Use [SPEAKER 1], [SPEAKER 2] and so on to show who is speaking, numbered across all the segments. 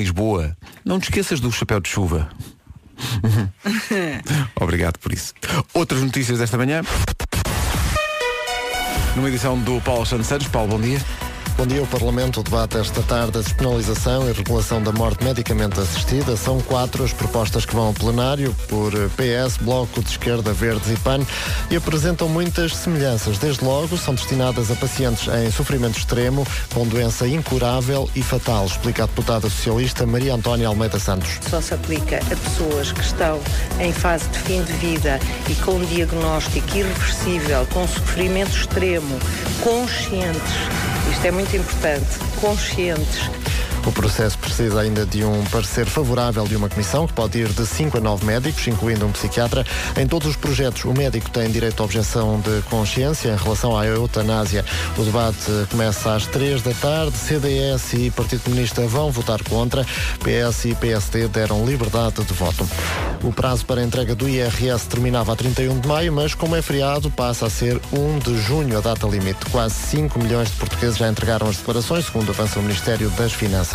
[SPEAKER 1] Lisboa, não te esqueças do chapéu de chuva. Obrigado por isso. Outras notícias desta manhã. Numa edição do Paulo Santos Santos. Paulo, bom dia.
[SPEAKER 2] Bom dia. O Parlamento debate esta tarde a despenalização e regulação da morte medicamente assistida. São quatro as propostas que vão ao plenário por PS, Bloco de Esquerda, Verdes e PAN e apresentam muitas semelhanças. Desde logo, são destinadas a pacientes em sofrimento extremo, com doença incurável e fatal, explica a deputada socialista Maria Antónia Almeida Santos.
[SPEAKER 3] só se aplica a pessoas que estão em fase de fim de vida e com um diagnóstico irreversível, com um sofrimento extremo, conscientes. Isto é muito importante, conscientes.
[SPEAKER 2] O processo precisa ainda de um parecer favorável de uma comissão, que pode ir de 5 a 9 médicos, incluindo um psiquiatra. Em todos os projetos, o médico tem direito à objeção de consciência em relação à eutanásia. O debate começa às 3 da tarde. CDS e Partido Comunista vão votar contra. PS e PSD deram liberdade de voto. O prazo para a entrega do IRS terminava a 31 de maio, mas como é feriado, passa a ser 1 de junho a data limite. Quase 5 milhões de portugueses já entregaram as declarações, segundo avança o Ministério das Finanças.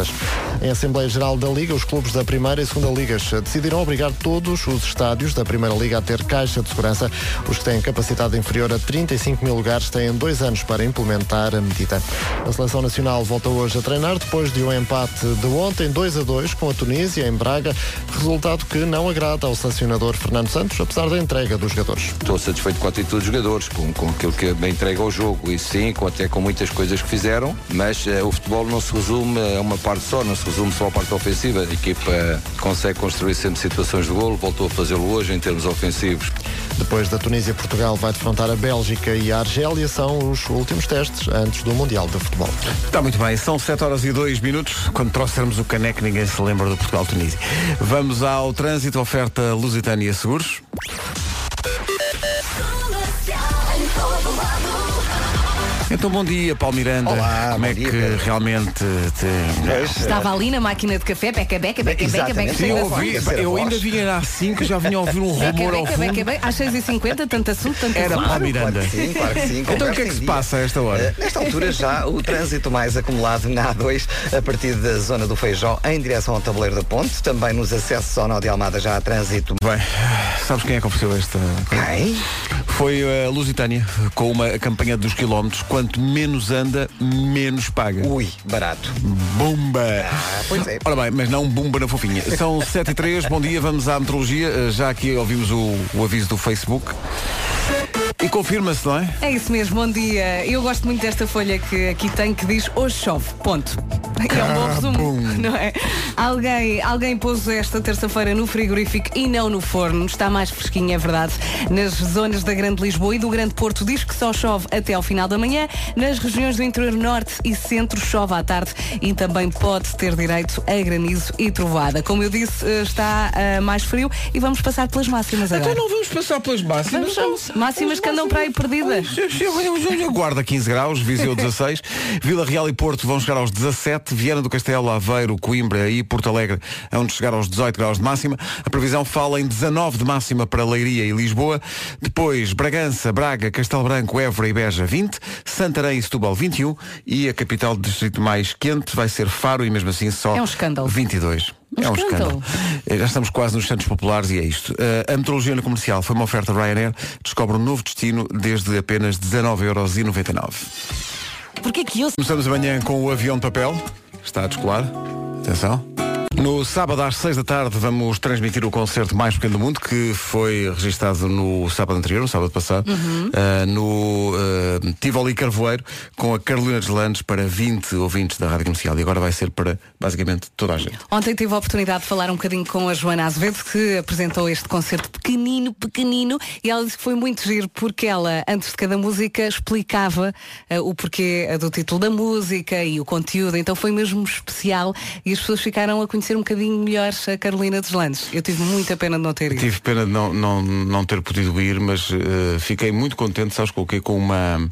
[SPEAKER 2] Em Assembleia Geral da Liga, os clubes da Primeira e Segunda Ligas decidiram obrigar todos os estádios da Primeira Liga a ter caixa de segurança. Os que têm capacidade inferior a 35 mil lugares têm dois anos para implementar a medida. A Seleção Nacional volta hoje a treinar depois de um empate de ontem, 2 a 2 com a Tunísia em Braga, resultado que não agrada ao sancionador Fernando Santos, apesar da entrega dos jogadores.
[SPEAKER 4] Estou satisfeito com a atitude dos jogadores, com, com aquilo que me entrega ao jogo e sim, com, até com muitas coisas que fizeram, mas eh, o futebol não se resume a uma parte só, não se resume só à parte ofensiva. A equipa eh, consegue construir sempre situações de golo, voltou a fazê-lo hoje em termos ofensivos.
[SPEAKER 2] Depois da Tunísia, Portugal vai defrontar a Bélgica e a Argélia. São os últimos testes antes do Mundial de Futebol.
[SPEAKER 1] Está muito bem, são 7 horas e 2 minutos. Quando trouxermos o caneco, ninguém se lembra do Portugal-Tunísia. Vamos ao trânsito, oferta Lusitânia Seguros. Então, bom dia, Paulo Miranda.
[SPEAKER 5] Olá,
[SPEAKER 1] Como é
[SPEAKER 5] bom dia,
[SPEAKER 1] que
[SPEAKER 5] Pedro.
[SPEAKER 1] realmente te.
[SPEAKER 6] Estava ali na máquina de café, beca, beca, beca, beca, beca,
[SPEAKER 5] Exatamente.
[SPEAKER 1] Sim, eu,
[SPEAKER 6] beca,
[SPEAKER 1] ouvi,
[SPEAKER 5] Sim, a
[SPEAKER 1] eu
[SPEAKER 5] voz.
[SPEAKER 1] ainda vinha às 5, já vinha a ouvir um rumor ao
[SPEAKER 6] beca, beca,
[SPEAKER 1] fundo.
[SPEAKER 6] beca, às 6h50, tanto assunto, tanto
[SPEAKER 1] Era
[SPEAKER 6] assunto.
[SPEAKER 1] Paulo Ah, Miranda.
[SPEAKER 5] Claro que sim, claro que sim.
[SPEAKER 1] Então o que é
[SPEAKER 5] Conversa
[SPEAKER 1] que
[SPEAKER 5] em
[SPEAKER 1] se
[SPEAKER 5] dia.
[SPEAKER 1] passa a esta
[SPEAKER 5] Eh,
[SPEAKER 1] hora?
[SPEAKER 5] Nesta altura já o trânsito mais acumulado na A2 a partir da zona do Feijó em direção ao Tabuleiro da Ponte. Também nos acessos ao Nó de Almada já há trânsito.
[SPEAKER 1] Bem, sabes quem é que ofereceu esta coisa?
[SPEAKER 5] Bem,
[SPEAKER 1] Foi a Lusitânia com uma campanha dos quilómetros. Quanto menos anda, menos paga.
[SPEAKER 5] ui, barato.
[SPEAKER 1] Bomba!
[SPEAKER 5] pois é.
[SPEAKER 1] Ora bem, mas não bomba na fofinha. São 7 e 3, bom dia, vamos à metrologia. Eh, Já aqui ouvimos o, o aviso do Facebook. E confirma-se, não é?
[SPEAKER 6] É isso mesmo, bom dia. Eu gosto muito desta folha que aqui tem que diz hoje chove, ponto. É um bom resumo,
[SPEAKER 1] Ah,
[SPEAKER 6] não é? Alguém, alguém pôs esta terça-feira no frigorífico e não no forno. Está mais fresquinho, é verdade. Nas zonas da Grande Lisboa e do Grande Porto diz que só chove até ao final da manhã. Nas regiões do interior norte e centro chove à tarde e também pode ter direito a granizo e trovada. Como eu disse, eh, está eh, mais frio e vamos passar pelas máximas agora.
[SPEAKER 1] Então não vamos passar pelas máximas.
[SPEAKER 6] Vamos, vamos. Máximas que andam para aí perdidas.
[SPEAKER 1] Guarda 15 graus, Viseu 16, Vila Real e Porto vão chegar aos 17, Viana do Castelo, Aveiro, Coimbra e Porto Alegre onde chegar aos 18 graus de máxima. A previsão fala em 19 de máxima para Leiria e Lisboa, depois Bragança, Braga, Castelo Branco, Évora e Beja 20, Santarém e Setúbal 21 e a capital do distrito mais quente vai ser Faro e mesmo assim só
[SPEAKER 6] É um escândalo.
[SPEAKER 1] 22.
[SPEAKER 6] Um
[SPEAKER 1] é um escândalo.
[SPEAKER 6] escândalo.
[SPEAKER 1] Eh, Já estamos quase nos Santos Populares e é isto. Eh, a metrologia no comercial foi uma oferta Ryanair. Descobre um novo destino desde apenas 19,99€.
[SPEAKER 6] Porquê que eu
[SPEAKER 1] Começamos amanhã com o avião de papel. Está a descolar. Atenção. No sábado às 6 da tarde vamos transmitir o concerto mais pequeno do mundo que foi registado no sábado anterior, no sábado passado, eh, no eh, Tivoli Carvoeiro com a Carolina de Landes para 20 ouvintes da Rádio Comercial e agora vai ser para basicamente toda a gente.
[SPEAKER 6] Ontem tive a oportunidade de falar um bocadinho com a Joana Azevedo, que apresentou este concerto pequenino, pequenino, e ela disse que foi muito giro porque ela, antes de cada música, explicava eh, o porquê eh, do título da música e o conteúdo, então foi mesmo especial e as pessoas ficaram a conhecer um bocadinho melhor a Carolina dos Landes. Eu tive muita pena de não ter ido.
[SPEAKER 1] Tive pena de não, não, não ter podido ir, mas eh, fiquei muito contente, sabes com o quê? Com uma,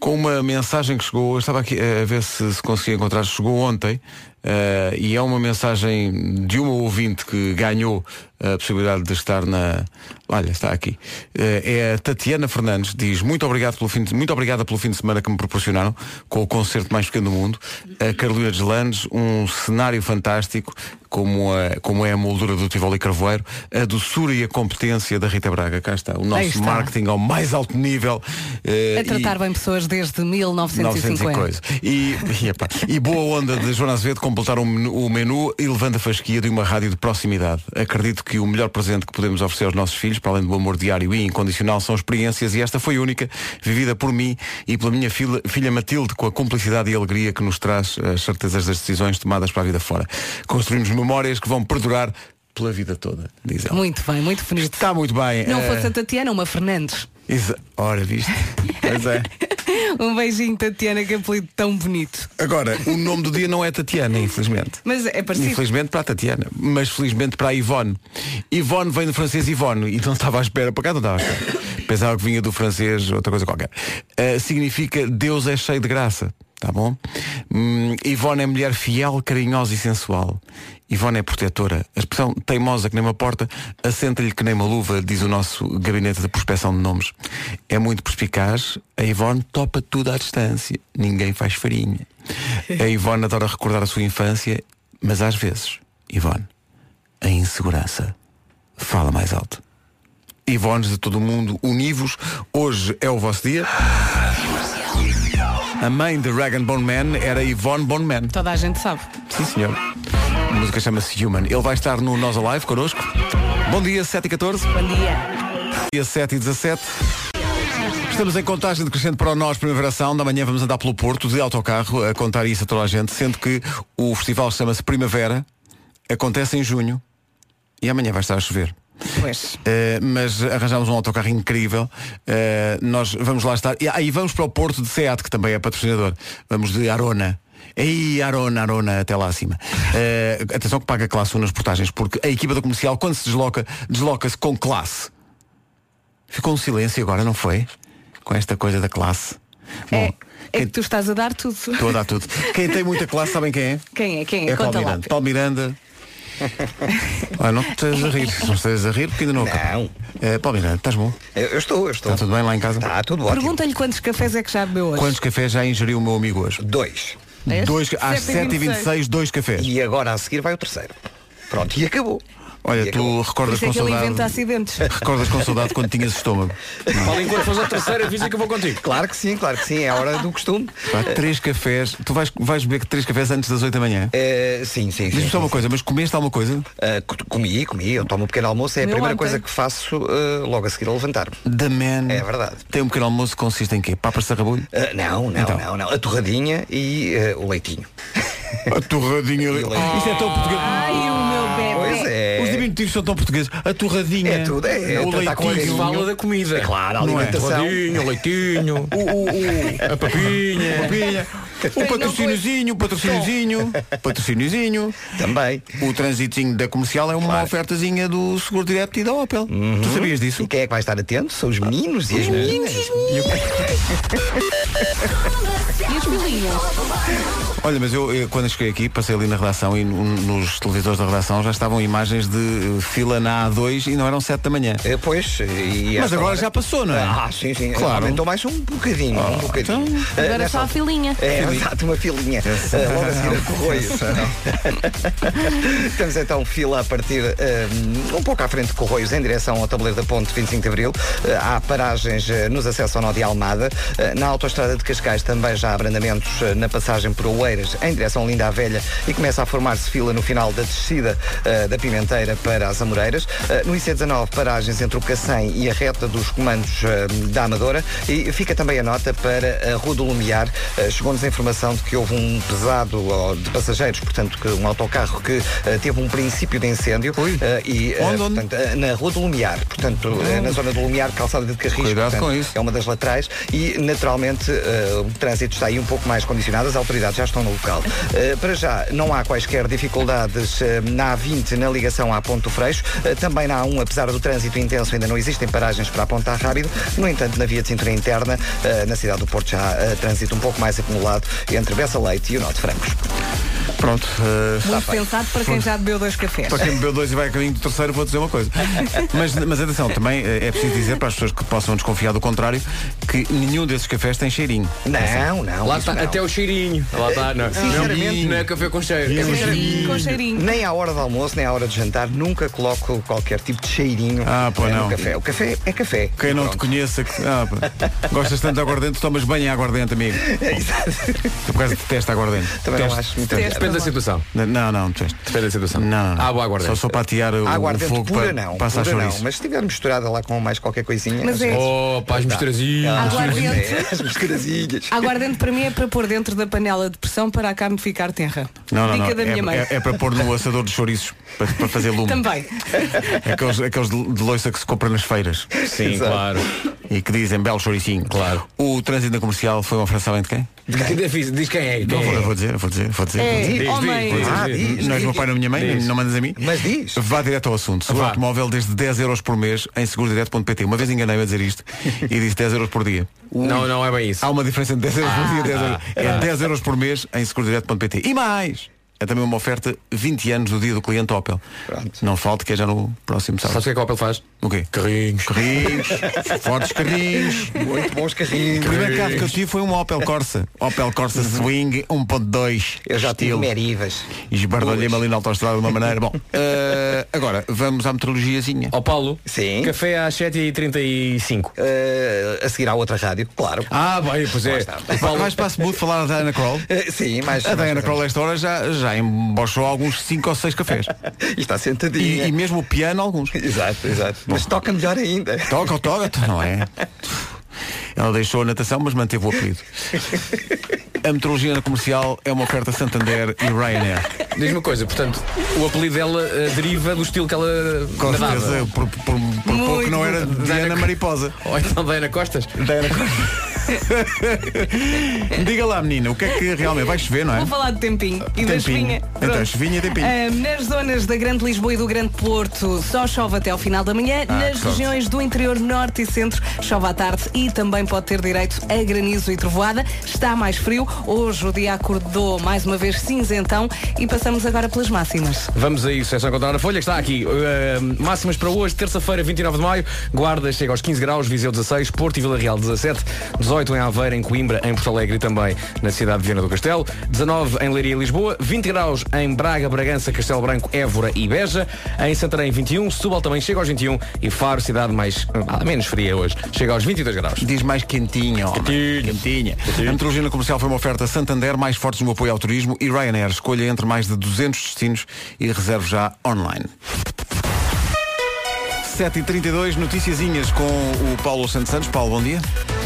[SPEAKER 1] com uma mensagem que chegou, eu estava aqui eh, a ver se, se conseguia encontrar, chegou ontem, eh, e é uma mensagem de uma ouvinte que ganhou a possibilidade de estar na. Olha, está aqui. Eh, é a Tatiana Fernandes, diz muito, obrigado pelo fim de- muito obrigada pelo fim de semana que me proporcionaram, com o concerto mais pequeno do mundo. A Carolina de Landes, um cenário fantástico, como, a, como é a moldura do Tivoli Carvoeiro, a doçura e a competência da Rita Braga. Cá está, o nosso
[SPEAKER 6] está.
[SPEAKER 1] marketing ao mais alto nível. eh,
[SPEAKER 6] A tratar
[SPEAKER 1] e-
[SPEAKER 6] bem pessoas desde
[SPEAKER 1] 900 e
[SPEAKER 6] 1950.
[SPEAKER 1] coisa. E, e, epá, e boa onda de Joana Azevedo completar o menu, o menu e levando a fasquia de uma rádio de proximidade. Acredito que o melhor presente que podemos oferecer aos nossos filhos, para além do amor diário e incondicional, são experiências e esta foi única, vivida por mim e pela minha filha, filha Matilde, com a cumplicidade e alegria que nos traz as certezas das decisões tomadas para a vida fora. Construímos memórias que vão perdurar pela vida toda, diz ela.
[SPEAKER 6] Muito bem, muito bonito.
[SPEAKER 1] Está muito bem.
[SPEAKER 6] Não
[SPEAKER 1] Eh,
[SPEAKER 6] fosse a Tatiana, uma Fernandes.
[SPEAKER 1] exa- Ora, viste? Pois é.
[SPEAKER 6] Um beijinho, Tatiana, que apelido tão bonito.
[SPEAKER 1] Agora, o nome do dia não é Tatiana, infelizmente.
[SPEAKER 6] Mas é parecido.
[SPEAKER 1] Infelizmente para a Tatiana, mas felizmente para a Ivone. Ivone vem do francês Ivone e não estava à espera, por acaso não estava à espera. Pensava que vinha do francês, outra coisa qualquer. Ah, significa Deus é cheio de graça, tá bom? Hum, Ivone é mulher fiel, carinhosa e sensual. Ivone é protetora. A expressão teimosa que nem uma porta, assenta-lhe que nem uma luva, diz o nosso gabinete de prospeção de nomes. É muito perspicaz, a Ivone topa tudo à distância. Ninguém faz farinha. A Ivone adora recordar a sua infância mas às vezes, Ivone, a insegurança fala mais alto. Ivones de todo o mundo, univos, hoje é o vosso dia. A mãe de Rag and Bone Man era Yvonne Bone Man.
[SPEAKER 6] Toda a gente sabe.
[SPEAKER 1] Sim, senhor. A música chama-se Human. Ele vai estar no Nós Alive connosco. Bom dia, 7 e 14.
[SPEAKER 6] Bom dia.
[SPEAKER 1] Dia 7 e 17. Estamos em contagem decrescente para o Nós Primavera Sound. Amanhã vamos andar pelo Porto de autocarro a contar isso a toda a gente, sendo que o festival chama-se Primavera, acontece em junho e amanhã vai estar a chover.
[SPEAKER 6] Pois.
[SPEAKER 1] Eh, mas arranjámos um autocarro incrível. Eh, nós vamos lá estar. E aí vamos para o Porto de SEAT, que também é patrocinador. Vamos de Arona. Ei, Arona, Arona, até lá acima. Eh, atenção que paga classe 1 nas portagens, porque a equipa da comercial, quando se desloca, desloca-se com classe. Ficou um silêncio agora, não foi? Com esta coisa da classe. Bom,
[SPEAKER 6] É
[SPEAKER 1] quem...
[SPEAKER 6] que tu estás a dar tudo.
[SPEAKER 1] estou a dar tudo. Quem tem muita classe, sabem quem é?
[SPEAKER 6] Quem é? Quem é?
[SPEAKER 1] É Paulo
[SPEAKER 6] Conta lá.
[SPEAKER 1] Miranda. Paulo Miranda. Olha, não te estejas a rir, não estejas a rir porque ainda não acabou.
[SPEAKER 5] Não.
[SPEAKER 1] Eh, Paulo Miranda, estás bom?
[SPEAKER 6] Tá.
[SPEAKER 5] Eu, eu estou, eu estou.
[SPEAKER 1] Está tudo bem lá em casa?
[SPEAKER 5] Está tudo ótimo.
[SPEAKER 6] Pergunta-lhe quantos cafés é que já bebeu hoje.
[SPEAKER 1] Quantos cafés já ingeriu o meu amigo hoje?
[SPEAKER 5] Dois.
[SPEAKER 6] Dez?
[SPEAKER 1] Dois, às
[SPEAKER 6] 7h26.
[SPEAKER 1] 7h26, dois cafés.
[SPEAKER 5] E agora a seguir vai o terceiro. Pronto, e acabou.
[SPEAKER 1] Olha,
[SPEAKER 5] E
[SPEAKER 1] tu
[SPEAKER 5] acabou.
[SPEAKER 6] Por
[SPEAKER 1] recordas
[SPEAKER 6] isso
[SPEAKER 1] com
[SPEAKER 6] é que ele inventa
[SPEAKER 1] saudade.
[SPEAKER 6] acidentes.
[SPEAKER 1] Recordas com saudade quando tinhas estômago.
[SPEAKER 7] Paulo, enquanto fores a terceira, avisa que eu vou contigo.
[SPEAKER 5] Claro que sim, claro que sim, é a hora do costume.
[SPEAKER 1] Pá, três cafés. Tu vais, vais beber três cafés antes das 8 da manhã?
[SPEAKER 6] É.
[SPEAKER 5] Eh, sim, sim, sim.
[SPEAKER 1] Diz-me só uma coisa, mas comeste alguma coisa?
[SPEAKER 5] Eh, co- comi, comi, eu tomo um pequeno almoço, é a
[SPEAKER 6] Comeu
[SPEAKER 5] primeira
[SPEAKER 6] ontem.
[SPEAKER 5] coisa que faço eh, logo a seguir a levantar-me.
[SPEAKER 1] The Man.
[SPEAKER 5] É verdade.
[SPEAKER 1] Tem um pequeno almoço que consiste em quê? Papas de sarrabulho?
[SPEAKER 5] Eh, não, não,
[SPEAKER 1] Então.
[SPEAKER 5] não, não. A torradinha e eh, o leitinho.
[SPEAKER 1] A torradinha.
[SPEAKER 5] leite.
[SPEAKER 1] Isto é tão português.
[SPEAKER 6] Ai, o meu bebê.
[SPEAKER 1] Os
[SPEAKER 5] Pois é.
[SPEAKER 1] diminutivos são tão portugueses. A torradinha.
[SPEAKER 5] É tudo, é, é
[SPEAKER 1] o
[SPEAKER 5] tratar com
[SPEAKER 1] leitinho.
[SPEAKER 5] Leitinho.
[SPEAKER 7] Fala da comida.
[SPEAKER 5] Claro, a
[SPEAKER 1] Não é?
[SPEAKER 5] alimentação.
[SPEAKER 7] Rodinho, leitinho,
[SPEAKER 1] O, o,
[SPEAKER 7] a papinha.
[SPEAKER 1] papinha. O patrocíniozinho, o patrocíniozinho, patrocíniozinho.
[SPEAKER 5] Também.
[SPEAKER 1] O transitinho da comercial é uma ofertazinha do Seguro Direto e da Opel.
[SPEAKER 7] Uhum.
[SPEAKER 1] Tu sabias disso?
[SPEAKER 5] E quem é que vai estar atento? São os meninos e as meninas.
[SPEAKER 6] E os filhinhos?
[SPEAKER 1] Olha, mas eu, eu, quando cheguei aqui, passei ali na redação e no- nos televisores da redação já estavam imagens de eh, fila na A2 e não eram 7 da manhã.
[SPEAKER 5] Eh, Pois, e
[SPEAKER 1] Mas
[SPEAKER 5] esta
[SPEAKER 1] agora
[SPEAKER 5] hora-
[SPEAKER 1] já passou, não é?
[SPEAKER 5] Ah, sim, sim.
[SPEAKER 1] Claro.
[SPEAKER 5] Aumentou mais um bocadinho. um bocadinho.
[SPEAKER 1] então,
[SPEAKER 5] Eh,
[SPEAKER 6] Agora
[SPEAKER 5] nessa
[SPEAKER 6] só a filinha.
[SPEAKER 5] É, exato, uma filinha. Eh, Logo a seguir a Corroios. Temos então fila a partir eh, um pouco à frente de Corroios, em direção ao tabuleiro da Ponte 25 de Abril. Eh, há paragens eh, nos acessos ao Nó de Almada. Eh, na autoestrada de Cascais também já há abrandamentos eh, na passagem por Oeiras, em direção a Linda à Velha, e começa a formar-se fila no final da descida eh, da Pimenteira para as Amoreiras. Eh, no IC19, paragens entre o Cacém e a reta dos comandos eh, da Amadora. E fica também a nota para a Rua do Lumiar. Eh, Chegou-nos a informação de que houve um pesado ó, de passageiros, portanto, que um autocarro que eh, teve um princípio de incêndio. Eh, e, eh,
[SPEAKER 1] Onde, onde?
[SPEAKER 5] portanto, eh, na Rua do Lumiar, portanto, eh, na zona do Lumiar, calçada de Carris.
[SPEAKER 1] Cuidado
[SPEAKER 5] portanto,
[SPEAKER 1] com isso.
[SPEAKER 5] É uma das laterais e, naturalmente, eh, o trânsito está aí um pouco mais condicionado. As autoridades já estão no local. Eh, para já, não há quaisquer dificuldades eh, na A20, na ligação à Ponto Freixo. Eh, também na A1, apesar do trânsito intenso, ainda não existem paragens para a Ponta Rábida. No entanto, na via de cintura interna, eh, na cidade do Porto, já há eh, trânsito um pouco mais acumulado entre Bessa Leite e o Norte Francos.
[SPEAKER 1] Pronto. eh,
[SPEAKER 6] Muito pensado para quem já bebeu dois cafés.
[SPEAKER 1] Para quem bebeu dois e vai a caminho do terceiro, vou dizer uma coisa. Mas, mas atenção, também eh, é preciso dizer para as pessoas que possam desconfiar do contrário que nenhum desses cafés tem cheirinho.
[SPEAKER 5] Não, não.
[SPEAKER 8] Lá
[SPEAKER 5] isso
[SPEAKER 8] está,
[SPEAKER 5] não. Eh,
[SPEAKER 8] até o cheirinho. Lá está, não.
[SPEAKER 5] Sinceramente-
[SPEAKER 8] Não, não é café com cheiro. É com cheirinho.
[SPEAKER 6] Cheirinho, Com cheirinho.
[SPEAKER 5] Nem à hora do almoço, nem à hora de jantar, nunca coloco qualquer tipo de cheirinho
[SPEAKER 1] Ah, pô,
[SPEAKER 5] eh,
[SPEAKER 1] não.
[SPEAKER 5] no café. O café é café.
[SPEAKER 1] Quem não te
[SPEAKER 5] Pronto.
[SPEAKER 1] conheça, que, ah, pá, gostas tanto de aguardente, tomas banho em aguardente, amigo. Tu por causa detesta aguardente.
[SPEAKER 5] Também não
[SPEAKER 1] Detesto.
[SPEAKER 5] acho muito
[SPEAKER 6] Teste.
[SPEAKER 5] graça.
[SPEAKER 8] Depende da
[SPEAKER 1] assim,
[SPEAKER 8] situação.
[SPEAKER 1] Não, não, detesto.
[SPEAKER 8] Depende da situação. Ah,
[SPEAKER 1] Não, não.
[SPEAKER 8] Água aguardente.
[SPEAKER 1] Só só para atear o,
[SPEAKER 5] Ah,
[SPEAKER 1] o
[SPEAKER 5] aguardente
[SPEAKER 1] fogo
[SPEAKER 5] pura
[SPEAKER 1] para,
[SPEAKER 5] não,
[SPEAKER 1] para assar
[SPEAKER 5] pura não.
[SPEAKER 1] chouriço.
[SPEAKER 5] Mas se tiver misturada lá com mais qualquer coisinha.
[SPEAKER 6] Mas é-
[SPEAKER 8] Oh, pá, as misturazinhas.
[SPEAKER 1] é.
[SPEAKER 6] Aguardente.
[SPEAKER 5] As misturazinhas.
[SPEAKER 6] Aguardente para mim é para pôr dentro da panela de pressão para a carne ficar terra.
[SPEAKER 1] Não, não, não.
[SPEAKER 6] Dica da minha
[SPEAKER 1] É,
[SPEAKER 6] mãe.
[SPEAKER 1] é- é para pôr no assador de chouriços, para, para fazer lume.
[SPEAKER 6] Também.
[SPEAKER 1] Aqueles, aqueles de de loiça que se compra nas feiras
[SPEAKER 8] Sim,
[SPEAKER 5] Exato.
[SPEAKER 8] claro.
[SPEAKER 1] e que dizem belo chouricinho.
[SPEAKER 8] Claro.
[SPEAKER 1] O trânsito na comercial foi uma fração de quem?
[SPEAKER 8] Diz, diz quem é.
[SPEAKER 1] Não
[SPEAKER 8] Quem
[SPEAKER 1] vou, eu
[SPEAKER 8] é.
[SPEAKER 1] vou dizer, eu vou dizer, vou dizer. Vou
[SPEAKER 6] É,
[SPEAKER 1] dizer.
[SPEAKER 8] diz,
[SPEAKER 6] homem.
[SPEAKER 8] diz.
[SPEAKER 5] Ah, diz.
[SPEAKER 1] Não és meu pai nem minha mãe,
[SPEAKER 8] Diz.
[SPEAKER 1] não mandas a mim.
[SPEAKER 5] Mas diz.
[SPEAKER 1] Vá direto ao assunto. Seguro
[SPEAKER 8] Vá.
[SPEAKER 1] automóvel desde 10 euros por mês em segurodireto.pt. Uma vez enganei-me a dizer isto e disse 10 euros por dia.
[SPEAKER 8] Não, não é bem isso.
[SPEAKER 1] Há uma diferença entre 10 euros por dia e 10 euros. É 10 euros por mês em segurodireto.pt. E mais! É também uma oferta 20 anos do dia do cliente Opel.
[SPEAKER 5] Pronto.
[SPEAKER 1] Não falte que é já no próximo
[SPEAKER 8] Sabes o
[SPEAKER 1] sábado.
[SPEAKER 8] que é que o Opel faz?
[SPEAKER 1] O quê?
[SPEAKER 8] Carrinhos.
[SPEAKER 1] Carrinhos, fortes carrinhos.
[SPEAKER 5] Muito bons carrinhos.
[SPEAKER 1] O primeiro carro que eu tive foi um Opel Corsa. Opel Corsa Swing 1.2.
[SPEAKER 5] Eu já tive
[SPEAKER 1] Estilo.
[SPEAKER 5] merivas.
[SPEAKER 1] Esbardalhei-me ali na autostrada de uma maneira. Bom, eh, agora vamos à meteorologiazinha.
[SPEAKER 8] Ó Paulo.
[SPEAKER 5] Sim.
[SPEAKER 8] Café às 7h35.
[SPEAKER 5] Eh, a seguir à outra rádio, claro.
[SPEAKER 8] Ah, bem, pois é.
[SPEAKER 5] Lá está.
[SPEAKER 8] O Paulo,
[SPEAKER 1] Vais para a Smooth falar da Ana Kroll?
[SPEAKER 5] Eh, sim, mas.
[SPEAKER 1] A
[SPEAKER 5] mas-
[SPEAKER 1] Diana é? Kroll, a esta hora, já, já embochou alguns 5 ou 6 cafés.
[SPEAKER 5] E é. está
[SPEAKER 1] E,
[SPEAKER 5] sentadinha.
[SPEAKER 1] e mesmo o piano, alguns.
[SPEAKER 5] Exato, exato. Mas toca melhor ainda.
[SPEAKER 1] Toca ou toca, tu não é? Ela deixou a natação, mas manteve o apelido. A meteorologia na comercial é uma oferta Santander e Ryanair.
[SPEAKER 8] diz-me uma coisa, portanto, o apelido dela eh, deriva do estilo que ela
[SPEAKER 1] Com
[SPEAKER 8] nadava.
[SPEAKER 1] certeza, por, por, por pouco
[SPEAKER 6] Muito,
[SPEAKER 1] não era
[SPEAKER 8] muito.
[SPEAKER 1] Diana
[SPEAKER 8] Diana-
[SPEAKER 1] Mariposa.
[SPEAKER 8] Ou então Diana Costas.
[SPEAKER 1] Diana Kroll. Diga lá, menina, o que é que realmente vai chover, não é?
[SPEAKER 6] Vou falar de tempinho e da
[SPEAKER 1] Tempinho.
[SPEAKER 6] chuvinha.
[SPEAKER 1] Então,
[SPEAKER 6] Pronto.
[SPEAKER 1] chuvinha e tempinho.
[SPEAKER 6] Ah, nas zonas da Grande Lisboa e do Grande Porto só chove até ao final da manhã.
[SPEAKER 8] Ah,
[SPEAKER 6] nas regiões do interior norte e centro chove à tarde e também pode ter direito a granizo e trovoada. Está mais frio. Hoje o dia acordou mais uma vez cinzentão e passamos agora pelas máximas.
[SPEAKER 8] Vamos a isso, é só encontrar a folha que está aqui. Uh, máximas para hoje, terça-feira, 29 de maio. Guarda chega aos 15 graus, Viseu 16, Porto e Vila Real 17, 18 em Aveiro, em Coimbra, em Porto Alegre e também na cidade de Viana do Castelo, 19 em Leiria e Lisboa, 20 graus em Braga, Bragança, Castelo Branco, Évora e Beja, em Santarém 21, Setúbal também chega aos 21 e Faro, cidade mais ah, menos fria hoje, chega aos 22 graus.
[SPEAKER 1] Diz mais quentinho. homem.
[SPEAKER 8] Quentinho.
[SPEAKER 1] Quentinha. A metrologia na comercial foi uma oferta Santander, mais fortes no apoio ao turismo e Ryanair. Escolha entre mais de 200 destinos e reserve já online. 7h32, noticiazinhas com o Paulo Santos Santos. Paulo, bom dia.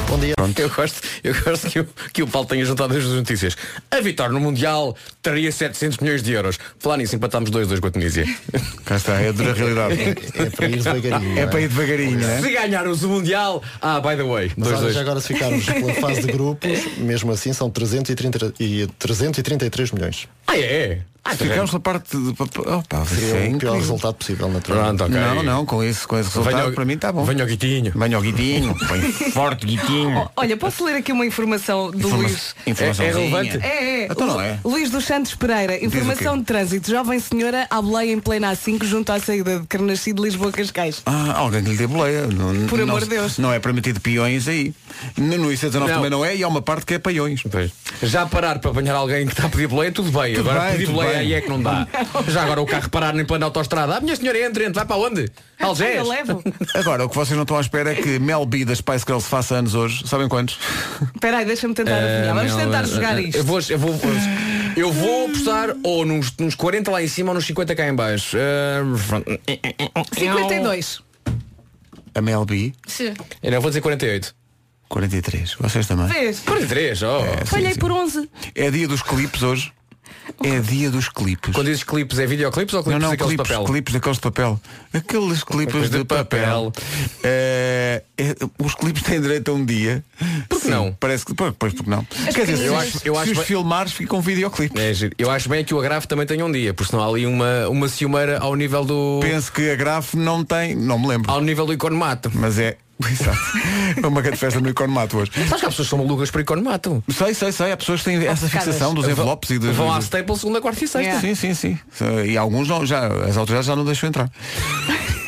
[SPEAKER 2] Bom dia.
[SPEAKER 8] Eu gosto, eu gosto que, o, que o Paulo tenha juntado as duas notícias. A vitória no Mundial traria 700 milhões de euros. Falar nisso, empatámos 2-2 com a Tunísia.
[SPEAKER 1] Cá está, é a dura realidade.
[SPEAKER 2] É para ir devagarinho. não
[SPEAKER 1] É para ir devagarinho, não é?
[SPEAKER 8] Se ganharmos o Mundial, ah, by the way,
[SPEAKER 2] Mas olha,
[SPEAKER 8] 2-2.
[SPEAKER 2] já agora se ficarmos pela fase de grupos, mesmo assim são 330, e 333 milhões.
[SPEAKER 8] Ah, é? Ah,
[SPEAKER 1] Se Ficamos pela parte de. Opa, isso é
[SPEAKER 2] Seria o pior
[SPEAKER 1] incrível.
[SPEAKER 2] resultado possível, naturalmente.
[SPEAKER 8] Pronto, ok.
[SPEAKER 1] Não, não, com esse, com esse resultado,
[SPEAKER 8] Venha
[SPEAKER 1] para mim está bom.
[SPEAKER 8] Venha ao Guitinho.
[SPEAKER 1] Venha ao guitinho, bem forte guitinho.
[SPEAKER 6] Oh, Olha, posso ler aqui uma informação do
[SPEAKER 1] Informa-
[SPEAKER 6] Luís?
[SPEAKER 1] informaçãozinha.
[SPEAKER 8] É- é relevante?
[SPEAKER 6] É, é.
[SPEAKER 1] Então não é.
[SPEAKER 6] Luís dos Santos Pereira, informação de trânsito. Jovem senhora à boleia em plena A5 junto à saída de Carnasci de Lisboa-Cascais.
[SPEAKER 1] Ah, alguém que lhe dê boleia. Não,
[SPEAKER 6] Por
[SPEAKER 1] não-
[SPEAKER 6] amor de Deus.
[SPEAKER 1] Não é para meter de peões aí. No, no IC19
[SPEAKER 8] Não.
[SPEAKER 1] também não é e há uma parte que é paiões.
[SPEAKER 8] Já parar para apanhar alguém que está a pedir boleia, é tudo bem.
[SPEAKER 1] Tudo
[SPEAKER 8] agora
[SPEAKER 1] bem,
[SPEAKER 8] pedir
[SPEAKER 1] tudo
[SPEAKER 8] boleia
[SPEAKER 1] bem.
[SPEAKER 8] aí é que não dá. Já agora o carro parar nem plano autostrada. Ah, minha senhora, entre, entre, vai para onde?
[SPEAKER 6] Ah,
[SPEAKER 8] Algés.
[SPEAKER 6] eu levo.
[SPEAKER 1] Agora, o que vocês não estão à espera é que Mel B das Spice Girls faça anos hoje. Sabem quantos?
[SPEAKER 6] Espera aí, deixa-me tentar adivinhar. Vamos
[SPEAKER 8] Não,
[SPEAKER 6] tentar
[SPEAKER 8] eh,
[SPEAKER 6] jogar
[SPEAKER 8] eh, Eu
[SPEAKER 6] isto. Hum.
[SPEAKER 8] vou, eu vou, eu vou apostar ou nos, nos 40 lá em cima ou nos 50 cá em baixo. Eh,
[SPEAKER 6] 52.
[SPEAKER 1] A Mel B,
[SPEAKER 8] Eu não vou dizer 48.
[SPEAKER 1] 43. Vocês também.
[SPEAKER 6] Vês?
[SPEAKER 8] 43, oh.
[SPEAKER 6] Falhei por 11.
[SPEAKER 1] É dia dos clipes hoje. É dia dos clipes.
[SPEAKER 8] Quando dizes clipes, é videoclipes ou
[SPEAKER 1] Não,
[SPEAKER 8] clipes
[SPEAKER 1] não,
[SPEAKER 8] daqueles de
[SPEAKER 1] clipes,
[SPEAKER 8] papel?
[SPEAKER 1] clipes daqueles de papel. Aqueles clipes
[SPEAKER 8] Coisa
[SPEAKER 1] de,
[SPEAKER 8] de
[SPEAKER 1] papel.
[SPEAKER 8] papel.
[SPEAKER 1] É, é, os clipes têm direito a um dia. Por
[SPEAKER 8] que não?
[SPEAKER 1] Parece que. Pois, pois porque não. Quer dizer, se,
[SPEAKER 8] Eu
[SPEAKER 1] os-
[SPEAKER 8] acho- eu
[SPEAKER 1] se
[SPEAKER 8] acho
[SPEAKER 1] os
[SPEAKER 8] bem-
[SPEAKER 1] filmares ficam um videoclipes.
[SPEAKER 8] É giro. Eu acho bem que o agrafo também tenha um dia, porque senão há ali uma, uma ciumeira ao nível do.
[SPEAKER 1] Penso que a Graf não tem. Não me lembro.
[SPEAKER 8] ao nível do Iconomato.
[SPEAKER 1] Mas é Exato. É uma grande festa no Economato hoje.
[SPEAKER 7] Sabes que há pessoas que são malucas para economato.
[SPEAKER 1] Sei, sei, sei. Há pessoas que têm essa
[SPEAKER 6] Obcecadas.
[SPEAKER 1] fixação dos envelopes e das...
[SPEAKER 7] Vão à Staple segunda, quarta e sexta.
[SPEAKER 6] Yeah.
[SPEAKER 1] Sim, sim, sim. E alguns não, já, as autoridades já não deixam entrar.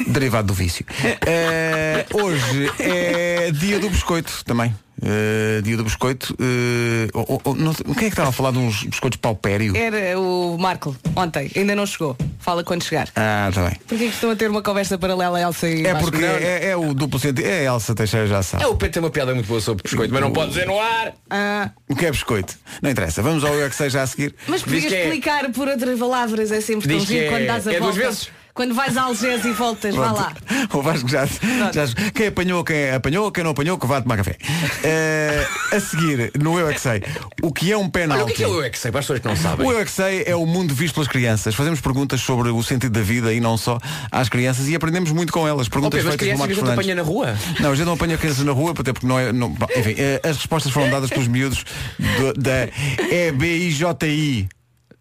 [SPEAKER 1] Derivado do vício. Eh, hoje é dia do biscoito também. Eh, dia do biscoito. eh, o- o- não sei- quem é que estava a falar de uns biscoitos paupério?
[SPEAKER 6] Era o Marco, ontem, ainda não chegou. Fala quando chegar.
[SPEAKER 1] Ah, está bem.
[SPEAKER 6] Porquê que estão a ter uma conversa paralela, Elsa e
[SPEAKER 1] É
[SPEAKER 6] Vasco?
[SPEAKER 1] porque
[SPEAKER 6] Não.
[SPEAKER 1] é, é o duplo sentido. É a Elsa Teixeira já sabe.
[SPEAKER 7] É, o Pedro tem uma piada muito boa sobre biscoito, mas não pode dizer no ar.
[SPEAKER 6] Ah,
[SPEAKER 1] O que é biscoito? Não interessa. Vamos ao Eu é que seja a seguir.
[SPEAKER 6] mas podia
[SPEAKER 7] Diz que é-
[SPEAKER 6] explicar por outras palavras, é sempre tão
[SPEAKER 7] Diz que
[SPEAKER 6] giro
[SPEAKER 7] é-
[SPEAKER 6] quando dás a
[SPEAKER 7] é
[SPEAKER 6] volta.
[SPEAKER 7] duas vezes?
[SPEAKER 6] Quando vais a Algés e voltas, vá lá.
[SPEAKER 1] Pronto. O Vasco já, já- Quem apanhou, quem apanhou, quem não apanhou, que vá tomar café. Eh, a seguir, no Eu é que sei, o que é um penalti?
[SPEAKER 7] Olha, o que é que é o eu é que sei? Para as pessoas que não sabem.
[SPEAKER 1] O Eu é que sei é o mundo visto pelas crianças. Fazemos perguntas sobre o sentido da vida e não só às crianças e aprendemos muito com elas.
[SPEAKER 7] Oh,
[SPEAKER 1] Perguntas
[SPEAKER 7] Pedro, mas
[SPEAKER 1] feitas por
[SPEAKER 7] crianças
[SPEAKER 1] Marcos
[SPEAKER 7] não te
[SPEAKER 1] Fernandes.
[SPEAKER 7] apanha na rua?
[SPEAKER 1] Não, a gente não apanha crianças na rua, até porque não é. não- bom, enfim, eh, as respostas foram dadas pelos miúdos do- da EBIJI.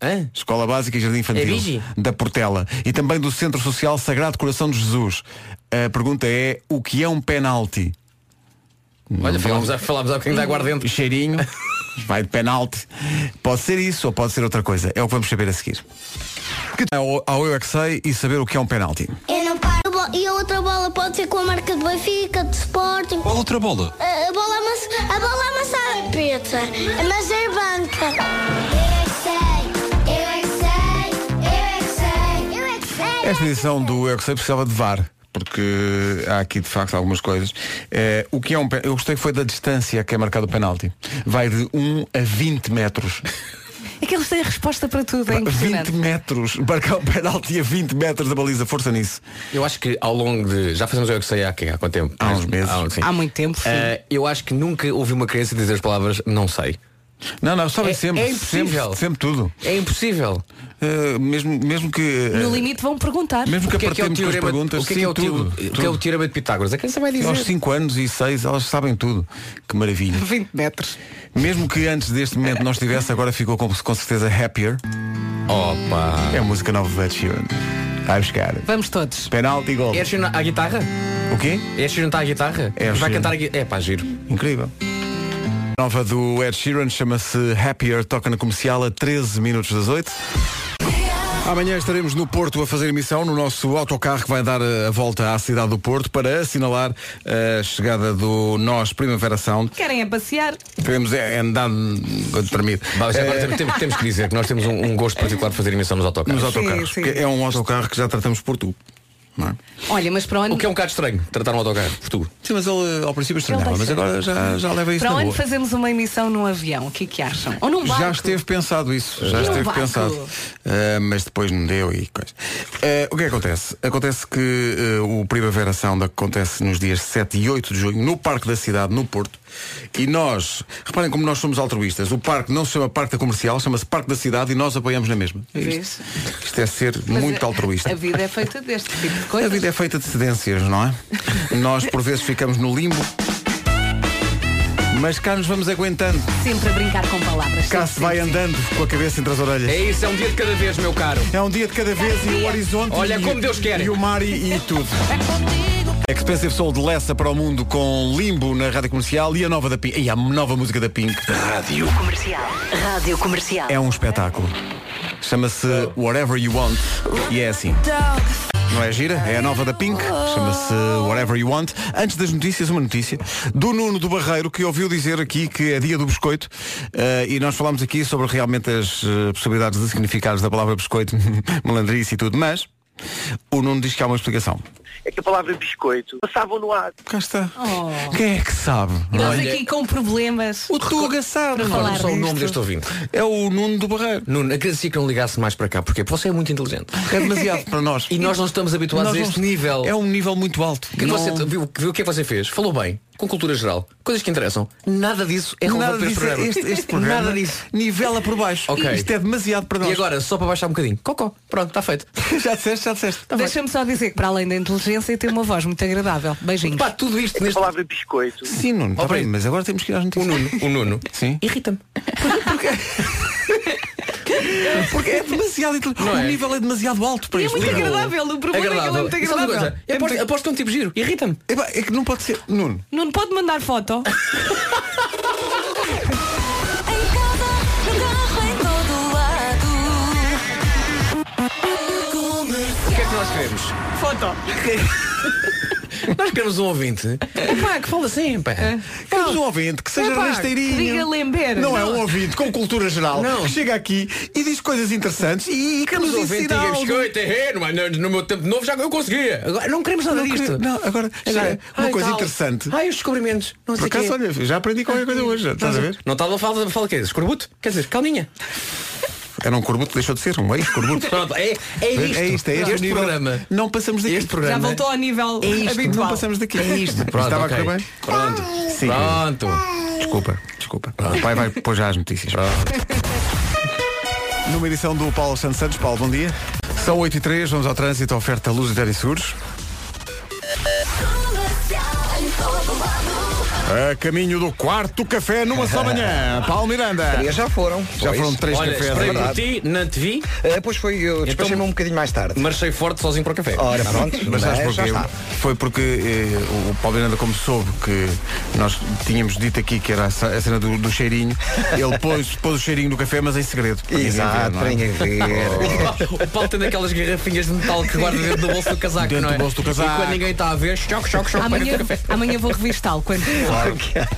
[SPEAKER 7] Hã?
[SPEAKER 1] Escola Básica e Jardim
[SPEAKER 7] É
[SPEAKER 1] Infantil
[SPEAKER 7] Vigi?
[SPEAKER 1] da Portela e também do Centro Social Sagrado Coração de Jesus. A pergunta é o que é um penalti?
[SPEAKER 7] Olha, falámos, há- falámos há bocadinho da aguardente.
[SPEAKER 1] Cheirinho, vai de penalti. Pode ser isso ou pode ser outra coisa. É o que vamos saber a seguir. Que tal Ao, ao eu é que sei e saber o que é um penalti.
[SPEAKER 9] Eu não paro. Bo- E a outra bola pode ser com a marca do Benfica, do Sporting.
[SPEAKER 10] Qual outra bola?
[SPEAKER 9] A, a bola, amass... a bola amassada. Peta, mas é banca. Eu é que sei, eu é que sei, eu é que sei, eu é que sei.
[SPEAKER 1] Esta edição do Eu é que sei precisava de VAR. Porque há aqui de facto algumas coisas. Eh, o que é um pe- Eu gostei que foi da distância que é marcado o penalti. Vai de 1 a 20 metros.
[SPEAKER 6] É que eles têm resposta para tudo, é
[SPEAKER 1] 20
[SPEAKER 6] impressionante.
[SPEAKER 1] metros. Marcar o penalti a 20 metros da baliza. Força nisso.
[SPEAKER 7] Eu acho que ao longo de. Já fazemos o eu que sei há, quê? há quanto tempo?
[SPEAKER 1] Há uns
[SPEAKER 7] Mas-
[SPEAKER 1] meses.
[SPEAKER 7] sim.
[SPEAKER 6] Há muito tempo, sim.
[SPEAKER 7] Ah, eu acho que nunca ouvi uma criança dizer as palavras não sei.
[SPEAKER 1] Não, não, sabem
[SPEAKER 7] É-
[SPEAKER 1] sempre.
[SPEAKER 7] é
[SPEAKER 1] sempre,
[SPEAKER 7] impossível.
[SPEAKER 1] sempre tudo.
[SPEAKER 7] É impossível.
[SPEAKER 1] Eh, mesmo, mesmo que. eh,
[SPEAKER 6] No limite vão perguntar.
[SPEAKER 1] mesmo que,
[SPEAKER 7] O que é que é o
[SPEAKER 1] apartemos com as
[SPEAKER 7] teorema,
[SPEAKER 1] perguntas,
[SPEAKER 7] o que é que é
[SPEAKER 1] sim,
[SPEAKER 7] o teo-
[SPEAKER 1] tudo.
[SPEAKER 7] o que é o
[SPEAKER 1] tudo.
[SPEAKER 7] teorema de Pitágoras? A criança vai dizer.
[SPEAKER 1] Aos 5 anos e 6 elas sabem tudo. Que maravilha.
[SPEAKER 6] 20 metros.
[SPEAKER 1] Mesmo que antes deste momento não estivesse, agora ficou com, com certeza happier.
[SPEAKER 7] Opa!
[SPEAKER 1] É a música nova da Ed Sheeran. Vai buscar.
[SPEAKER 6] Vamos todos.
[SPEAKER 1] Penalti e gol.
[SPEAKER 7] É Sheeran à guitarra?
[SPEAKER 1] O quê?
[SPEAKER 7] É Sheeran está à guitarra?
[SPEAKER 1] É,
[SPEAKER 7] vai
[SPEAKER 1] Sheeran.
[SPEAKER 7] cantar a guitarra. É pá, giro.
[SPEAKER 1] Incrível. A Nova do Ed Sheeran chama-se Happier, toca na comercial a 13 minutos das 8. Amanhã estaremos no Porto a fazer emissão no nosso autocarro que vai dar eh, a volta à cidade do Porto para assinalar eh, a chegada do Nós Primavera Sound.
[SPEAKER 6] Querem é passear?
[SPEAKER 1] Queremos é é andar hum, quando permite.
[SPEAKER 7] Vá, já
[SPEAKER 1] Eh,
[SPEAKER 7] agora temos- temos, temos que dizer que nós temos um, um gosto particular de fazer emissão nos autocarros.
[SPEAKER 1] nos autocarros.
[SPEAKER 6] sim.
[SPEAKER 1] porque É um autocarro que já tratamos por tu. Não é?
[SPEAKER 6] Olha, mas para onde,
[SPEAKER 7] O que é um bocado estranho, tratar um autocarro por tu.
[SPEAKER 1] Sim, mas ele ao princípio estranhava,
[SPEAKER 6] deixa.
[SPEAKER 1] mas agora já, já leva isso
[SPEAKER 6] para
[SPEAKER 1] na
[SPEAKER 6] onde
[SPEAKER 1] boa.
[SPEAKER 6] fazemos uma emissão num avião? O que é que acham? Ou num barco?
[SPEAKER 1] Já esteve pensado isso, já
[SPEAKER 6] E um
[SPEAKER 1] esteve
[SPEAKER 6] barco?
[SPEAKER 1] pensado. Ah, mas depois não deu e coisa. Ah, o que é que acontece? Acontece que ah, o Primavera Sound acontece nos dias 7 e 8 de junho no Parque da Cidade, no Porto. E nós, reparem como nós somos altruístas, o parque não se chama Parque da Comercial, chama-se Parque da Cidade e nós apoiamos na mesma. É isto. Isto é ser
[SPEAKER 6] Mas
[SPEAKER 1] muito
[SPEAKER 6] a-
[SPEAKER 1] altruísta.
[SPEAKER 6] A vida é feita deste tipo de
[SPEAKER 1] A
[SPEAKER 6] coisas.
[SPEAKER 1] vida é feita de cedências, não é? Nós por vezes ficamos no limbo, mas cá nos vamos aguentando,
[SPEAKER 7] é-
[SPEAKER 6] Sempre a brincar com palavras.
[SPEAKER 1] cá
[SPEAKER 6] Sim,
[SPEAKER 1] se vai
[SPEAKER 6] sim, sim.
[SPEAKER 1] andando com a cabeça entre as orelhas.
[SPEAKER 7] É isso, é um dia de cada vez, meu caro.
[SPEAKER 1] É um dia de cada vez e o horizonte
[SPEAKER 7] Olha,
[SPEAKER 1] e,
[SPEAKER 7] como Deus quer.
[SPEAKER 1] e o mar e, e tudo. Expensive Soul de Lessa para o mundo com Limbo na Rádio Comercial e a nova da Pink. E a nova música da Pink.
[SPEAKER 11] Comercial. Rádio Comercial.
[SPEAKER 1] É um espetáculo. Chama-se Whatever You Want e é assim. Não é gira? É a nova da Pink. Chama-se Whatever You Want. Antes das notícias, uma notícia do Nuno do Barreiro que ouviu dizer aqui que é dia do biscoito eh, e nós falámos aqui sobre realmente as eh, possibilidades de significados da palavra biscoito, malandrice e tudo, mas o Nuno diz que há uma explicação.
[SPEAKER 12] é que a palavra biscoito passavam no ar.
[SPEAKER 1] Cá está.
[SPEAKER 6] Oh.
[SPEAKER 1] Quem é que sabe?
[SPEAKER 6] Nós
[SPEAKER 7] Olha-
[SPEAKER 6] aqui com problemas.
[SPEAKER 1] O Tuga sabe.
[SPEAKER 6] falar
[SPEAKER 7] Olha só o
[SPEAKER 6] disto.
[SPEAKER 7] nome deste ouvinte.
[SPEAKER 1] É o Nuno do Barreiro.
[SPEAKER 7] Nuno, agradecia que não ligasse mais para cá, porque você é muito inteligente.
[SPEAKER 1] É demasiado para nós.
[SPEAKER 7] E nós não estamos habituados
[SPEAKER 1] Nós
[SPEAKER 7] a
[SPEAKER 1] não-
[SPEAKER 7] este nível.
[SPEAKER 1] É um nível muito alto.
[SPEAKER 7] Que
[SPEAKER 1] Não-
[SPEAKER 7] você, viu, viu o que é que você fez? Falou bem, com cultura geral, coisas que interessam. Nada disso é relevante
[SPEAKER 1] Nada
[SPEAKER 7] para
[SPEAKER 1] disso,
[SPEAKER 7] este programa.
[SPEAKER 1] este, este programa
[SPEAKER 7] Nada disso.
[SPEAKER 1] nivela por baixo.
[SPEAKER 7] Ok.
[SPEAKER 1] Isto é demasiado para nós.
[SPEAKER 7] E agora, só para baixar um bocadinho. Cocó, pronto, está feito.
[SPEAKER 1] já disseste, já disseste.
[SPEAKER 7] Tá
[SPEAKER 6] Deixa-me só dizer que para além da inteligência tem uma voz muito agradável. Beijinhos.
[SPEAKER 7] Pá, tudo isto
[SPEAKER 12] A
[SPEAKER 7] neste.
[SPEAKER 12] palavra biscoito
[SPEAKER 1] Sim, Nuno, tá
[SPEAKER 7] Ok.
[SPEAKER 1] bem, mas agora temos que ir às
[SPEAKER 7] O
[SPEAKER 1] notícias.
[SPEAKER 7] Nuno, o Nuno.
[SPEAKER 1] Sim.
[SPEAKER 7] Irrita-me.
[SPEAKER 1] Porque é demasiado inteligente.
[SPEAKER 8] Não
[SPEAKER 1] O
[SPEAKER 8] é?
[SPEAKER 1] nível é demasiado alto para
[SPEAKER 6] E é
[SPEAKER 1] isto.
[SPEAKER 6] muito
[SPEAKER 1] Liga.
[SPEAKER 6] agradável. O problema é que ele é muito
[SPEAKER 8] Sabe uma
[SPEAKER 6] agradável.
[SPEAKER 8] coisa? Eu
[SPEAKER 1] É
[SPEAKER 8] aposto,
[SPEAKER 1] muito-
[SPEAKER 8] aposto que é um tipo giro. Irrita-me.
[SPEAKER 1] Epá, É que não pode ser. Nuno,
[SPEAKER 6] Não pode mandar foto.
[SPEAKER 9] Em casa, no carro, em todo lado.
[SPEAKER 8] O que é que nós queremos? Foto. nós queremos um ouvinte. Epá, que fala assim, pá.
[SPEAKER 1] queremos um ouvinte que seja
[SPEAKER 6] Epá,
[SPEAKER 1] rasteirinho.
[SPEAKER 6] que diga lember.
[SPEAKER 1] Não, é
[SPEAKER 6] Não.
[SPEAKER 1] um ouvinte com cultura geral
[SPEAKER 8] Não.
[SPEAKER 1] que chega aqui e diz coisas interessantes e, e que nos
[SPEAKER 8] Queremos um ouvinte
[SPEAKER 1] ensina
[SPEAKER 8] diga
[SPEAKER 1] algo.
[SPEAKER 8] biscoito, é, no, no, no meu tempo novo já eu conseguia. Agora, não queremos nada
[SPEAKER 1] Não,
[SPEAKER 8] disto.
[SPEAKER 1] não, agora, chega, uma
[SPEAKER 8] ai,
[SPEAKER 1] coisa
[SPEAKER 8] tal.
[SPEAKER 1] interessante.
[SPEAKER 8] Ai, os descobrimentos. Não
[SPEAKER 1] Por
[SPEAKER 8] sei
[SPEAKER 1] acaso,
[SPEAKER 8] quê.
[SPEAKER 1] olha, já aprendi qualquer coisa hoje, estás a ver?
[SPEAKER 8] Não estava a falar, fala o quê? Escorbuto? Quer dizer, calminha.
[SPEAKER 1] Era um corbuto, deixou de ser, um ex-corbuto.
[SPEAKER 8] Pronto, é, é
[SPEAKER 1] É
[SPEAKER 8] isto.
[SPEAKER 1] isto, é isto, é este,
[SPEAKER 8] Este,
[SPEAKER 1] o nível.
[SPEAKER 8] programa.
[SPEAKER 1] Não passamos daqui.
[SPEAKER 8] Este programa.
[SPEAKER 6] Já voltou ao nível
[SPEAKER 1] É isto,
[SPEAKER 6] habitual.
[SPEAKER 1] não passamos daqui.
[SPEAKER 8] É isto. Pronto,
[SPEAKER 1] Estava
[SPEAKER 8] ok.
[SPEAKER 1] a correr bem?
[SPEAKER 8] Pronto.
[SPEAKER 1] Sim.
[SPEAKER 8] Pronto.
[SPEAKER 1] Desculpa, desculpa. O pai vai pôr já as notícias. Numa edição do Paulo Santos Santos. Paulo, bom dia. São 8 e 3, vamos ao trânsito, oferta Luz e Seguros. A caminho do quarto café numa só manhã. Paulo Miranda.
[SPEAKER 5] Já foram.
[SPEAKER 1] Já
[SPEAKER 5] pois.
[SPEAKER 1] foram três
[SPEAKER 8] Olha,
[SPEAKER 1] cafés.
[SPEAKER 8] esperei
[SPEAKER 1] agora.
[SPEAKER 8] por ti, não te vi,
[SPEAKER 5] Eh, Pois foi, eu despachei-me
[SPEAKER 8] Então-
[SPEAKER 5] um bocadinho mais tarde.
[SPEAKER 8] marchei forte sozinho para o café.
[SPEAKER 1] Oh.
[SPEAKER 5] Ora, pronto,
[SPEAKER 1] Mas
[SPEAKER 5] mas,
[SPEAKER 1] sabes
[SPEAKER 5] já
[SPEAKER 1] porquê?
[SPEAKER 5] está.
[SPEAKER 1] Foi porque eh, o Paulo Miranda, como soube que nós tínhamos dito aqui que era a ce- a cena do, do cheirinho, ele pôs, pôs o cheirinho no café, mas em segredo. para ninguém ver,
[SPEAKER 5] Exato,
[SPEAKER 1] não é?
[SPEAKER 5] venha ver.
[SPEAKER 8] O Paulo tem daquelas garrafinhas de metal que guarda dentro do bolso do casaco,
[SPEAKER 1] Dentro
[SPEAKER 8] não é?
[SPEAKER 1] do bolso do casaco.
[SPEAKER 8] E quando ninguém está a ver, choque, choque, choque, para
[SPEAKER 6] Amanhã,
[SPEAKER 8] dentro do café.
[SPEAKER 6] amanhã vou revistá-lo. Quando...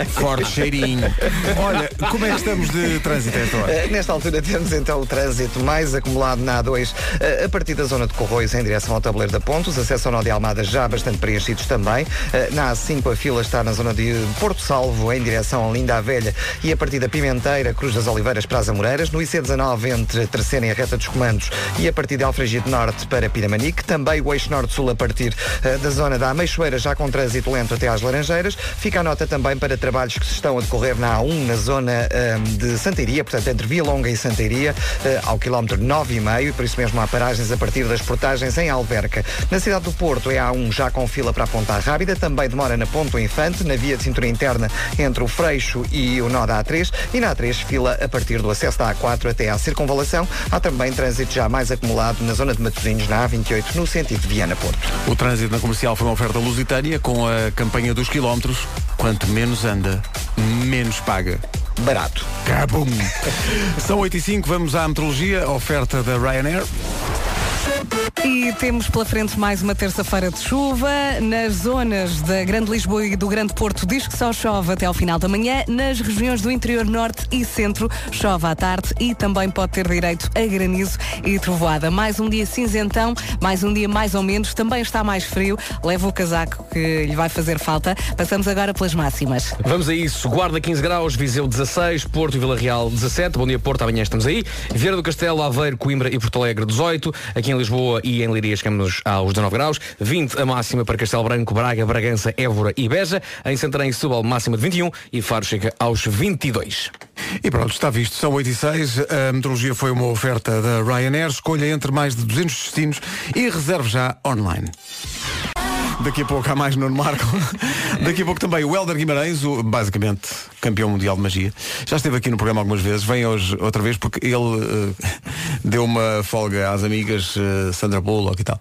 [SPEAKER 1] Forte cheirinho. Olha, como é que estamos de trânsito a esta hora?
[SPEAKER 5] Eh, Nesta altura temos então o trânsito mais acumulado na A2 eh, a partir da zona de Corroios em direção ao Tabuleiro da Ponte. Os acessos ao Nó de Almada já bastante preenchidos também. Eh, Na A5 a fila está na zona de Porto Salvo em direção a Linda a Velha e a partir da Pimenteira, Cruz das Oliveiras para as Amoreiras. No IC19 entre Terceira e a Reta dos Comandos e a partir de Alfragide Norte para Piramanique. Também o eixo Norte-Sul a partir eh, da zona da Ameixoeira já com trânsito lento até às Laranjeiras. Fica a nota também para trabalhos que se estão a decorrer na A1 na zona ehm, de Santeiria, portanto entre Via Longa e Santeiria, eh, ao quilómetro 9,5 e por isso mesmo há paragens a partir das portagens em Alverca. Na cidade do Porto é a A1 já com fila para a Ponta Rábida, também demora na Ponto Infante, na via de cintura interna entre o Freixo e o nó da A3 e na A3 fila a partir do acesso da A4 até à Circunvalação. Há também trânsito já mais acumulado na zona de Matosinhos, na A28, no sentido de Viana-Porto.
[SPEAKER 1] O trânsito na comercial foi uma oferta lusitânia com a campanha dos quilómetros. Quanto menos anda, menos paga.
[SPEAKER 5] Barato.
[SPEAKER 1] Cabum! São 8 e 5, vamos à metrologia, oferta da Ryanair.
[SPEAKER 6] E temos pela frente mais uma terça-feira de chuva. Nas zonas da Grande Lisboa e do Grande Porto diz que só chove até ao final da manhã. Nas regiões do interior norte e centro chove à tarde e também pode ter direito a granizo e trovoada. Mais um dia cinzentão, mais um dia mais ou menos. Também está mais frio. Leva o casaco que lhe vai fazer falta. Passamos agora pelas máximas.
[SPEAKER 8] Vamos a isso. Guarda 15 graus, Viseu 16, Porto e Vila Real 17. Bom dia, Porto. Amanhã estamos aí. Vieira do Castelo, Aveiro, Coimbra e Porto Alegre 18. Aqui em Lisboa e em Leiria chegamos aos 19 graus. 20 a máxima para Castelo Branco, Braga, Bragança, Évora e Beja. Em Santarém e Setúbal, máxima de 21. E Faro chega aos 22.
[SPEAKER 1] E pronto, está visto. São 8 e 6. A metrologia foi uma oferta da Ryanair. Escolha entre mais de 200 destinos e reserve já online. Daqui a pouco há mais Nuno Marco. Daqui a pouco também o Helder Guimarães, o, basicamente campeão mundial de magia. Já esteve aqui no programa algumas vezes. Vem hoje outra vez porque ele eh, deu uma folga às amigas eh, Sandra Bullock e tal.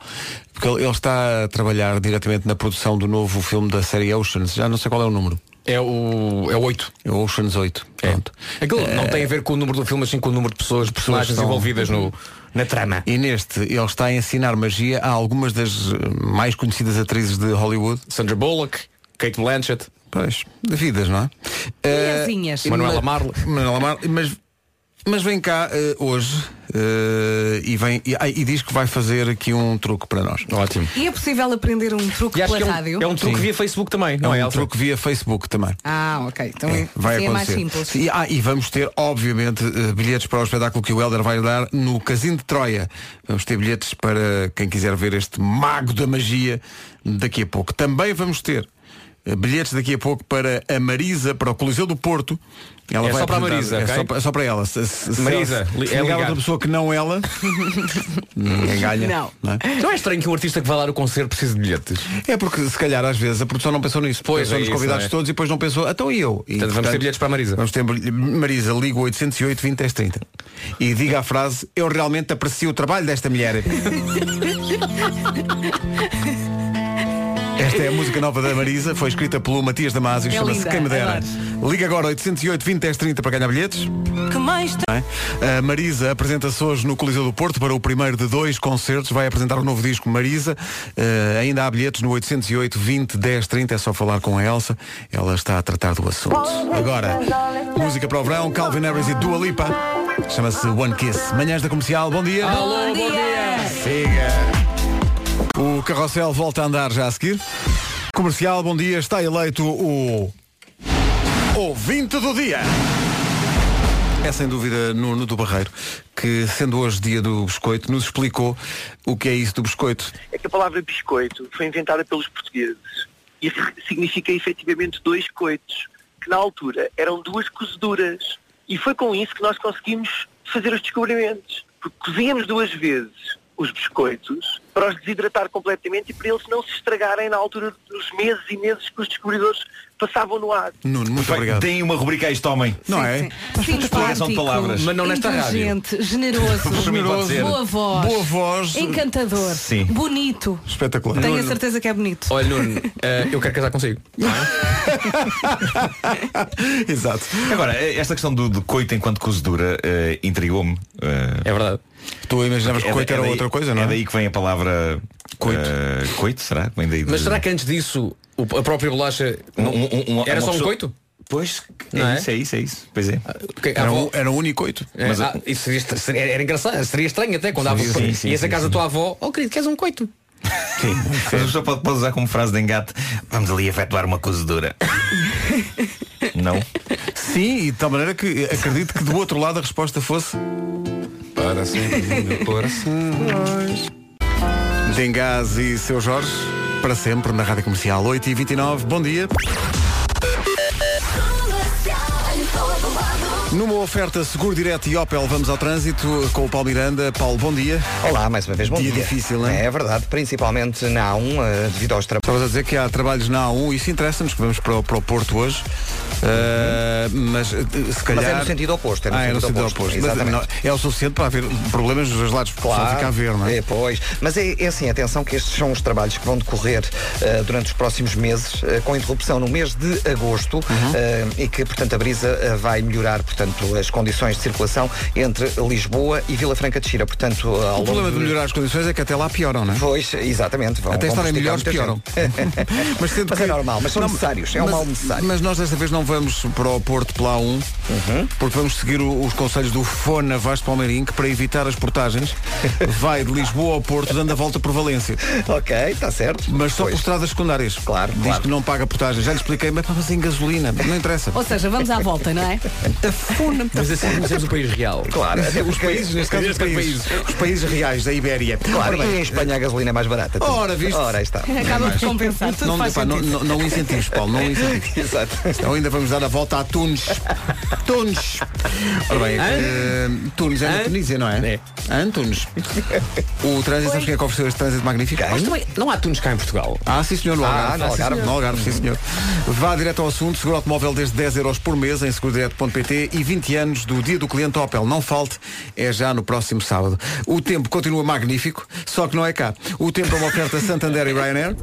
[SPEAKER 1] Porque ele, ele está a trabalhar diretamente na produção do novo filme da série Oceans. Já não sei qual é o número.
[SPEAKER 8] É o, é o 8.
[SPEAKER 1] É Oceans 8.
[SPEAKER 8] É.
[SPEAKER 1] Pronto. Eh,
[SPEAKER 8] Aquilo não tem a ver com o número do filme, mas sim com o número de pessoas, personagens
[SPEAKER 1] estão-
[SPEAKER 8] envolvidas no, na trama.
[SPEAKER 1] E neste, ele está a ensinar magia a algumas das eh, mais conhecidas atrizes de Hollywood.
[SPEAKER 8] Sandra Bullock, Kate Blanchett,
[SPEAKER 1] Pois, de vidas, não é? Eh,
[SPEAKER 6] Piazinhas.
[SPEAKER 8] Manuela Marle.
[SPEAKER 1] Manuela Marle, mas, mas vem cá eh, hoje eh, e, vem, e, ah, e diz que vai fazer aqui um truque para nós.
[SPEAKER 8] Ótimo.
[SPEAKER 6] E é possível aprender um truque
[SPEAKER 8] E acho
[SPEAKER 6] pela
[SPEAKER 8] que é
[SPEAKER 6] rádio?
[SPEAKER 8] um, é um truque
[SPEAKER 1] Sim.
[SPEAKER 8] via Facebook também,
[SPEAKER 1] É
[SPEAKER 8] não
[SPEAKER 1] um
[SPEAKER 8] é, Alfredo?
[SPEAKER 1] truque via Facebook também.
[SPEAKER 6] Ah, ok. Então
[SPEAKER 1] É, vai
[SPEAKER 6] assim é mais
[SPEAKER 1] acontecer.
[SPEAKER 6] simples.
[SPEAKER 1] E, ah, e vamos ter, obviamente, eh, bilhetes para o espetáculo que o Helder vai dar no Casino de Troia. Vamos ter bilhetes para quem quiser ver este mago da magia daqui a pouco. Também vamos ter Eh, Bilhetes daqui a pouco para a Marisa, para o Coliseu do Porto. Ela
[SPEAKER 7] É só para a Marisa,
[SPEAKER 1] apresentar- é
[SPEAKER 7] ok?
[SPEAKER 1] só, pa- só para ela. Se, se- se
[SPEAKER 7] Marisa,
[SPEAKER 1] ela- se
[SPEAKER 7] li- é
[SPEAKER 1] ligar
[SPEAKER 7] ligar.
[SPEAKER 1] outra pessoa que não ela, ninguém ganha.
[SPEAKER 6] Não.
[SPEAKER 1] é?
[SPEAKER 7] Não é estranho que um artista que vai dar o concerto precise de bilhetes.
[SPEAKER 1] É porque se calhar às vezes a produção não pensou nisso.
[SPEAKER 7] Pois,
[SPEAKER 1] pensou
[SPEAKER 7] é
[SPEAKER 1] nos
[SPEAKER 7] isso,
[SPEAKER 1] convidados
[SPEAKER 7] não é?
[SPEAKER 1] todos e depois não pensou, então e eu? E,
[SPEAKER 7] Portanto, vamos ter bilhetes para a Marisa.
[SPEAKER 1] Vamos ter bilhe- Marisa, liga o 808 20 10 30 e diga a frase, eu realmente aprecio o trabalho desta mulher. Esta é a música nova da Marisa, foi escrita pelo Matias Damasio,
[SPEAKER 6] É
[SPEAKER 1] chama-se
[SPEAKER 6] linda,
[SPEAKER 1] Quem Me Dera. Liga agora 808 20 10 30 para ganhar bilhetes.
[SPEAKER 6] Que mais
[SPEAKER 1] Não é? A Marisa apresenta-se hoje no Coliseu do Porto para o primeiro de dois concertos. Vai apresentar o novo disco Marisa. Eh, ainda há bilhetes no 808 20 10 30. É só falar com a Elsa. Ela está a tratar do assunto. Agora, música para o verão. Calvin Harris e Dua Lipa. Chama-se One Kiss. Manhãs da Comercial. Bom dia.
[SPEAKER 6] Bom dia!
[SPEAKER 1] O carrossel volta a andar já a seguir. Comercial, bom dia. Está eleito o ouvinte do dia. É sem dúvida Nuno do Barreiro, que sendo hoje dia do biscoito, nos explicou o que é isso do biscoito.
[SPEAKER 12] É que a palavra biscoito foi inventada pelos portugueses e re- significa efetivamente dois coitos, que na altura eram duas cozeduras. E foi com isso que nós conseguimos fazer os descobrimentos. Porque cozinhamos duas vezes os biscoitos para os desidratar completamente e para eles não se estragarem na altura dos meses e meses que os descobridores passavam no ar.
[SPEAKER 1] Nuno, muito obrigado.
[SPEAKER 10] Tem uma rubrica a este homem.
[SPEAKER 1] Não é?
[SPEAKER 10] explicação de palavras.
[SPEAKER 7] Mas não nesta rádio.
[SPEAKER 6] inteligente, generoso,
[SPEAKER 10] Por mim pode ser.
[SPEAKER 6] boa voz,
[SPEAKER 1] Boa voz.
[SPEAKER 6] encantador,
[SPEAKER 10] Sim.
[SPEAKER 6] bonito.
[SPEAKER 1] Espetacular.
[SPEAKER 6] Tenho a
[SPEAKER 1] Nuno,
[SPEAKER 6] certeza que é bonito.
[SPEAKER 7] Olha, Nuno, eh, eu quero casar consigo.
[SPEAKER 1] Exato.
[SPEAKER 10] Agora, eh, esta questão do, do coito enquanto cozedura eh, intrigou-me. eh,
[SPEAKER 7] É verdade.
[SPEAKER 1] Tu imaginavas que
[SPEAKER 10] da-
[SPEAKER 1] coito era
[SPEAKER 10] daí-
[SPEAKER 1] outra coisa, não
[SPEAKER 10] É
[SPEAKER 1] é?
[SPEAKER 10] daí que vem a palavra
[SPEAKER 1] Coito.
[SPEAKER 10] eh, coito, será? Vem daí de-
[SPEAKER 7] Mas será que antes disso o- a própria bolacha
[SPEAKER 10] Um- um- um-
[SPEAKER 7] era
[SPEAKER 10] uma
[SPEAKER 7] só um
[SPEAKER 10] pessoa-
[SPEAKER 7] coito?
[SPEAKER 10] Pois, é,
[SPEAKER 7] Não é?
[SPEAKER 10] isso, é isso, é isso. Pois é.
[SPEAKER 7] Ok, a
[SPEAKER 1] Era
[SPEAKER 7] avó-
[SPEAKER 1] um, era um único coito.
[SPEAKER 7] É,
[SPEAKER 10] Mas- eh,
[SPEAKER 7] ah, isso seria, estra- seria- era engraçado, seria estranho até quando
[SPEAKER 10] Sim,
[SPEAKER 7] havia
[SPEAKER 10] sim, sim,
[SPEAKER 7] e essa
[SPEAKER 10] sim,
[SPEAKER 7] casa
[SPEAKER 10] sim.
[SPEAKER 7] da tua avó, oh querido, queres um coito?
[SPEAKER 10] Sim. Mas a pessoa pode, pode usar como frase de engate. Vamos ali efetuar uma cozedura. não.
[SPEAKER 1] Sim, e de tal maneira que acredito que do outro lado a resposta fosse
[SPEAKER 7] Para sempre, para sempre.
[SPEAKER 1] Dengás e seu Jorge, para sempre na Rádio Comercial 8h29. Bom dia. Numa oferta Seguro Direto e Opel, vamos ao trânsito com o Paulo Miranda. Paulo, bom dia.
[SPEAKER 5] Olá, mais uma vez, bom
[SPEAKER 1] Dia
[SPEAKER 5] dia.
[SPEAKER 1] difícil, não é?
[SPEAKER 5] É verdade, principalmente na A1, eh, devido aos trabalhos.
[SPEAKER 1] Estavas a dizer que há trabalhos na A1, isso interessa-nos, que vamos para o, para o Porto hoje. Ah, mas eh, se calhar.
[SPEAKER 5] Mas é no sentido oposto, é no
[SPEAKER 1] ah, é no
[SPEAKER 5] sentido
[SPEAKER 1] sentido
[SPEAKER 5] oposto,
[SPEAKER 1] oposto. Mas,
[SPEAKER 5] exatamente.
[SPEAKER 1] não, é o suficiente para haver problemas dos dois lados, claro. só fica a ver, não é?
[SPEAKER 5] É, pois. Mas é, é assim, atenção que estes são os trabalhos que vão decorrer eh, durante os próximos meses, eh, com interrupção no mês de agosto,
[SPEAKER 1] Uhum.
[SPEAKER 5] eh, e que, portanto, a brisa eh, vai melhorar, portanto, as condições de circulação entre Lisboa e Vila Franca de Xira. Portanto, eh, ao
[SPEAKER 1] O problema de
[SPEAKER 5] longo
[SPEAKER 1] melhorar as condições é que até lá pioram, não é?
[SPEAKER 5] Pois, exatamente. Vão,
[SPEAKER 1] Até
[SPEAKER 5] vão
[SPEAKER 1] estarem
[SPEAKER 5] prejudicar
[SPEAKER 1] melhores, pioram.
[SPEAKER 5] muita gente.
[SPEAKER 1] mas sendo
[SPEAKER 5] Mas é normal, mas são necessários, é um
[SPEAKER 1] mas-
[SPEAKER 5] mal necessário.
[SPEAKER 1] Mas nós desta vez não vamos para o Porto pela A1,
[SPEAKER 5] Uhum.
[SPEAKER 1] porque vamos seguir o- os conselhos do Fona Vasco Palmeirim, que para evitar as portagens vai de Lisboa ao Porto, dando a volta por Valência.
[SPEAKER 5] Ok, está certo.
[SPEAKER 1] Mas só por
[SPEAKER 5] Pois.
[SPEAKER 1] estradas secundárias.
[SPEAKER 5] Claro,
[SPEAKER 1] Diz
[SPEAKER 5] claro.
[SPEAKER 1] que não paga portagem. Já lhe expliquei, mas estava sem gasolina. Não interessa.
[SPEAKER 6] Ou seja, vamos à volta, não é?
[SPEAKER 7] Mas assim conhecemos o país real.
[SPEAKER 5] Claro,
[SPEAKER 8] é,
[SPEAKER 5] até
[SPEAKER 1] Os
[SPEAKER 5] porque-
[SPEAKER 1] países, neste caso, os
[SPEAKER 7] Cada
[SPEAKER 1] países, os países reais da Ibéria.
[SPEAKER 5] Claro,
[SPEAKER 1] Ora bem,
[SPEAKER 5] e em Espanha a gasolina é mais barata. também.
[SPEAKER 1] Ora, viste?
[SPEAKER 5] Ora, aí está.
[SPEAKER 6] Acaba por compensar. Tudo
[SPEAKER 1] não,
[SPEAKER 6] faz
[SPEAKER 1] pá, não,
[SPEAKER 6] sentido.
[SPEAKER 1] não, não incentivos, Paulo, não incentivos.
[SPEAKER 5] Exato.
[SPEAKER 1] Então ainda vamos dar a volta a Tunes. Tunes. Ora bem, eh, Tunes é na Tunísia, não é?
[SPEAKER 7] É.
[SPEAKER 1] Hã, Tunes. O trânsito, sabes quem é que ofereceu este trânsito magnífico?
[SPEAKER 7] Mas também não há tunos cá em Portugal.
[SPEAKER 1] Ah, sim senhor, no Algarve.
[SPEAKER 5] no
[SPEAKER 1] Ah, sim,
[SPEAKER 5] Algarve.
[SPEAKER 1] senhor. No Algarve, sim senhor. Vá direto ao assunto, seguro automóvel desde 10 euros por mês em segurodireto.pt e 20 anos do dia do cliente Opel. Não falte, é já no próximo sábado. O tempo continua magnífico, só que não é cá. O tempo é uma oferta Santander e Ryanair.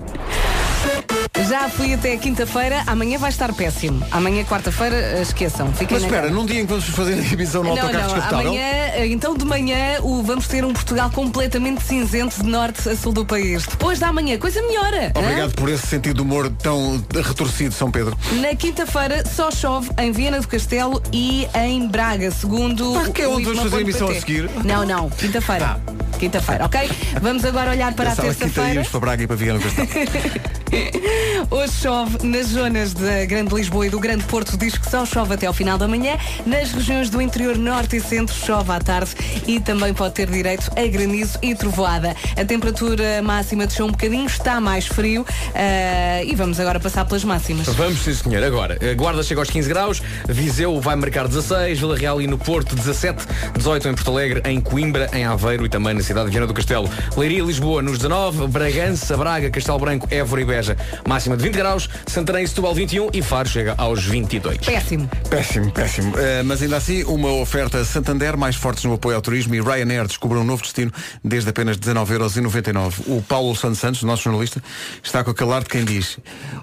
[SPEAKER 6] Já fui até a quinta-feira, amanhã vai estar péssimo. Amanhã, quarta-feira, eh, esqueçam. Fiquem
[SPEAKER 1] Mas
[SPEAKER 6] na
[SPEAKER 1] espera,
[SPEAKER 6] cama.
[SPEAKER 1] num dia em que vamos fazer a emissão no
[SPEAKER 6] é Não,
[SPEAKER 1] autocarro
[SPEAKER 6] não,
[SPEAKER 1] descapotável.
[SPEAKER 6] amanhã, então de manhã, o, vamos ter um Portugal completamente cinzento de norte a sul do país. Depois da manhã, coisa eh? melhora. hã?
[SPEAKER 1] Obrigado por esse sentido de humor tão retorcido, São Pedro.
[SPEAKER 6] Na quinta-feira só chove em Viena do Castelo e em Braga, segundo.
[SPEAKER 1] Claro que é
[SPEAKER 6] o
[SPEAKER 1] onde vamos fazer a emissão a
[SPEAKER 6] IPMA.pt.
[SPEAKER 1] seguir. Ah.
[SPEAKER 6] Não, não, quinta-feira. Quinta-feira, ok? Vamos agora olhar para a
[SPEAKER 1] Pensava que quinta
[SPEAKER 6] terça-feira.
[SPEAKER 1] íamos para Braga e para Viana do Castelo.
[SPEAKER 6] Hoje chove nas zonas da Grande Lisboa e do Grande Porto, diz que só chove até ao final da manhã. Nas regiões do interior norte e centro, chove à tarde e também pode ter direito a granizo e trovoada. A temperatura máxima desceu um bocadinho, está mais frio ah, e vamos agora passar pelas
[SPEAKER 1] Então,
[SPEAKER 6] máximas.
[SPEAKER 8] Vamos, sim, senhor. Agora, eh, Guarda chega aos 15 graus, Viseu vai marcar 16, Vila Real e no Porto 17, 18 em Porto Alegre, em Coimbra, em Aveiro e também na cidade de Viana do Castelo. Leiria e Lisboa nos 19, Bragança, Braga, Castelo Branco, Évora e Beja, máxima de 20 graus, Santarém e Setúbal 21 e Faro chega aos 22.
[SPEAKER 6] Péssimo.
[SPEAKER 1] Péssimo, péssimo. Eh, mas ainda assim, uma oferta Santander mais fortes no apoio ao turismo e Ryanair descobriu um novo destino desde apenas 19,99€. O Paulo Santos Santos, nosso jornalista, está com aquele ar de quem diz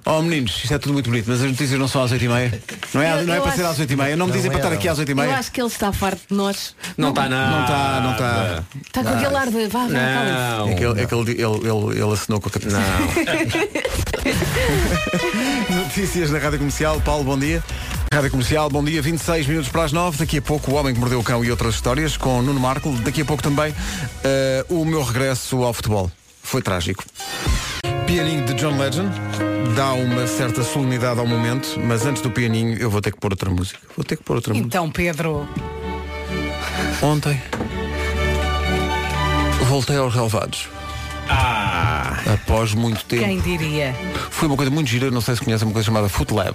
[SPEAKER 1] Oh meninos, isto é tudo muito bonito, mas as notícias não são às 8h30. Não é,
[SPEAKER 6] Eu-
[SPEAKER 1] não é
[SPEAKER 6] eu
[SPEAKER 1] para ser
[SPEAKER 6] acho-
[SPEAKER 1] às 8h30. Não me dizem
[SPEAKER 6] Não é,
[SPEAKER 1] para estar aqui às
[SPEAKER 6] Eu
[SPEAKER 1] 8h30.
[SPEAKER 6] acho que ele está farto de nós.
[SPEAKER 8] Não está
[SPEAKER 1] Não está, não está.
[SPEAKER 6] Está Tá com aquele ar de vá, vá, calem-se.
[SPEAKER 1] É que ele, é que ele, ele, ele- ele assinou com a cabeça. Notícias da Rádio Comercial. Paulo, bom dia. Rádio Comercial, bom dia. 26 minutos para as 9. Daqui a pouco o Homem que Mordeu o Cão e outras histórias com Nuno Marco. Daqui a pouco também eh, o meu regresso ao futebol. Foi trágico. Pianinho de John Legend dá uma certa solenidade ao momento, mas antes do pianinho eu vou ter que pôr outra música. Vou ter que pôr outra música.
[SPEAKER 6] Então, Pedro.
[SPEAKER 1] Ontem voltei aos relvados. Após muito tempo.
[SPEAKER 6] Quem diria?
[SPEAKER 1] Foi uma coisa muito gira, não sei se conhecem uma coisa chamada Foot Lab.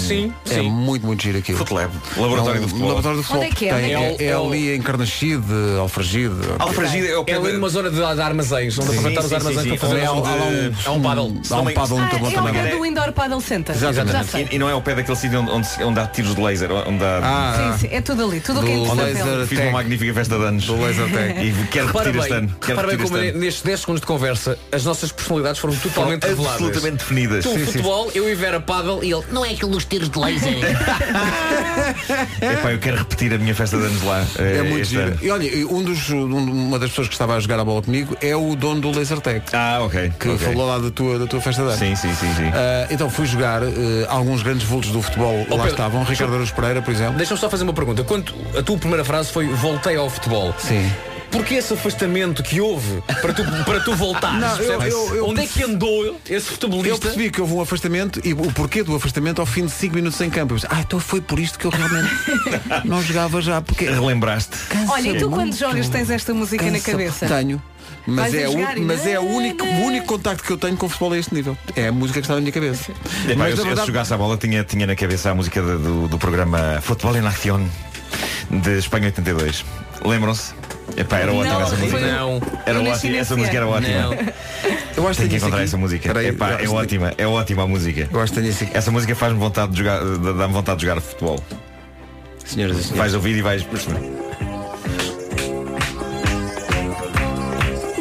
[SPEAKER 8] sim,
[SPEAKER 1] É muito, muito giro aquilo. Foot Lab,
[SPEAKER 10] laboratório
[SPEAKER 1] é um,
[SPEAKER 10] do futebol.
[SPEAKER 1] Laboratório do futebol.
[SPEAKER 6] Onde é que é?
[SPEAKER 1] Tem-
[SPEAKER 8] Onde é que é?
[SPEAKER 1] é ali em Carnaxide, Alfragide.
[SPEAKER 10] Alfragide é o
[SPEAKER 8] É ali
[SPEAKER 10] Pedro.
[SPEAKER 8] numa zona de, de armazéns, onde aproveitar os
[SPEAKER 10] Sim, sim,
[SPEAKER 8] armazéns
[SPEAKER 10] sim,
[SPEAKER 8] para fazer.
[SPEAKER 10] sim.
[SPEAKER 8] Há
[SPEAKER 10] Onde-
[SPEAKER 8] um- há um paddle.
[SPEAKER 1] Há
[SPEAKER 10] não
[SPEAKER 1] um
[SPEAKER 10] me-
[SPEAKER 1] paddle muito
[SPEAKER 6] Ah,
[SPEAKER 1] bom
[SPEAKER 6] é o
[SPEAKER 1] também.
[SPEAKER 6] lugar do Indoor Paddle Center.
[SPEAKER 1] Exatamente.
[SPEAKER 6] Já sei.
[SPEAKER 10] E, e não é ao pé daquele sítio onde, onde, se- onde há tiros de laser, onde há.
[SPEAKER 1] Ah,
[SPEAKER 6] Sim, sim, é tudo ali, tudo o que é
[SPEAKER 1] do
[SPEAKER 6] interessante.
[SPEAKER 1] laser
[SPEAKER 10] fiz uma
[SPEAKER 1] tag.
[SPEAKER 10] magnífica festa de anos.
[SPEAKER 1] Do laser tag.
[SPEAKER 10] E quero
[SPEAKER 8] Repara
[SPEAKER 10] repetir este
[SPEAKER 8] bem,
[SPEAKER 10] ano. Quero
[SPEAKER 8] repara bem
[SPEAKER 10] repetir
[SPEAKER 8] como
[SPEAKER 10] este ano.
[SPEAKER 8] nestes 10 segundos de conversa as nossas personalidades foram totalmente
[SPEAKER 10] Foram
[SPEAKER 8] reveladas.
[SPEAKER 10] absolutamente definidas.
[SPEAKER 8] Tu,
[SPEAKER 10] Sim, sim.
[SPEAKER 8] futebol, eu e Vera Paddle e ele.
[SPEAKER 13] Não é aquilo dos tiros de laser.
[SPEAKER 10] Epá, eu quero repetir a minha festa de anos lá. eh,
[SPEAKER 1] É muito
[SPEAKER 10] este
[SPEAKER 1] giro.
[SPEAKER 10] ano.
[SPEAKER 1] E olha, e um dos, um- uma das pessoas que estava a jogar a bola comigo é o dono do Laser Tag,
[SPEAKER 10] Ah, ok.
[SPEAKER 1] que
[SPEAKER 10] ok.
[SPEAKER 1] falou lá da tua, da tua festa de anos.
[SPEAKER 10] Sim, sim, sim, sim.
[SPEAKER 1] Ah, então fui jogar, eh, alguns grandes vultos do futebol lá
[SPEAKER 8] Pedro,
[SPEAKER 1] estavam, Ricardo Araújo Pereira, por exemplo.
[SPEAKER 8] Deixa-me só fazer uma pergunta. Quando a tua primeira frase foi voltei ao futebol.
[SPEAKER 1] Sim.
[SPEAKER 8] Porquê esse afastamento que houve para tu, para tu voltares?
[SPEAKER 1] Não, eu-
[SPEAKER 8] percebes?
[SPEAKER 1] eu- eu-
[SPEAKER 8] Onde é que andou esse
[SPEAKER 1] Eu
[SPEAKER 8] futebolista?
[SPEAKER 1] percebi que houve um afastamento e o porquê do afastamento ao fim de 5 minutos em campo. Eu pensei, ah, então foi por isto que eu realmente não jogava já, porque
[SPEAKER 10] Relembraste.
[SPEAKER 6] Olha, e tu quando jogas tens esta música na
[SPEAKER 1] cansa-
[SPEAKER 6] cabeça?
[SPEAKER 1] Tenho. Mas
[SPEAKER 6] Vais a
[SPEAKER 1] é, o,
[SPEAKER 6] jogar e-
[SPEAKER 1] mas é o, único, o único contacto que eu tenho com o futebol a este nível. É a música que está na minha cabeça.
[SPEAKER 10] Epá,
[SPEAKER 1] mas
[SPEAKER 10] eu,
[SPEAKER 1] na
[SPEAKER 10] eu se
[SPEAKER 1] verdade,
[SPEAKER 10] jogasse a bola tinha, tinha na cabeça a música de- do, do programa Futebol em Acción de Espanha 82. Lembram-se? Epá, era
[SPEAKER 6] Não,
[SPEAKER 10] ótima essa
[SPEAKER 6] foi- um-
[SPEAKER 10] música.
[SPEAKER 8] Não.
[SPEAKER 10] Era
[SPEAKER 6] Eu nasci
[SPEAKER 10] ótima,
[SPEAKER 6] nesse
[SPEAKER 10] essa música era
[SPEAKER 6] ano.
[SPEAKER 10] ótima.
[SPEAKER 8] Não.
[SPEAKER 1] eu acho
[SPEAKER 10] Tenho que
[SPEAKER 1] isso
[SPEAKER 10] encontrar
[SPEAKER 1] aqui.
[SPEAKER 10] essa música.
[SPEAKER 1] Espera aí, eu
[SPEAKER 10] Epá,
[SPEAKER 1] acho
[SPEAKER 10] é
[SPEAKER 1] que-
[SPEAKER 10] ótima, é ótima a música.
[SPEAKER 1] Eu acho que tenho isso aqui.
[SPEAKER 10] Essa música faz-me vontade de jogar, dá- dá-me vontade de jogar futebol.
[SPEAKER 1] Senhoras e senhores.
[SPEAKER 10] Vais ouvir e vais.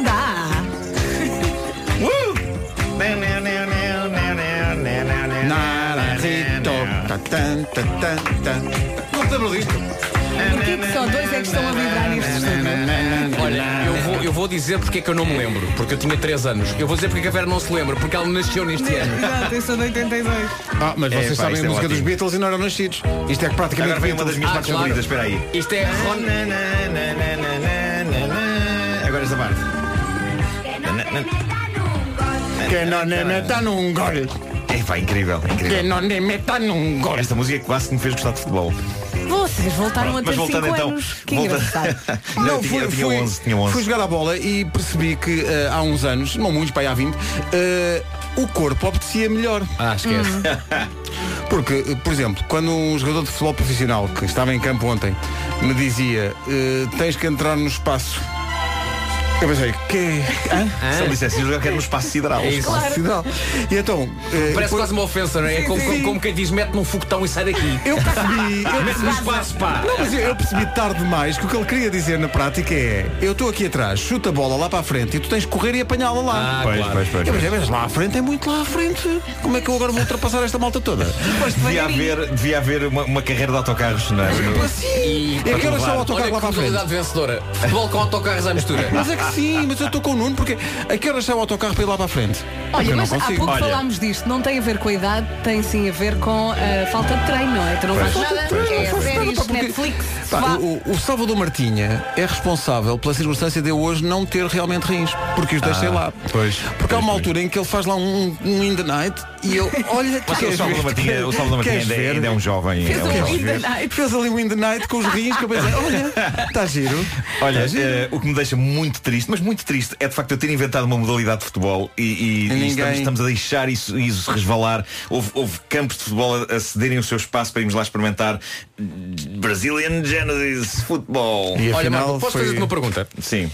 [SPEAKER 6] Dá!
[SPEAKER 1] Naranjito, tá, tan, tá, tan, tá. Não te lembro disto?
[SPEAKER 6] Porquê que só dois é que estão a vibrar neste
[SPEAKER 1] Né,
[SPEAKER 6] estúdio?
[SPEAKER 8] Olha, eu vou, eu vou dizer porque é que eu não me lembro. Porque eu tinha 3 anos. Eu vou dizer porque é que a Vera não se lembra. Porque ela nasceu neste
[SPEAKER 1] né.
[SPEAKER 8] ano.
[SPEAKER 6] Exato, eu sou de 82.
[SPEAKER 1] Ah, mas vocês sabem
[SPEAKER 10] Epá, isto
[SPEAKER 1] a
[SPEAKER 10] é
[SPEAKER 1] música
[SPEAKER 10] ótimo.
[SPEAKER 1] dos Beatles e não eram nascidos. Isto é que praticamente.
[SPEAKER 10] Agora vem uma das minhas
[SPEAKER 8] Ah,
[SPEAKER 10] partes
[SPEAKER 8] claro.
[SPEAKER 10] favoritas, espera aí. Ah,
[SPEAKER 8] Isto é Ron.
[SPEAKER 10] Agora esta parte.
[SPEAKER 1] Que não me meta num gol.
[SPEAKER 10] Epá, É, incrível,
[SPEAKER 1] Que
[SPEAKER 10] incrível.
[SPEAKER 1] não me meta num gol.
[SPEAKER 10] Esta música quase que me fez gostar de futebol.
[SPEAKER 6] Vocês voltaram a
[SPEAKER 10] Mas
[SPEAKER 6] ter 5
[SPEAKER 10] voltando então.
[SPEAKER 6] anos. Que
[SPEAKER 10] volta-
[SPEAKER 6] engraçado.
[SPEAKER 10] não, eu tinha, eu tinha 11, tinha 11.
[SPEAKER 1] fui jogar a bola e percebi que eh, há uns anos, não muitos, pai, há 20, eh, o corpo obedecia melhor.
[SPEAKER 8] Ah, esquece.
[SPEAKER 1] Porque, eh, por exemplo, quando um jogador de futebol profissional que estava em campo ontem me dizia eh, tens que entrar no espaço, eu pensei, que é
[SPEAKER 10] Se ele dissesse, eu jogar quero no espaço sideral.
[SPEAKER 8] É isso.
[SPEAKER 1] claro. E então, eh,
[SPEAKER 8] Parece
[SPEAKER 1] depois-
[SPEAKER 8] quase uma ofensa, não é? É como, como, como quem diz, mete-me um foguetão e sai daqui.
[SPEAKER 1] eu percebi, eu
[SPEAKER 8] Mete-me um espaço, pá.
[SPEAKER 1] Não, mas eu, eu percebi tarde demais que o que ele queria dizer na prática é eu estou aqui atrás, chuta a bola lá para a frente e tu tens que correr e apanhá-la lá.
[SPEAKER 8] Ah,
[SPEAKER 10] Pois,
[SPEAKER 8] claro.
[SPEAKER 10] pois, pois.
[SPEAKER 1] Eu,
[SPEAKER 10] pois.
[SPEAKER 1] mas, é, mas lá à frente é muito lá à frente. Como é que eu agora vou ultrapassar esta malta toda?
[SPEAKER 6] Mas
[SPEAKER 10] Devia
[SPEAKER 6] devagarinho.
[SPEAKER 10] haver, devia haver uma, uma carreira de autocarros na.
[SPEAKER 1] Mas Assim, é que horas só o autocarro
[SPEAKER 8] Olha
[SPEAKER 1] lá
[SPEAKER 8] que
[SPEAKER 1] para a frente?
[SPEAKER 8] modalidade vencedora. Futebol com autocarros à mistura.
[SPEAKER 1] Mas é que sim, mas eu estou com o Nuno porque a que horas sai o autocarro para ir lá para a frente?
[SPEAKER 6] Olha,
[SPEAKER 1] eu não
[SPEAKER 6] mas há
[SPEAKER 1] consigo.
[SPEAKER 6] pouco
[SPEAKER 10] Olha.
[SPEAKER 6] falámos disto. Não tem a ver com a idade, tem sim a ver com a ah, falta de treino, não é? Tu não fazes nada.
[SPEAKER 10] pois,
[SPEAKER 6] é
[SPEAKER 1] Não
[SPEAKER 6] ver
[SPEAKER 1] faço nada
[SPEAKER 6] isto.
[SPEAKER 1] para porque-
[SPEAKER 6] Netflix. se
[SPEAKER 1] Pá,
[SPEAKER 6] vá.
[SPEAKER 1] o, o Salvador Martinha é responsável pela circunstância de eu hoje não ter realmente rins, porque os deixei
[SPEAKER 10] Ah,
[SPEAKER 1] lá.
[SPEAKER 10] pois,
[SPEAKER 1] Porque há uma altura em que ele faz lá um, um in the night e eu, olha,
[SPEAKER 10] Mas o
[SPEAKER 1] queres
[SPEAKER 10] Salvador
[SPEAKER 1] ver?
[SPEAKER 10] Martinha, o Salvador Martinha
[SPEAKER 1] Queres
[SPEAKER 10] ainda, é-
[SPEAKER 1] ver?
[SPEAKER 10] ainda é um jovem.
[SPEAKER 1] Fez
[SPEAKER 10] é um
[SPEAKER 1] um
[SPEAKER 10] jovem.
[SPEAKER 1] in the night. Fez ali o in the night com os rins que eu pensei, olha, está giro.
[SPEAKER 10] Olha,
[SPEAKER 1] Tá giro.
[SPEAKER 10] eh, o que me deixa muito triste, mas muito triste, é de facto eu ter inventado uma modalidade de futebol e, e-
[SPEAKER 1] E
[SPEAKER 10] e
[SPEAKER 1] ninguém-
[SPEAKER 10] estamos, estamos a deixar isso, isso se resvalar. Houve, houve campos de futebol a, a cederem o seu espaço para irmos lá experimentar Brazilian Genesis Football.
[SPEAKER 1] E
[SPEAKER 8] Olha,
[SPEAKER 1] afinal
[SPEAKER 8] Marco, posso
[SPEAKER 1] foi-
[SPEAKER 8] fazer-te uma pergunta?
[SPEAKER 10] Sim,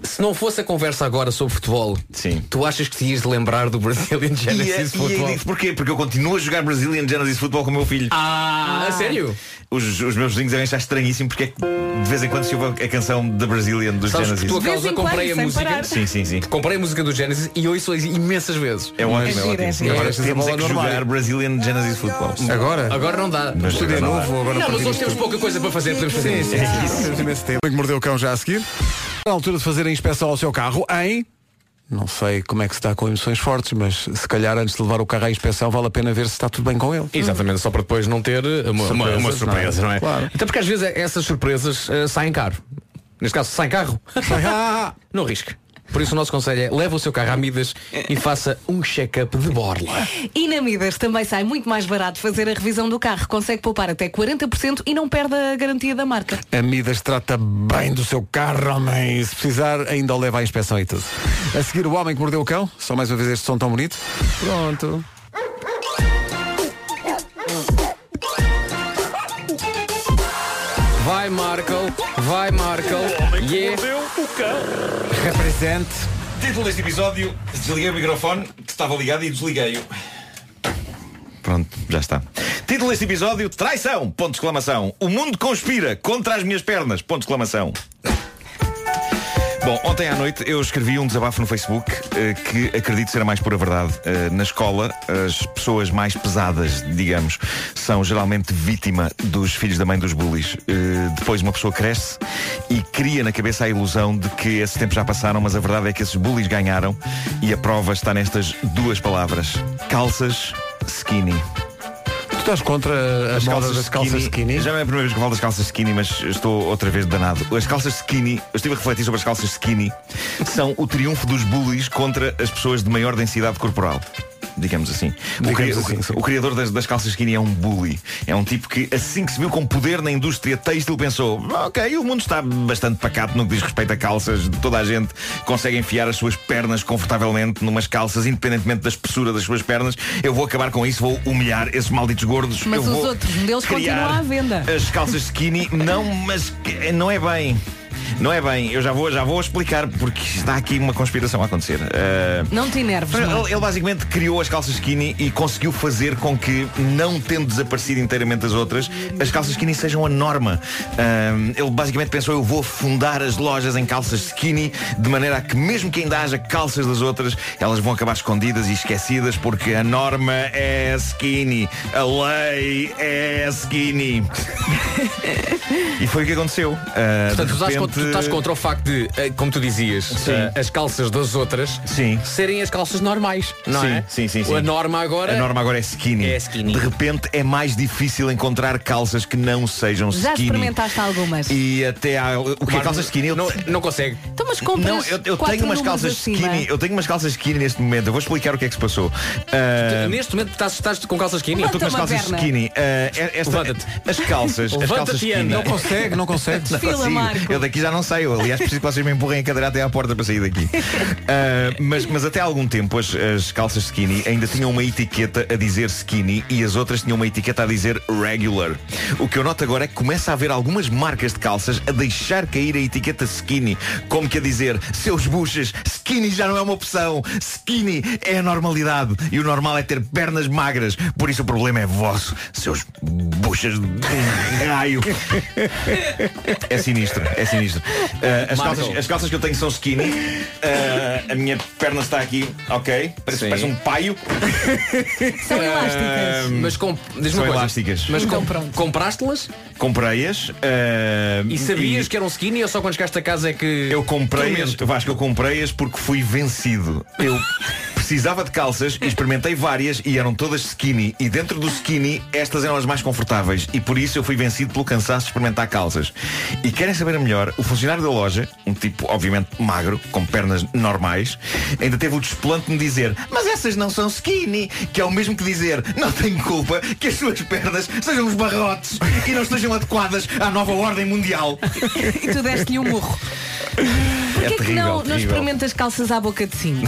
[SPEAKER 8] Se não fosse a conversa agora sobre futebol,
[SPEAKER 10] sim.
[SPEAKER 8] tu achas que te ias lembrar do Brazilian
[SPEAKER 10] E,
[SPEAKER 8] Genesis
[SPEAKER 10] eh, e,
[SPEAKER 8] Football?
[SPEAKER 10] eu digo porquê? Porque eu continuo a jogar Brazilian Genesis Football com o meu filho.
[SPEAKER 8] Ah, a sério?
[SPEAKER 10] Os, os meus vizinhos devem achar estranhíssimo porque é que de vez em quando se ouve a canção da Brazilian dos
[SPEAKER 8] Sabes que
[SPEAKER 10] Genesis.
[SPEAKER 8] por tua
[SPEAKER 6] De vez
[SPEAKER 8] causa
[SPEAKER 6] em quando,
[SPEAKER 8] comprei a
[SPEAKER 6] sem
[SPEAKER 8] música.
[SPEAKER 6] parar.
[SPEAKER 10] Sim, sim, sim.
[SPEAKER 8] Comprei a música do Genesis e ouço imensas vezes.
[SPEAKER 10] É ótimo, é
[SPEAKER 6] giro, é
[SPEAKER 10] ótimo.
[SPEAKER 6] giro.
[SPEAKER 10] Agora
[SPEAKER 1] Esta
[SPEAKER 10] temos
[SPEAKER 1] bola
[SPEAKER 10] é que
[SPEAKER 1] no armário.
[SPEAKER 10] jogar Brazilian Genesis Football.
[SPEAKER 1] Agora?
[SPEAKER 8] Agora não dá.
[SPEAKER 10] Mas
[SPEAKER 1] Tudo é
[SPEAKER 10] não dá.
[SPEAKER 1] novo, agora
[SPEAKER 8] não, mas
[SPEAKER 1] partimos
[SPEAKER 8] hoje temos
[SPEAKER 1] tudo.
[SPEAKER 8] pouca coisa para fazer, podemos fazer isso.
[SPEAKER 1] É isso. Temos imenso tempo. Bem que mordeu o cão já a seguir. Na altura de fazer a inspeção ao seu carro, em. Não sei como é que se está com emoções fortes, mas se calhar antes de levar o carro à inspeção vale a pena ver se está tudo bem com ele.
[SPEAKER 8] Exatamente, só para depois não ter eh, uma uma- uma surpresa,
[SPEAKER 1] Surpresas,
[SPEAKER 8] não,
[SPEAKER 1] não é?
[SPEAKER 8] é?
[SPEAKER 1] Claro.
[SPEAKER 8] Até porque às vezes eh, essas surpresas eh, saem caro. Neste caso, saem carro.
[SPEAKER 1] Ah!
[SPEAKER 8] não risque. Por isso o nosso conselho é leve o seu carro a Midas e faça um check-up de borla.
[SPEAKER 6] E na Midas também sai muito mais barato fazer a revisão do carro. Consegue poupar até 40% e não perde a garantia da marca.
[SPEAKER 1] A Midas trata bem do seu carro, homem. E Se precisar, ainda o leva à inspeção e tudo. A seguir, o homem que mordeu o cão. Só mais uma vez este som tão bonito. Pronto.
[SPEAKER 8] Vai Marco, vai Marco. Yeah.
[SPEAKER 1] Represente.
[SPEAKER 10] Título deste episódio, desliguei o microfone que estava ligado e desliguei-o. Pronto, já está. Título deste episódio, traição, ponto de exclamação. O mundo conspira contra as minhas pernas, ponto de exclamação. Bom, ontem à noite eu escrevi um desabafo no Facebook eh, que acredito ser a mais pura verdade. Eh, na escola, as pessoas mais pesadas, digamos, são geralmente vítima dos filhos da mãe dos bullies. Eh, depois uma pessoa cresce e cria na cabeça a ilusão de que esses tempos já passaram, mas a verdade é que esses bullies ganharam e a prova está nestas duas palavras: calças skinny.
[SPEAKER 1] Tu estás contra a moda das calças skinny?
[SPEAKER 10] Já não é a primeira vez que falo das calças skinny, mas estou outra vez danado. As calças skinny, eu estive a refletir sobre as calças skinny, são o triunfo dos bullies contra as pessoas de maior densidade corporal. Digamos assim. o,
[SPEAKER 1] Digamos
[SPEAKER 10] cri- o-
[SPEAKER 1] assim, sim.
[SPEAKER 10] o criador das, das calças skinny é um bully. É um tipo que, assim que se viu com poder na indústria têxtil, pensou: "Ah, Ok, o mundo está bastante pacato no que diz respeito a calças. Toda a gente consegue enfiar as suas pernas confortavelmente numas calças, independentemente da espessura das suas pernas. Eu vou acabar com isso, vou humilhar esses malditos gordos.
[SPEAKER 6] Mas
[SPEAKER 10] Eu
[SPEAKER 6] os
[SPEAKER 10] vou
[SPEAKER 6] outros modelos
[SPEAKER 10] criar
[SPEAKER 6] continuam à venda.
[SPEAKER 10] As calças skinny, não, mas que- não é bem. Não é bem, eu já vou, já vou explicar porque está aqui uma conspiração a acontecer. Ah,
[SPEAKER 6] Não te enerves, Marco.
[SPEAKER 10] ele, ele basicamente criou as calças skinny e conseguiu fazer com que, não tendo desaparecido inteiramente as outras, as calças skinny sejam a norma. Ahm, ele basicamente pensou, eu vou fundar as lojas em calças skinny, de maneira a que mesmo que ainda haja calças das outras, elas vão acabar escondidas e esquecidas, porque a norma é skinny, a lei é skinny. e foi o que aconteceu. Ah,
[SPEAKER 8] Portanto,
[SPEAKER 10] de
[SPEAKER 8] tu estás,
[SPEAKER 10] repente-
[SPEAKER 8] contra, tu estás contra o facto de, eh, como tu dizias, eh, as calças das outras
[SPEAKER 10] Sim.
[SPEAKER 8] serem as calças normais, não
[SPEAKER 10] Sim,
[SPEAKER 8] é?
[SPEAKER 10] sim, sim, sim.
[SPEAKER 8] A norma agora.
[SPEAKER 10] A norma agora é skinny.
[SPEAKER 14] É skinny.
[SPEAKER 10] De repente é mais difícil encontrar calças que não sejam
[SPEAKER 6] Já
[SPEAKER 10] skinny.
[SPEAKER 6] experimentaste algumas.
[SPEAKER 10] E até há. O que é
[SPEAKER 8] Marco,
[SPEAKER 10] calças skinny? Eu-
[SPEAKER 8] Não, não consegue.
[SPEAKER 6] Então, mas compras
[SPEAKER 10] Não, eu, eu
[SPEAKER 6] quatro
[SPEAKER 10] tenho umas
[SPEAKER 6] números
[SPEAKER 10] calças
[SPEAKER 6] acima.
[SPEAKER 10] skinny. Eu tenho umas calças skinny neste momento. Eu vou explicar o que é que se passou. Ah,
[SPEAKER 8] Neste momento estás, estás com calças skinny?
[SPEAKER 7] Ah,
[SPEAKER 10] eu estou com
[SPEAKER 7] tá
[SPEAKER 10] umas
[SPEAKER 6] Levanta uma
[SPEAKER 10] calças
[SPEAKER 6] perna.
[SPEAKER 10] skinny. Ah, é- esta-
[SPEAKER 8] Levanta-te.
[SPEAKER 10] as calças. as
[SPEAKER 8] Levanta-te
[SPEAKER 10] calças
[SPEAKER 8] e
[SPEAKER 10] skinny.
[SPEAKER 8] anda.
[SPEAKER 1] Não consegue, não consegue.
[SPEAKER 10] Não
[SPEAKER 6] Fila,
[SPEAKER 10] consigo.
[SPEAKER 6] Marco.
[SPEAKER 10] Eu daqui já não saio. Aliás, preciso que vocês me empurrem a cadeira até à porta para sair daqui. Ah, mas, mas até há algum tempo as, as calças skinny ainda tinham uma etiqueta a dizer skinny e as outras tinham uma etiqueta a dizer regular. O que eu noto agora é que começa a haver algumas marcas de calças a deixar cair a etiqueta skinny, como que a dizer, seus buchas, skinny já não é uma opção, skinny é a normalidade e o normal é ter pernas magras, por isso o problema é vosso, seus buchas de um raio. É sinistro, é sinistro. Uh, as,
[SPEAKER 8] Marco.
[SPEAKER 10] calças, as calças que eu tenho são skinny. Uh, a minha perna está aqui, ok. Parece,
[SPEAKER 8] Sim.
[SPEAKER 10] parece um paio.
[SPEAKER 6] São elásticas.
[SPEAKER 8] Mas com, diz
[SPEAKER 10] São
[SPEAKER 8] uma coisa,
[SPEAKER 10] elásticas.
[SPEAKER 8] Mas com, compraste-las
[SPEAKER 10] Comprei-as. uh,
[SPEAKER 8] e sabias que eram skinny ou só quando chegaste a casa é que.
[SPEAKER 10] Eu comprei-as,
[SPEAKER 8] Tormento.
[SPEAKER 10] Vasco, eu comprei-as porque fui vencido. Eu precisava de calças e experimentei várias e eram todas skinny. E dentro do skinny, estas eram as mais confortáveis. E por isso eu fui vencido pelo cansaço de experimentar calças. E querem saber a melhor? O funcionário da loja, um tipo obviamente magro, com pernas normais, ainda teve o desplante de me dizer Mas essas não são skinny, que é o mesmo que dizer Não tenho culpa que as suas pernas sejam os barrotes e não estejam adequadas à nova ordem mundial.
[SPEAKER 6] E tu deste-lhe um murro. Porquê é que
[SPEAKER 10] É terrível,
[SPEAKER 6] não, não
[SPEAKER 10] terrível.
[SPEAKER 6] experimentas calças à boca de sino?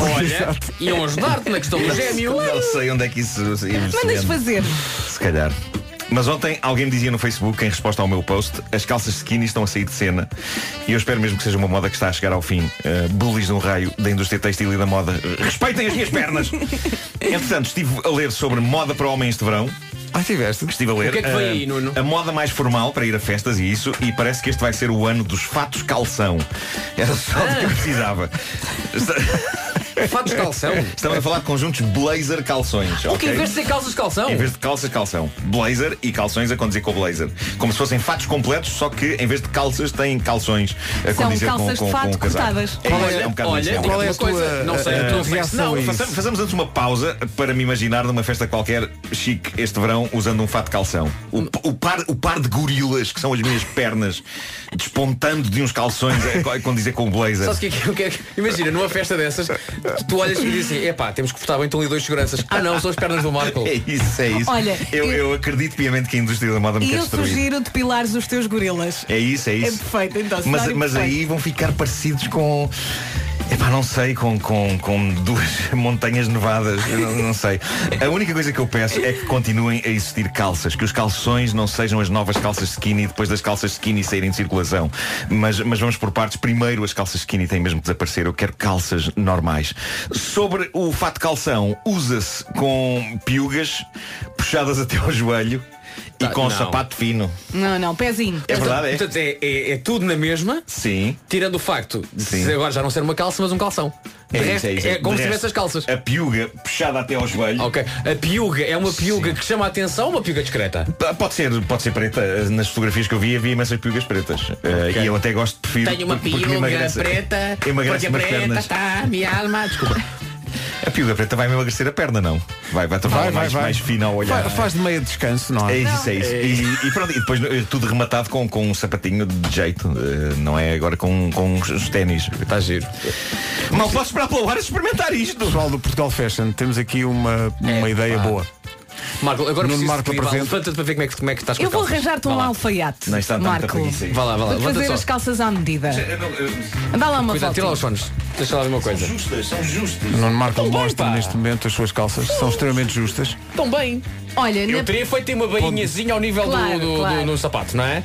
[SPEAKER 7] Olha, iam ajudar-te na questão do
[SPEAKER 10] Não-
[SPEAKER 7] gêmeo.
[SPEAKER 10] Não sei onde é que isso se- se
[SPEAKER 6] Mandas
[SPEAKER 10] vende.
[SPEAKER 6] fazer.
[SPEAKER 10] Se calhar. Mas ontem alguém me dizia no Facebook, em resposta ao meu post, as calças skinny estão a sair de cena e eu espero mesmo que seja uma moda que está a chegar ao fim. Uh, bullies de um raio da indústria textil e da moda. Uh, Respeitem as minhas pernas! Entretanto, estive a ler sobre moda para homens este verão.
[SPEAKER 1] Ah, tiveste.
[SPEAKER 10] Estive a ler.
[SPEAKER 7] O que é que foi
[SPEAKER 10] uh,
[SPEAKER 7] aí, Nuno?
[SPEAKER 10] A moda mais formal para ir a festas e isso, e parece que este vai ser o ano dos fatos calção. Era só do que
[SPEAKER 7] Ah.
[SPEAKER 10] eu precisava.
[SPEAKER 7] Fatos de calção.
[SPEAKER 10] Estamos a falar de conjuntos blazer calções.
[SPEAKER 7] O que em
[SPEAKER 10] ok?
[SPEAKER 7] vez de ser calças de calção?
[SPEAKER 6] Oh.
[SPEAKER 10] Em vez de calças, calção. Blazer e calções a conduzir com o blazer. Como se fossem fatos completos, só que em vez de calças têm calções a
[SPEAKER 6] São
[SPEAKER 10] condizer com,
[SPEAKER 6] calças
[SPEAKER 10] com,
[SPEAKER 6] de fato
[SPEAKER 10] com o casaco.
[SPEAKER 6] cortadas.
[SPEAKER 10] É,
[SPEAKER 7] Olha,
[SPEAKER 10] isso, é um bocado isso,
[SPEAKER 7] olha,
[SPEAKER 10] é
[SPEAKER 7] digo-te
[SPEAKER 10] um bocado
[SPEAKER 7] uma
[SPEAKER 1] isso.
[SPEAKER 7] coisa. Não sei,
[SPEAKER 1] eh,
[SPEAKER 7] não sei.
[SPEAKER 1] a
[SPEAKER 7] se-
[SPEAKER 1] reação
[SPEAKER 7] Não,
[SPEAKER 1] a
[SPEAKER 7] façamos-
[SPEAKER 1] isso?
[SPEAKER 10] Façamos, façamos antes uma pausa para me imaginar numa festa qualquer chique este verão usando um fato de calção. O, o par, o par de gorilas que são as minhas pernas despontando de uns calções a, a condizer com o blazer.
[SPEAKER 7] Sabes o que é que- o que é que- Imagina, numa festa dessas, tu olhas e dizes assim, epá, temos que cortar bem, estão ali dois seguranças. Ah não, são as pernas do Marco.
[SPEAKER 10] É isso, é isso.
[SPEAKER 6] Olha,
[SPEAKER 10] eu,
[SPEAKER 6] eu-
[SPEAKER 10] eu acredito piamente que a indústria da moda me
[SPEAKER 6] E
[SPEAKER 10] quer
[SPEAKER 6] eu
[SPEAKER 10] destruir.
[SPEAKER 6] sugiro depilares os teus gorilas.
[SPEAKER 10] É isso, é isso.
[SPEAKER 6] perfeito, então,
[SPEAKER 10] Mas,
[SPEAKER 6] cenário
[SPEAKER 10] mas
[SPEAKER 6] perfeito.
[SPEAKER 10] aí vão ficar parecidos com. Epá, não sei, com, com, com duas montanhas nevadas, eu não, não sei. A única coisa que eu peço é que continuem a existir calças, que os calções não sejam as novas calças skinny depois das calças skinny saírem de circulação. Mas, mas vamos por partes. Primeiro as calças skinny têm mesmo que desaparecer. Eu quero calças normais. Sobre o fato de calção, usa-se com piugas puxadas até ao joelho e
[SPEAKER 7] Tá,
[SPEAKER 10] com
[SPEAKER 7] não.
[SPEAKER 10] sapato fino.
[SPEAKER 6] Não, não, pezinho.
[SPEAKER 10] É verdade, é?
[SPEAKER 7] Portanto, é, é- é tudo na mesma,
[SPEAKER 10] Sim.
[SPEAKER 7] tirando o facto de
[SPEAKER 10] Sim.
[SPEAKER 7] se agora já não ser uma calça, mas um calção. De
[SPEAKER 10] isso,
[SPEAKER 7] resto,
[SPEAKER 10] isso.
[SPEAKER 7] é como se
[SPEAKER 10] De resto,
[SPEAKER 7] tivesse as calças. Oh.
[SPEAKER 10] A piuga puxada até ao joelho.
[SPEAKER 7] Ok. A piuga é uma piuga que chama a atenção ou uma piuga discreta?
[SPEAKER 10] P- Ah, Pode ser, pode ser preta. Nas fotografias que eu vi havia imensas piugas pretas. Eh, e eu até gosto, prefiro.
[SPEAKER 7] Tenho uma
[SPEAKER 10] porque me
[SPEAKER 7] piuga
[SPEAKER 10] emagrece-
[SPEAKER 7] preta, porque
[SPEAKER 10] Emagrece
[SPEAKER 7] preta
[SPEAKER 10] umas
[SPEAKER 7] tá.
[SPEAKER 10] pernas.
[SPEAKER 7] está a minha alma. Desculpa.
[SPEAKER 10] A piuga preta vai me emagrecer a perna, não? Vai, vai tornar
[SPEAKER 1] Vai, vai,
[SPEAKER 10] mais,
[SPEAKER 1] vai.
[SPEAKER 10] mais fina ao olhar.
[SPEAKER 1] Fa- Faz de meia descanso, não
[SPEAKER 10] É
[SPEAKER 1] é?
[SPEAKER 10] isso, é isso. E, e pronto, e depois eh, tudo rematado com, com um sapatinho de jeito, eh, não é agora com, com os- os ténis.
[SPEAKER 7] Está Tá giro.
[SPEAKER 10] Mal posso esperar pela hora de experimentar isto.
[SPEAKER 1] Pessoal do Portugal Fashion, temos aqui uma, uma
[SPEAKER 7] É,
[SPEAKER 1] ideia
[SPEAKER 7] pá.
[SPEAKER 1] boa.
[SPEAKER 7] Marco, agora
[SPEAKER 1] Nuno
[SPEAKER 7] preciso
[SPEAKER 1] Marco
[SPEAKER 7] que me vá-
[SPEAKER 1] apresenta.
[SPEAKER 7] Levanta-te para ver como é que, como é que estás com
[SPEAKER 6] Eu
[SPEAKER 7] as
[SPEAKER 6] vou
[SPEAKER 7] calças.
[SPEAKER 6] arranjar-te
[SPEAKER 7] Vá
[SPEAKER 6] um
[SPEAKER 7] lá.
[SPEAKER 6] alfaiate.
[SPEAKER 10] Não está tanta
[SPEAKER 6] Marco.
[SPEAKER 10] preguiça.
[SPEAKER 7] Vá lá, vá lá.
[SPEAKER 6] Vou
[SPEAKER 7] Levanta
[SPEAKER 6] fazer
[SPEAKER 7] só.
[SPEAKER 6] as calças à medida. Dá lá uma
[SPEAKER 7] Cuidado, tira lá os
[SPEAKER 6] volta.
[SPEAKER 7] fones. Deixa lá ver uma coisa.
[SPEAKER 10] Justas, são justas.
[SPEAKER 1] Nuno Marco
[SPEAKER 7] Então bem,
[SPEAKER 1] mostra
[SPEAKER 7] pá.
[SPEAKER 1] um neste momento as suas calças, são extremamente justas.
[SPEAKER 7] Estão bem.
[SPEAKER 6] Olha,
[SPEAKER 7] Eu
[SPEAKER 6] na...
[SPEAKER 7] teria feito uma bainhazinha ao nível do-
[SPEAKER 6] Claro,
[SPEAKER 7] do, do-
[SPEAKER 6] claro.
[SPEAKER 7] do sapato, não é?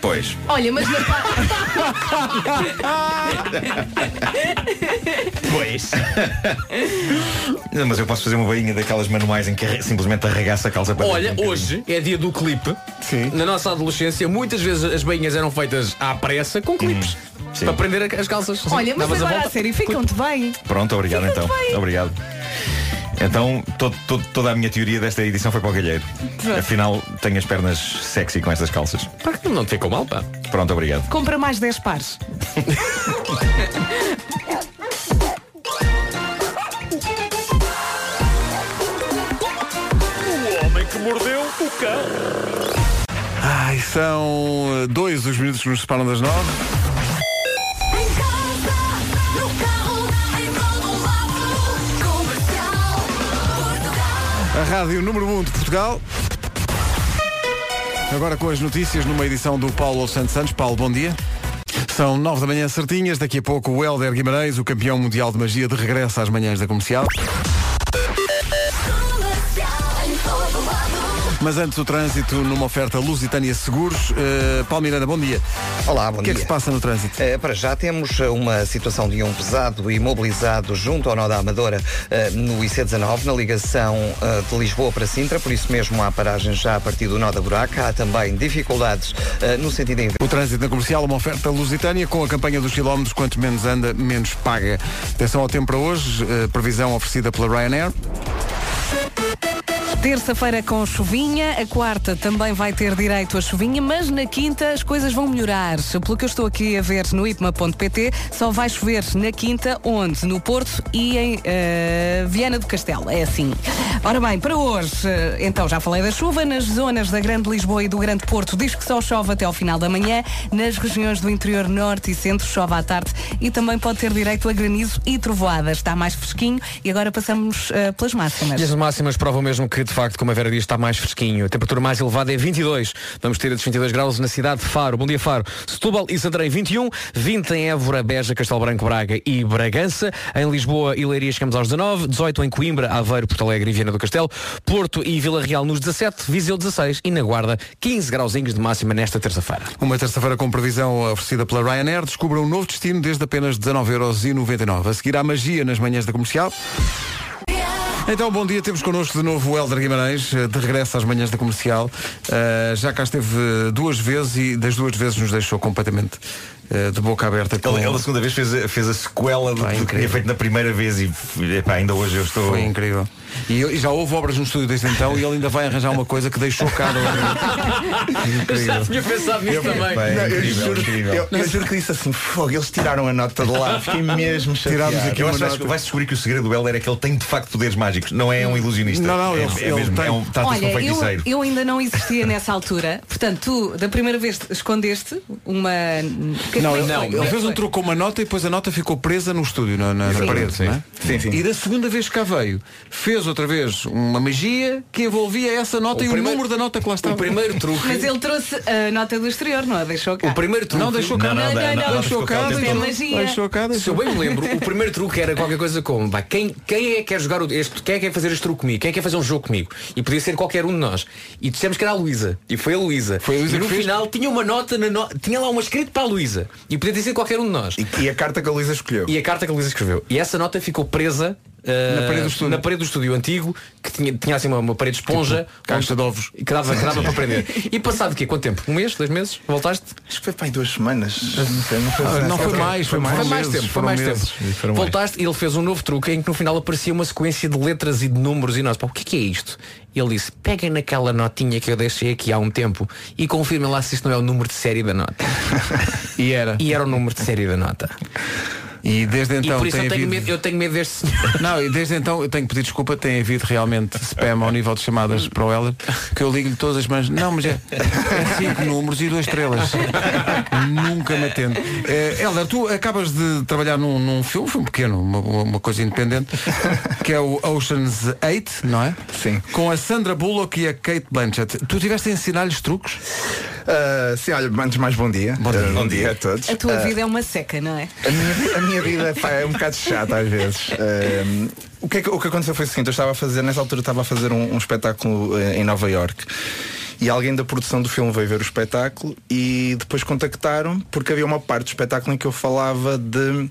[SPEAKER 10] Pois.
[SPEAKER 6] Olha, mas na parte.
[SPEAKER 10] Pois. Não, mas eu posso fazer uma bainha daquelas manuais em que arre- simplesmente arregaça a calça para
[SPEAKER 7] Olha,
[SPEAKER 10] dentro um
[SPEAKER 7] hoje é dia do clipe.
[SPEAKER 1] Sim.
[SPEAKER 7] Na nossa adolescência, muitas vezes as bainhas eram feitas à pressa com clipes.
[SPEAKER 10] sim.
[SPEAKER 7] Para prender as calças.
[SPEAKER 6] Olha, mas
[SPEAKER 7] Davas a
[SPEAKER 6] agora assim- a
[SPEAKER 7] volta,
[SPEAKER 6] sério,
[SPEAKER 7] clipe.
[SPEAKER 6] ficam-te bem.
[SPEAKER 10] bocadinho. Pronto, obrigado
[SPEAKER 6] Fica
[SPEAKER 10] então.
[SPEAKER 6] bem.
[SPEAKER 10] Obrigado. Então, todo- todo- toda a minha teoria desta edição foi para o galheiro.
[SPEAKER 6] Pronto.
[SPEAKER 10] Afinal, tenho as pernas sexy com estas calças.
[SPEAKER 7] Pá, que Não te ficou mal, pá.
[SPEAKER 10] Pronto, obrigado.
[SPEAKER 6] Compra mais 10 pares.
[SPEAKER 1] Ai, são eh, dois os minutos que nos separam das nove.
[SPEAKER 9] Em casa, no carro, em todo lado. Comercial, Portugal.
[SPEAKER 1] A Rádio Número 1 de Portugal. Agora com as notícias numa edição do Paulo Santos Santos. Paulo, bom dia. São nove da manhã certinhas, daqui a pouco o Helder Guimarães, o campeão mundial de magia, de regresso às manhãs da comercial.
[SPEAKER 9] Comercial, em todo lado.
[SPEAKER 1] Mas antes o trânsito numa oferta Lusitânia Seguros. Eh, Paulo Miranda, bom dia.
[SPEAKER 5] Olá, bom
[SPEAKER 1] O que é que
[SPEAKER 5] dia.
[SPEAKER 1] se passa no trânsito?
[SPEAKER 5] Eh, Para já temos eh, uma situação de um pesado imobilizado junto ao nó da Amadora eh, no IC19, na ligação eh, de Lisboa para Sintra, por isso mesmo há paragens já a partir do nó da Buraca. Há também dificuldades eh, no sentido inverso.
[SPEAKER 1] O trânsito na comercial, uma oferta lusitânia com a campanha dos quilómetros, quanto menos anda, menos paga. Atenção ao tempo para hoje, eh, previsão oferecida pela Ryanair.
[SPEAKER 6] Terça-feira com chuvinha, a quarta também vai ter direito a chuvinha, mas na quinta as coisas vão melhorar. Pelo que eu estou aqui a ver no ipma.pt, só vai chover na quinta, onde? No Porto e em eh, Viana do Castelo. É assim. Ora bem, para hoje, eh, então já falei da chuva, nas zonas da Grande Lisboa e do Grande Porto diz que só chove até ao final da manhã, nas regiões do interior norte e centro chove à tarde e também pode ter direito a granizo e trovoadas. Está mais fresquinho e agora passamos eh, pelas máximas.
[SPEAKER 7] E as máximas provam mesmo que, de facto, como a Vera diz, está mais fresquinho. A temperatura mais elevada é 22. Vamos ter esses 22 graus na cidade de Faro. Bom dia, Faro. Setúbal e Santarém, 21. 20 em Évora, Beja, Castelo Branco, Braga e Bragança. Em Lisboa e Leiria chegamos aos 19. 18 em Coimbra, Aveiro, Porto Alegre e Viana do Castelo. Porto e Vila Real nos 17. Viseu 16. E na Guarda, 15 grauzinhos de máxima nesta terça-feira.
[SPEAKER 1] Uma terça-feira com previsão oferecida pela Ryanair. Descubra um novo destino desde apenas 19,99€. A seguir à magia nas manhãs da comercial. Então, bom dia, temos connosco de novo o Helder Guimarães, eh, de regresso às manhãs da comercial. Eh, já cá esteve eh, duas vezes e das duas vezes nos deixou completamente eh, de boca aberta. Com...
[SPEAKER 10] Ele, ele a segunda vez fez, a- fez a sequela do, do que tinha feito na primeira vez e epá, ainda hoje eu estou.
[SPEAKER 1] Foi incrível. E, eu- e já houve obras no estúdio desde então e ele ainda vai arranjar uma coisa que deixou cá.
[SPEAKER 7] Eu já tinha pensado nisso também.
[SPEAKER 10] Bem,
[SPEAKER 8] Não, eu,
[SPEAKER 10] incrível,
[SPEAKER 8] juro,
[SPEAKER 10] incrível.
[SPEAKER 8] eu- eu juro que disse assim, fogo, eles tiraram a nota de lá, fiquei mesmo chateado.
[SPEAKER 10] Tirámos aqui eu acho que vais- vais descobrir que o segredo do Helder é que ele tem de facto poderes mágicos, não é um ilusionista.
[SPEAKER 1] Não, não,
[SPEAKER 10] é,
[SPEAKER 1] ele-
[SPEAKER 10] é
[SPEAKER 1] ele
[SPEAKER 10] mesmo,
[SPEAKER 1] tem.
[SPEAKER 10] é um trata-se de um
[SPEAKER 6] Olha, eu,
[SPEAKER 10] feiticeiro.
[SPEAKER 6] eu ainda não existia nessa altura. Portanto, tu, da primeira vez, escondeste uma. que-
[SPEAKER 1] Não,
[SPEAKER 6] como é
[SPEAKER 1] ele,
[SPEAKER 6] que foi?
[SPEAKER 1] ele
[SPEAKER 6] Como é que
[SPEAKER 1] fez um
[SPEAKER 6] foi?
[SPEAKER 1] truque com uma nota e depois a nota ficou presa no estúdio, na, na- na
[SPEAKER 10] Exatamente,
[SPEAKER 1] parede.
[SPEAKER 10] sim.
[SPEAKER 1] não é?
[SPEAKER 10] Sim, sim.
[SPEAKER 1] E da segunda vez que cá veio, fez outra vez uma magia que envolvia essa nota
[SPEAKER 7] O
[SPEAKER 1] e
[SPEAKER 7] primeiro-
[SPEAKER 1] o número da nota que lá estava.
[SPEAKER 7] O primeiro truque.
[SPEAKER 6] Mas ele trouxe a nota do exterior, não a deixou cá.
[SPEAKER 7] O primeiro truque.
[SPEAKER 1] Não deixou cá.
[SPEAKER 10] Não, não,
[SPEAKER 6] Não,
[SPEAKER 10] não,
[SPEAKER 6] não,
[SPEAKER 10] não,
[SPEAKER 6] não,
[SPEAKER 1] Deixou cá,
[SPEAKER 10] não,
[SPEAKER 6] Isso é
[SPEAKER 1] deixou-
[SPEAKER 6] magia.
[SPEAKER 1] deixou cá,
[SPEAKER 7] Se eu
[SPEAKER 1] deixou
[SPEAKER 7] bem me lembro, o primeiro truque era qualquer coisa como pá, quem, quem é que quer jogar o, este, quem é que quer fazer este truque comigo? Quem é que quer fazer um jogo comigo? E podia ser qualquer um de nós. E dissemos que era a Luísa. E foi a Luísa.
[SPEAKER 1] a Luísa
[SPEAKER 7] E no
[SPEAKER 1] que fez.
[SPEAKER 7] final tinha uma nota, na no- tinha lá um escrito para a Luísa. E podia ter sido qualquer um de nós.
[SPEAKER 8] E, e a carta que a Luísa escolheu.
[SPEAKER 7] E a carta que a Luísa escreveu. E essa nota ficou presa eh,
[SPEAKER 1] Na parede do estúdio.
[SPEAKER 7] na parede do estúdio antigo, que tinha, tinha assim uma, uma parede de esponja.
[SPEAKER 1] Tipo caixa
[SPEAKER 7] onde-
[SPEAKER 1] de ovos.
[SPEAKER 7] Que dava, que dava para prender. E passado o quê? Quanto tempo? Um mês? Dois meses? Voltaste?
[SPEAKER 8] Acho que foi para aí duas semanas. Não sei, não foi,
[SPEAKER 1] não foi
[SPEAKER 8] Ok.
[SPEAKER 1] mais, foi mais.
[SPEAKER 7] Foi mais
[SPEAKER 1] Foram meses,
[SPEAKER 7] tempo, foi
[SPEAKER 1] foram
[SPEAKER 7] mais
[SPEAKER 1] meses.
[SPEAKER 7] tempo.
[SPEAKER 8] E foram mais.
[SPEAKER 7] Voltaste e ele fez um novo truque em que no final aparecia uma sequência de letras e de números e nós, pá, o que é que é isto? E ele disse, peguem naquela notinha que eu deixei aqui há um tempo e confirmem lá se isto não é o número de série da nota.
[SPEAKER 1] E era.
[SPEAKER 7] E era o número de série da nota.
[SPEAKER 1] E desde
[SPEAKER 7] e
[SPEAKER 1] então
[SPEAKER 7] por isso
[SPEAKER 1] tem
[SPEAKER 7] eu tenho,
[SPEAKER 1] havido-
[SPEAKER 7] medo, eu tenho medo deste senhor.
[SPEAKER 1] Não, e desde então eu tenho que pedir desculpa, tem havido realmente spam ao nível de chamadas para o Heller, que eu ligo-lhe todas as manhãs. Não, mas é, é cinco números e duas estrelas. Nunca me atende. Eh, Heller, tu acabas de trabalhar num, num filme, um filme pequeno, uma, uma coisa independente, que é o Ocean's 8, não é?
[SPEAKER 8] Sim.
[SPEAKER 1] Com a Sandra Bullock e a Kate Blanchett. Tu tiveste a ensinar-lhes truques?
[SPEAKER 8] Ah, sim, olha, antes de mais bom dia.
[SPEAKER 1] Bom dia.
[SPEAKER 8] Ah, bom dia a todos.
[SPEAKER 6] A tua
[SPEAKER 8] Ah,
[SPEAKER 6] vida é uma seca, não é?
[SPEAKER 8] A minha, vi- a minha vida pá, é um bocado chata às vezes. Ahm, o, que é que, o que aconteceu foi o seguinte, eu estava a fazer, nessa altura estava a fazer um, um espetáculo eh, em Nova York e alguém da produção do filme veio ver o espetáculo e depois contactaram porque havia uma parte do espetáculo em que eu falava de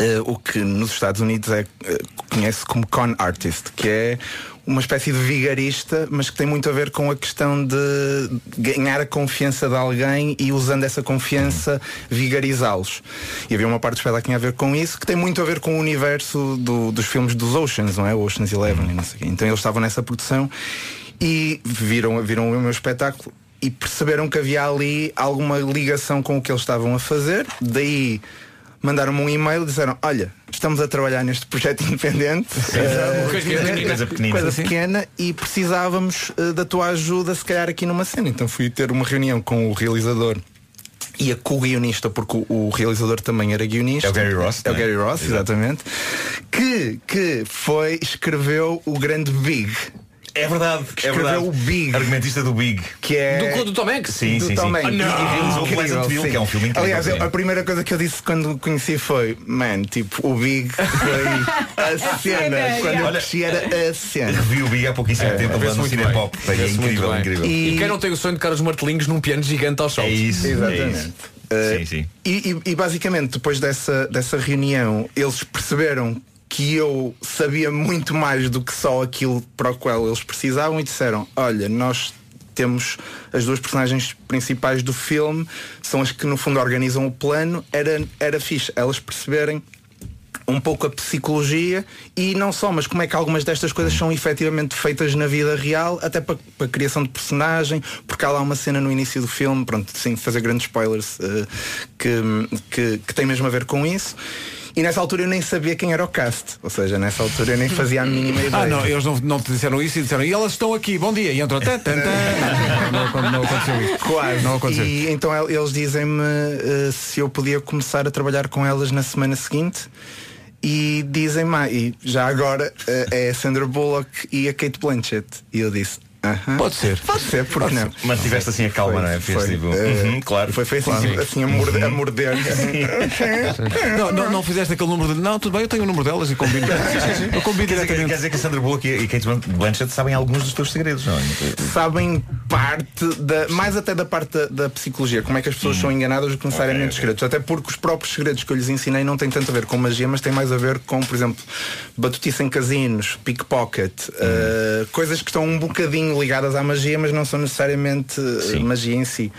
[SPEAKER 8] eh, o que nos Estados Unidos é eh, conhece como con artist, que é uma espécie de vigarista, mas que tem muito a ver com a questão de ganhar a confiança de alguém e usando essa confiança vigarizá-los. E havia uma parte do espetáculo que tinha a ver com isso, que tem muito a ver com o universo do- dos filmes dos Oceans, não é? Oceans Eleven e não sei o quê. Então eles estavam nessa produção e viram, viram o meu espetáculo e perceberam que havia ali alguma ligação com o que eles estavam a fazer. Daí mandaram-me um e-mail e disseram, olha, estamos a trabalhar neste projeto independente. eh,
[SPEAKER 7] Coisa pequenina.
[SPEAKER 10] Coisa pequenina.
[SPEAKER 8] Coisa pequena e precisávamos eh, da tua ajuda se calhar aqui numa cena. Então fui ter uma reunião com o realizador e a co-guionista, porque o, o realizador também era guionista.
[SPEAKER 10] É o Gary Ross,
[SPEAKER 8] É o
[SPEAKER 10] não é?
[SPEAKER 8] Gary Ross, exatamente. Que, que foi, escreveu o grande Big.
[SPEAKER 10] É verdade, é
[SPEAKER 8] Escreveu
[SPEAKER 10] verdade.
[SPEAKER 8] o Big.
[SPEAKER 10] Argumentista do Big.
[SPEAKER 8] Que é...
[SPEAKER 7] Do, do Tom Hanks?
[SPEAKER 10] Sim,
[SPEAKER 8] do
[SPEAKER 10] sim, sim.
[SPEAKER 8] Tom Hanks. Ah,
[SPEAKER 10] E- E realizou o
[SPEAKER 8] Incrível,
[SPEAKER 10] Pleasantville,
[SPEAKER 8] sim.
[SPEAKER 10] que é um filme incrível.
[SPEAKER 8] Aliás,
[SPEAKER 10] sim.
[SPEAKER 8] eu- a primeira coisa que eu disse quando o conheci foi, man, tipo, o Big foi a cena.
[SPEAKER 6] cena,
[SPEAKER 8] Quando eu
[SPEAKER 10] yeah.
[SPEAKER 8] cresci era a cena.
[SPEAKER 10] Revi o Big há pouquíssimo tempo lá
[SPEAKER 7] vê-se
[SPEAKER 10] no
[SPEAKER 7] muito
[SPEAKER 10] Cine
[SPEAKER 7] bem.
[SPEAKER 10] Pop. É
[SPEAKER 7] Vê-se muito
[SPEAKER 10] incrível,
[SPEAKER 7] bem.
[SPEAKER 10] incrível.
[SPEAKER 8] E-
[SPEAKER 7] E quem não tem o sonho de tocar os martelinhos num piano gigante aos
[SPEAKER 10] É
[SPEAKER 7] solos?
[SPEAKER 10] isso.
[SPEAKER 8] Exatamente.
[SPEAKER 10] É isso. Sim, sim.
[SPEAKER 8] E, e- e, basicamente depois dessa, dessa reunião eles perceberam que eu sabia muito mais do que só aquilo para o qual eles precisavam e disseram, olha, nós temos as duas personagens principais do filme, são as que no fundo organizam o plano, era, era fixe elas perceberem um pouco a psicologia e não só, mas como é que algumas destas coisas são efetivamente feitas na vida real, até para, para a criação de personagem, porque há lá uma cena no início do filme, pronto, sem fazer grandes spoilers, eh, que, que, que tem mesmo a ver com isso. E nessa altura eu nem sabia quem era o cast. Ou seja, nessa altura eu nem fazia a mínima ideia.
[SPEAKER 1] Ah, não, eles não, não te disseram isso e disseram, e elas estão aqui, bom dia. E entrou. Tan, tan, tan. Não, acon- não aconteceu isso.
[SPEAKER 8] Quase.
[SPEAKER 1] Não aconteceu.
[SPEAKER 8] E então el- eles dizem-me eh, se eu podia começar a trabalhar com elas na semana seguinte. E dizem-me, "Ah, e já agora eh, é a Sandra Bullock e a Kate Blanchett. E eu disse, "Aham."
[SPEAKER 10] Pode ser.
[SPEAKER 8] Pode ser, porque
[SPEAKER 10] Pode
[SPEAKER 8] não?
[SPEAKER 10] ser. Mas tiveste assim a calma, não é? Fez tipo, uhum, claro.
[SPEAKER 8] Foi, foi assim,
[SPEAKER 10] Claro.
[SPEAKER 8] tipo, assim a morder. A
[SPEAKER 10] Uhum.
[SPEAKER 8] morder
[SPEAKER 1] Não, não, não fizeste aquele número de. Não, tudo bem, eu tenho o número delas e combino. Eu combino
[SPEAKER 10] Quer dizer-
[SPEAKER 1] diretamente.
[SPEAKER 10] Quer dizer que a Sandra Bullock e e Kate Blanchett sabem alguns dos teus segredos, não é?
[SPEAKER 8] sabem parte da. Mais até da parte da, da psicologia, como é que as pessoas são enganadas do que necessariamente os segredos. Até porque os próprios segredos que eu lhes ensinei não têm tanto a ver com magia, mas têm mais a ver com, por exemplo, batutice em casinos, pickpocket, eh, coisas que estão um bocadinho ligadas à magia, mas não são necessariamente eh, magia em si.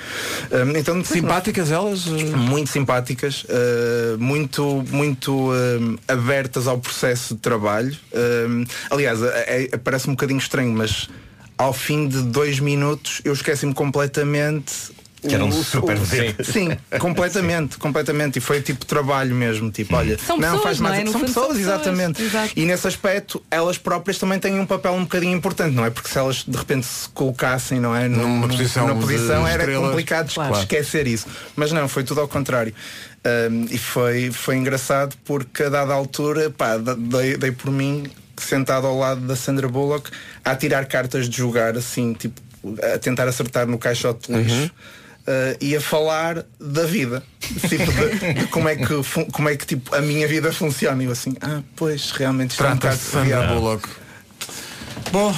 [SPEAKER 8] Eh, então,
[SPEAKER 1] simpáticas elas? eh,
[SPEAKER 8] Tipo,
[SPEAKER 6] Uhum.
[SPEAKER 8] Muito simpáticas, eh, muito, muito eh, abertas ao processo de trabalho. Eh, aliás, é- é- parece um bocadinho estranho, mas ao fim de dois minutos eu esqueci-me completamente.
[SPEAKER 10] Que
[SPEAKER 1] um
[SPEAKER 10] eram
[SPEAKER 8] o- o-
[SPEAKER 10] super
[SPEAKER 8] o-
[SPEAKER 10] vedetas.
[SPEAKER 8] Sim, completamente, completamente. E foi tipo trabalho mesmo. Tipo, olha,
[SPEAKER 6] São
[SPEAKER 8] não
[SPEAKER 6] pessoas,
[SPEAKER 8] faz mais.
[SPEAKER 6] não é? No
[SPEAKER 8] São
[SPEAKER 6] fundo,
[SPEAKER 8] pessoas,
[SPEAKER 6] são pessoas,
[SPEAKER 8] exatamente.
[SPEAKER 6] exato.
[SPEAKER 8] E nesse aspecto, elas próprias também têm um papel um bocadinho importante, não é? Porque se elas de repente se colocassem, não é? Num-
[SPEAKER 1] Numa
[SPEAKER 8] num-
[SPEAKER 1] posição
[SPEAKER 8] numa
[SPEAKER 1] de
[SPEAKER 8] posição era
[SPEAKER 1] estrelas.
[SPEAKER 8] complicado
[SPEAKER 1] Claro.
[SPEAKER 8] esquecer isso. Mas não, foi tudo ao contrário. Um, e foi, foi engraçado porque a dada altura, pá, da- dei, dei por mim sentado ao lado da Sandra Bullock a tirar cartas de jogar, assim, tipo, a tentar acertar no caixote de lixo.
[SPEAKER 1] Uhum.
[SPEAKER 8] uh, e a falar da vida tipo de, de como é que fun- como é que tipo a minha vida funciona e eu assim ah pois realmente isto é um
[SPEAKER 1] Trata-se de
[SPEAKER 8] bocado de
[SPEAKER 1] Sandra
[SPEAKER 8] viagem."
[SPEAKER 1] Bullock. Bom,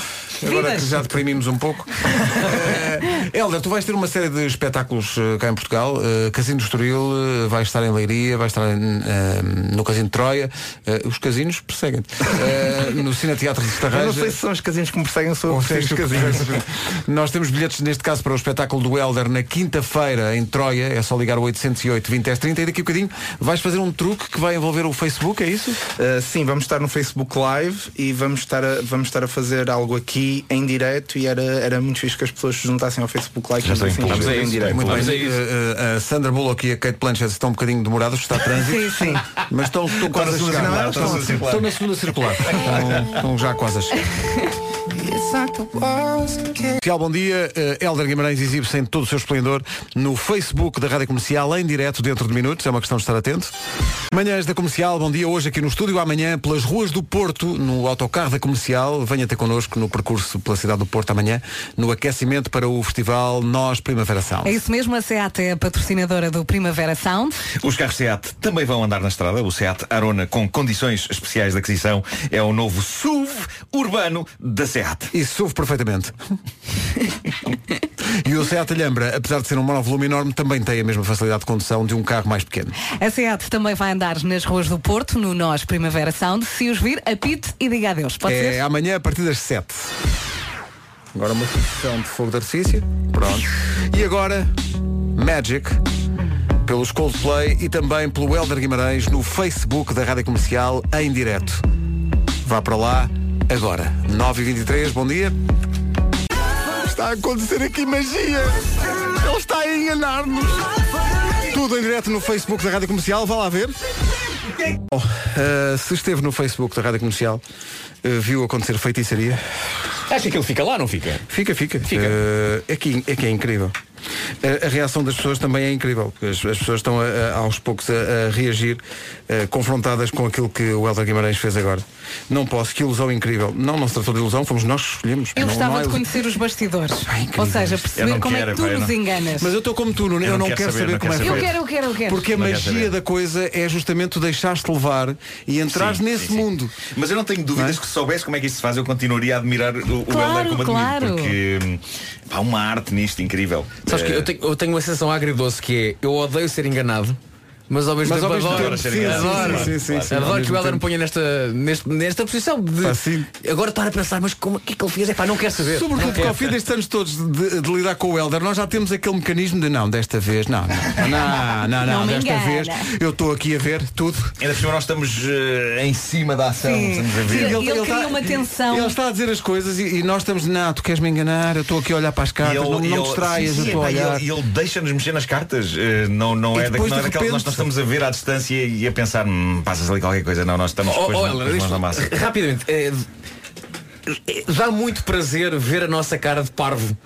[SPEAKER 1] agora que
[SPEAKER 8] Vidas.
[SPEAKER 1] já deprimimos um pouco. Eh, Helder, tu vais ter uma série de espetáculos eh, cá em Portugal. Eh, Casino do Estoril, eh, vais estar em Leiria, vais estar em, eh, no Casino de Troia. Eh, os casinos perseguem-te. Eh, no Cine Teatro de
[SPEAKER 8] Eu não
[SPEAKER 1] Estarreja.
[SPEAKER 8] sei se são os casinhos que me perseguem sou eu que
[SPEAKER 1] Tens
[SPEAKER 8] persigo
[SPEAKER 1] tu que
[SPEAKER 8] os casinhos
[SPEAKER 1] tens. Nós temos bilhetes, neste caso, para o espetáculo do Helder na quinta-feira em Troia. É só ligar o 808 20 10 30 e daqui a bocadinho vais fazer um truque que vai envolver o Facebook, é isso?
[SPEAKER 8] Uh, sim, vamos estar no Facebook Live e vamos estar a, vamos estar a fazer algo aqui em direto e era, era muito fixe que as pessoas se juntassem ao Facebook Live e assim, em direto.
[SPEAKER 1] Muito bem. Eh, eh, a Sandra Bullock e a Kate Blanchett estão um bocadinho demoradas, está a trânsito.
[SPEAKER 8] Sim, sim.
[SPEAKER 1] Mas estão, estão quase a
[SPEAKER 8] Estão na segunda
[SPEAKER 1] chegar.
[SPEAKER 8] circular,
[SPEAKER 1] Não,
[SPEAKER 8] estão
[SPEAKER 1] estão na
[SPEAKER 8] na segunda circular.
[SPEAKER 1] segunda circular. Estão- Estão já quase a chegar. Comercial, bom dia. Eh, Hélder Guimarães exibe-se em todo o seu esplendor no Facebook da Rádio Comercial, em direto, dentro de minutos. É uma questão de estar atento. Manhãs da Comercial, bom dia. Hoje aqui no estúdio, amanhã, pelas ruas do Porto, no autocarro da Comercial. Venha ter connosco no percurso pela cidade do Porto amanhã, no aquecimento para o festival Nós Primavera Sound.
[SPEAKER 6] É isso mesmo, a SEAT é a patrocinadora do Primavera Sound.
[SPEAKER 10] Os carros SEAT também vão andar na estrada. O SEAT Arona com condições especiais de aquisição é o novo SUV urbano da SEAT.
[SPEAKER 1] E SUV perfeitamente. E o Seat Alhambra, apesar de ser um monovolume enorme, também tem a mesma facilidade de condução de um carro mais pequeno.
[SPEAKER 6] A SEAT também vai andar nas ruas do Porto, no Nós Primavera Sound. Se os vir, apite e diga adeus. Pode
[SPEAKER 1] é
[SPEAKER 6] ser?
[SPEAKER 1] amanhã a partir das 7. Agora uma sessão de fogo de artifício. Pronto. E agora, Magic, pelos Coldplay e também pelo Helder Guimarães no Facebook da Rádio Comercial em direto. Vá para lá agora. 9h23, bom dia. Está a acontecer aqui magia. Ele está a enganar-nos. Tudo em direto no Facebook da Rádio Comercial, vá lá ver. Bom, eh, se esteve no Facebook da Rádio Comercial, eh, viu acontecer feitiçaria.
[SPEAKER 7] Acha que ele fica lá, não fica?
[SPEAKER 1] Fica, fica. Eh, é, que, é que é incrível. Eh, a reação das pessoas também é incrível. porque As, as pessoas estão a- a- aos poucos a, a reagir, eh, confrontadas com aquilo que o Helder Guimarães fez agora. Não posso, que ilusão incrível. Não, não se tratou de ilusão, fomos nós que escolhemos.
[SPEAKER 6] Eu
[SPEAKER 1] Não- é
[SPEAKER 6] gostava
[SPEAKER 1] não há
[SPEAKER 6] de
[SPEAKER 1] ilusão.
[SPEAKER 6] conhecer os bastidores. Ou seja,
[SPEAKER 1] Eu
[SPEAKER 6] perceber
[SPEAKER 1] não
[SPEAKER 6] como é
[SPEAKER 1] quero,
[SPEAKER 6] que tu
[SPEAKER 1] pá, eu
[SPEAKER 6] nos
[SPEAKER 1] não-
[SPEAKER 6] enganas.
[SPEAKER 1] Mas eu estou como tu, Nuno. Eu, não, quero saber, como é que
[SPEAKER 6] Eu quero, eu quero, eu quero.
[SPEAKER 1] Porque a magia da coisa é justamente tu deixaste levar e entrares
[SPEAKER 10] Sim,
[SPEAKER 1] nesse
[SPEAKER 10] sim, sim.
[SPEAKER 1] mundo.
[SPEAKER 10] Mas eu não tenho dúvidas que se soubesse como é que isto se faz, eu continuaria a admirar o,
[SPEAKER 6] Claro,
[SPEAKER 10] o Helder como
[SPEAKER 6] claro.
[SPEAKER 10] admiro. Porque hum, há uma arte nisto incrível.
[SPEAKER 7] Sabes que um
[SPEAKER 10] Eh,
[SPEAKER 7] é, eu tenho, eu tenho uma sensação agridoce que é eu odeio ser enganado, Mas ao mesmo
[SPEAKER 1] Mas
[SPEAKER 7] tempo
[SPEAKER 1] ao mesmo
[SPEAKER 7] adoro.
[SPEAKER 1] tempo, sim,
[SPEAKER 7] adoro,
[SPEAKER 1] sim, sim, sim, sim, ao
[SPEAKER 7] adoro que
[SPEAKER 1] mesmo
[SPEAKER 7] o Helder
[SPEAKER 1] tempo.
[SPEAKER 7] me ponha nesta, neste- nesta posição de. Agora estar a pensar, mas como- o que é que ele fez? É pá, não quer saber.
[SPEAKER 1] Sobretudo
[SPEAKER 7] não
[SPEAKER 1] porque
[SPEAKER 7] quer.
[SPEAKER 1] ao fim destes anos todos de, de lidar com o Helder, nós já temos aquele mecanismo de não, desta vez, não, não, não, não,
[SPEAKER 7] Não
[SPEAKER 1] não,
[SPEAKER 7] me
[SPEAKER 1] desta
[SPEAKER 7] engana.
[SPEAKER 1] vez eu estou aqui a ver tudo.
[SPEAKER 10] Ainda por cima nós estamos eh, em cima da ação.
[SPEAKER 1] Sim.
[SPEAKER 10] Estamos a ver.
[SPEAKER 1] Sim,
[SPEAKER 6] ele cria uma tensão.
[SPEAKER 1] Ele está a dizer as coisas e, e nós estamos, não, tu queres me enganar, eu estou aqui a olhar para as cartas,
[SPEAKER 10] E ele-
[SPEAKER 1] não, não
[SPEAKER 10] ele-
[SPEAKER 1] me distraias,
[SPEAKER 10] sim,
[SPEAKER 1] eu
[SPEAKER 10] sim,
[SPEAKER 1] estou a
[SPEAKER 10] epá, e ele-
[SPEAKER 1] olhar.
[SPEAKER 10] E ele, deixa-nos mexer nas cartas. eh, não não
[SPEAKER 1] E
[SPEAKER 10] é, da,
[SPEAKER 1] depois,
[SPEAKER 10] não é
[SPEAKER 1] de
[SPEAKER 10] daquela que nós
[SPEAKER 1] repente-
[SPEAKER 10] nós estamos a ver à distância e a pensar, "Hum, passas ali qualquer coisa. Não, nós estamos
[SPEAKER 7] Oh,
[SPEAKER 10] com as
[SPEAKER 7] oh,
[SPEAKER 10] mãos- com
[SPEAKER 7] Helder,
[SPEAKER 10] as mãos
[SPEAKER 7] isto-
[SPEAKER 10] na massa.
[SPEAKER 7] rapidamente. eh, eh, Dá muito prazer ver a nossa cara de parvo.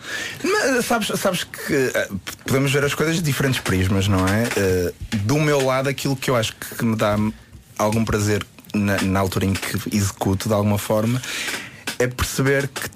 [SPEAKER 8] Mas sabes, sabes que eh, podemos ver as coisas de diferentes prismas, não é? Eh, do meu lado, aquilo que eu acho que que me dá algum prazer na, na altura em que executo de alguma forma é perceber que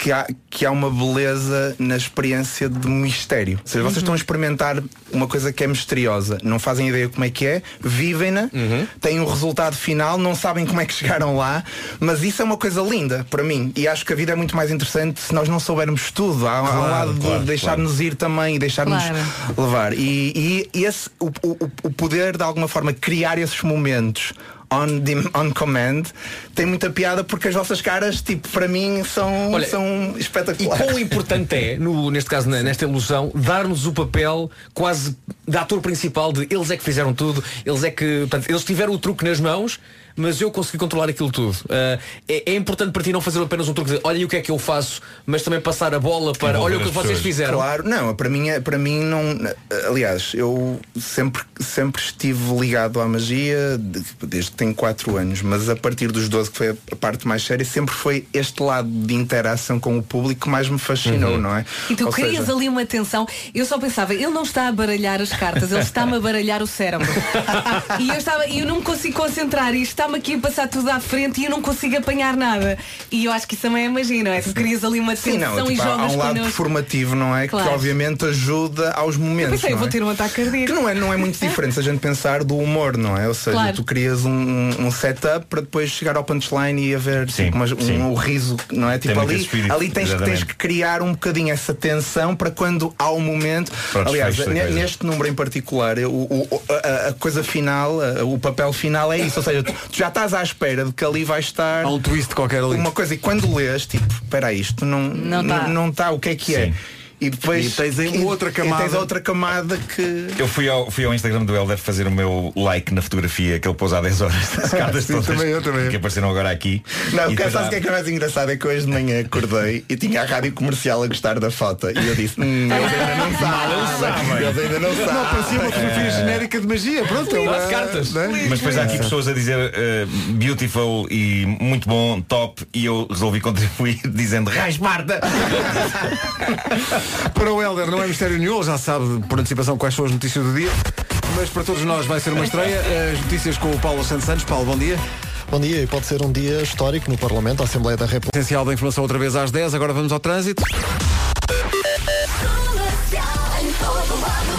[SPEAKER 8] que há, que há uma beleza na experiência de mistério. Ou seja, vocês estão a experimentar uma coisa que é misteriosa, não fazem ideia como é que é, vivem-na,
[SPEAKER 10] Uhum.
[SPEAKER 8] têm um resultado final, não sabem como é que chegaram lá, mas isso é uma coisa linda para mim. E acho que a vida é muito mais interessante se nós não soubermos tudo. Há, há um
[SPEAKER 10] Claro,
[SPEAKER 8] lado
[SPEAKER 10] claro,
[SPEAKER 8] de deixar-nos ir também e deixar-nos
[SPEAKER 10] Claro.
[SPEAKER 8] levar. E, e esse, o, o, o poder de alguma forma criar esses momentos. On, dem- on command tem muita piada porque as vossas caras, tipo, para mim são,
[SPEAKER 7] Olha,
[SPEAKER 8] são
[SPEAKER 7] E
[SPEAKER 8] espetaculares.
[SPEAKER 7] quão importante é, no- neste caso, na- nesta ilusão, dar-nos o papel quase de ator principal de eles é que fizeram tudo, eles é que. Portanto, eles tiveram o truque nas mãos, mas eu consegui controlar aquilo tudo. Ah, é, é importante para ti não fazer apenas um truque de olha e o que é que eu faço, mas também passar a bola para olha o que vocês fizeram.
[SPEAKER 8] Claro, não, para mim, é- para mim não. Aliás, eu sempre, sempre estive ligado à magia de- desde que tenho 4 anos, mas a partir dos 12, que foi a- a parte mais séria, sempre foi este lado de interação com o público que mais me fascinou, não é?
[SPEAKER 6] E tu
[SPEAKER 8] Ou
[SPEAKER 6] crias
[SPEAKER 8] seja,
[SPEAKER 6] ali uma tensão. Eu só pensava, ele não está a baralhar as cartas, ele está-me a baralhar o cérebro. e eu estava, e eu não me consigo concentrar e está-me aqui a passar tudo à frente e eu não consigo apanhar nada. E eu acho que isso também é magia, não é? Tu crias ali uma tensão
[SPEAKER 8] Sim, não,
[SPEAKER 6] e
[SPEAKER 8] tipo, há- há
[SPEAKER 6] jogas
[SPEAKER 8] um lado
[SPEAKER 6] connosco.
[SPEAKER 8] formativo, não é?
[SPEAKER 6] Claro.
[SPEAKER 8] Que obviamente ajuda aos
[SPEAKER 6] Eu
[SPEAKER 8] momentos.
[SPEAKER 6] pensei,
[SPEAKER 8] não
[SPEAKER 6] vou
[SPEAKER 8] é?
[SPEAKER 6] ter um ataque cardíaco.
[SPEAKER 8] Que não é, não é muito diferente se a gente pensar do humor, não é? Ou seja,
[SPEAKER 6] Claro.
[SPEAKER 8] tu crias um, um- um setup para depois chegar ao punchline e haver tipo, umas- um,
[SPEAKER 10] sim.
[SPEAKER 8] um riso, não é?
[SPEAKER 10] Tem
[SPEAKER 8] Tipo
[SPEAKER 10] muito
[SPEAKER 8] ali,
[SPEAKER 10] esse espírito,
[SPEAKER 8] ali tens, que, tens
[SPEAKER 10] exatamente.
[SPEAKER 8] que criar um bocadinho essa tensão para quando há um momento.
[SPEAKER 10] Para o
[SPEAKER 8] Aliás,
[SPEAKER 10] desfecho da
[SPEAKER 8] ne-
[SPEAKER 10] coisa.
[SPEAKER 8] neste número em particular, eu- o- o- a, a coisa final, a- o papel final é isso. Ou seja, tu, tu já estás à espera de que ali vai estar
[SPEAKER 1] Há um twist qualquer ali.
[SPEAKER 8] uma coisa e quando lês, tipo, espera aí, isto não
[SPEAKER 1] Não
[SPEAKER 8] não
[SPEAKER 1] tá.
[SPEAKER 8] está, o que é que é? E depois
[SPEAKER 1] E tens aí
[SPEAKER 8] e-
[SPEAKER 1] outra
[SPEAKER 8] e
[SPEAKER 1] camada.
[SPEAKER 8] tens outra camada que
[SPEAKER 10] Eu fui ao, fui ao Instagram do Helder fazer o meu like na fotografia que ele pôs há 10 horas das cartas
[SPEAKER 8] Sim,
[SPEAKER 10] todas
[SPEAKER 8] também eu, também eu.
[SPEAKER 10] que apareceram agora aqui.
[SPEAKER 8] Não,
[SPEAKER 10] E
[SPEAKER 8] porque
[SPEAKER 10] depois
[SPEAKER 8] sabes o
[SPEAKER 10] há-
[SPEAKER 8] que é que é mais engraçado? É que hoje de manhã acordei e tinha a rádio comercial a gostar da foto. E eu disse, hum, eles ainda não sabem. Eles ainda não sabem.
[SPEAKER 1] Não, parecia uma fotografia
[SPEAKER 10] É.
[SPEAKER 1] genérica de magia, pronto. é uma- não é?
[SPEAKER 10] Mas depois há aqui pessoas a dizer eh, beautiful e muito bom, top, e eu resolvi contribuir dizendo raiz Marta!
[SPEAKER 1] Para o Helder não é mistério nenhum, ele já sabe por antecipação quais são as notícias do dia. Mas para todos nós vai ser uma estreia. As notícias com o Paulo Santos Santos. Paulo, bom dia.
[SPEAKER 2] Bom dia, e pode ser um dia histórico no Parlamento, a Assembleia da República.
[SPEAKER 1] Essencial da informação outra vez às 10, agora vamos ao trânsito.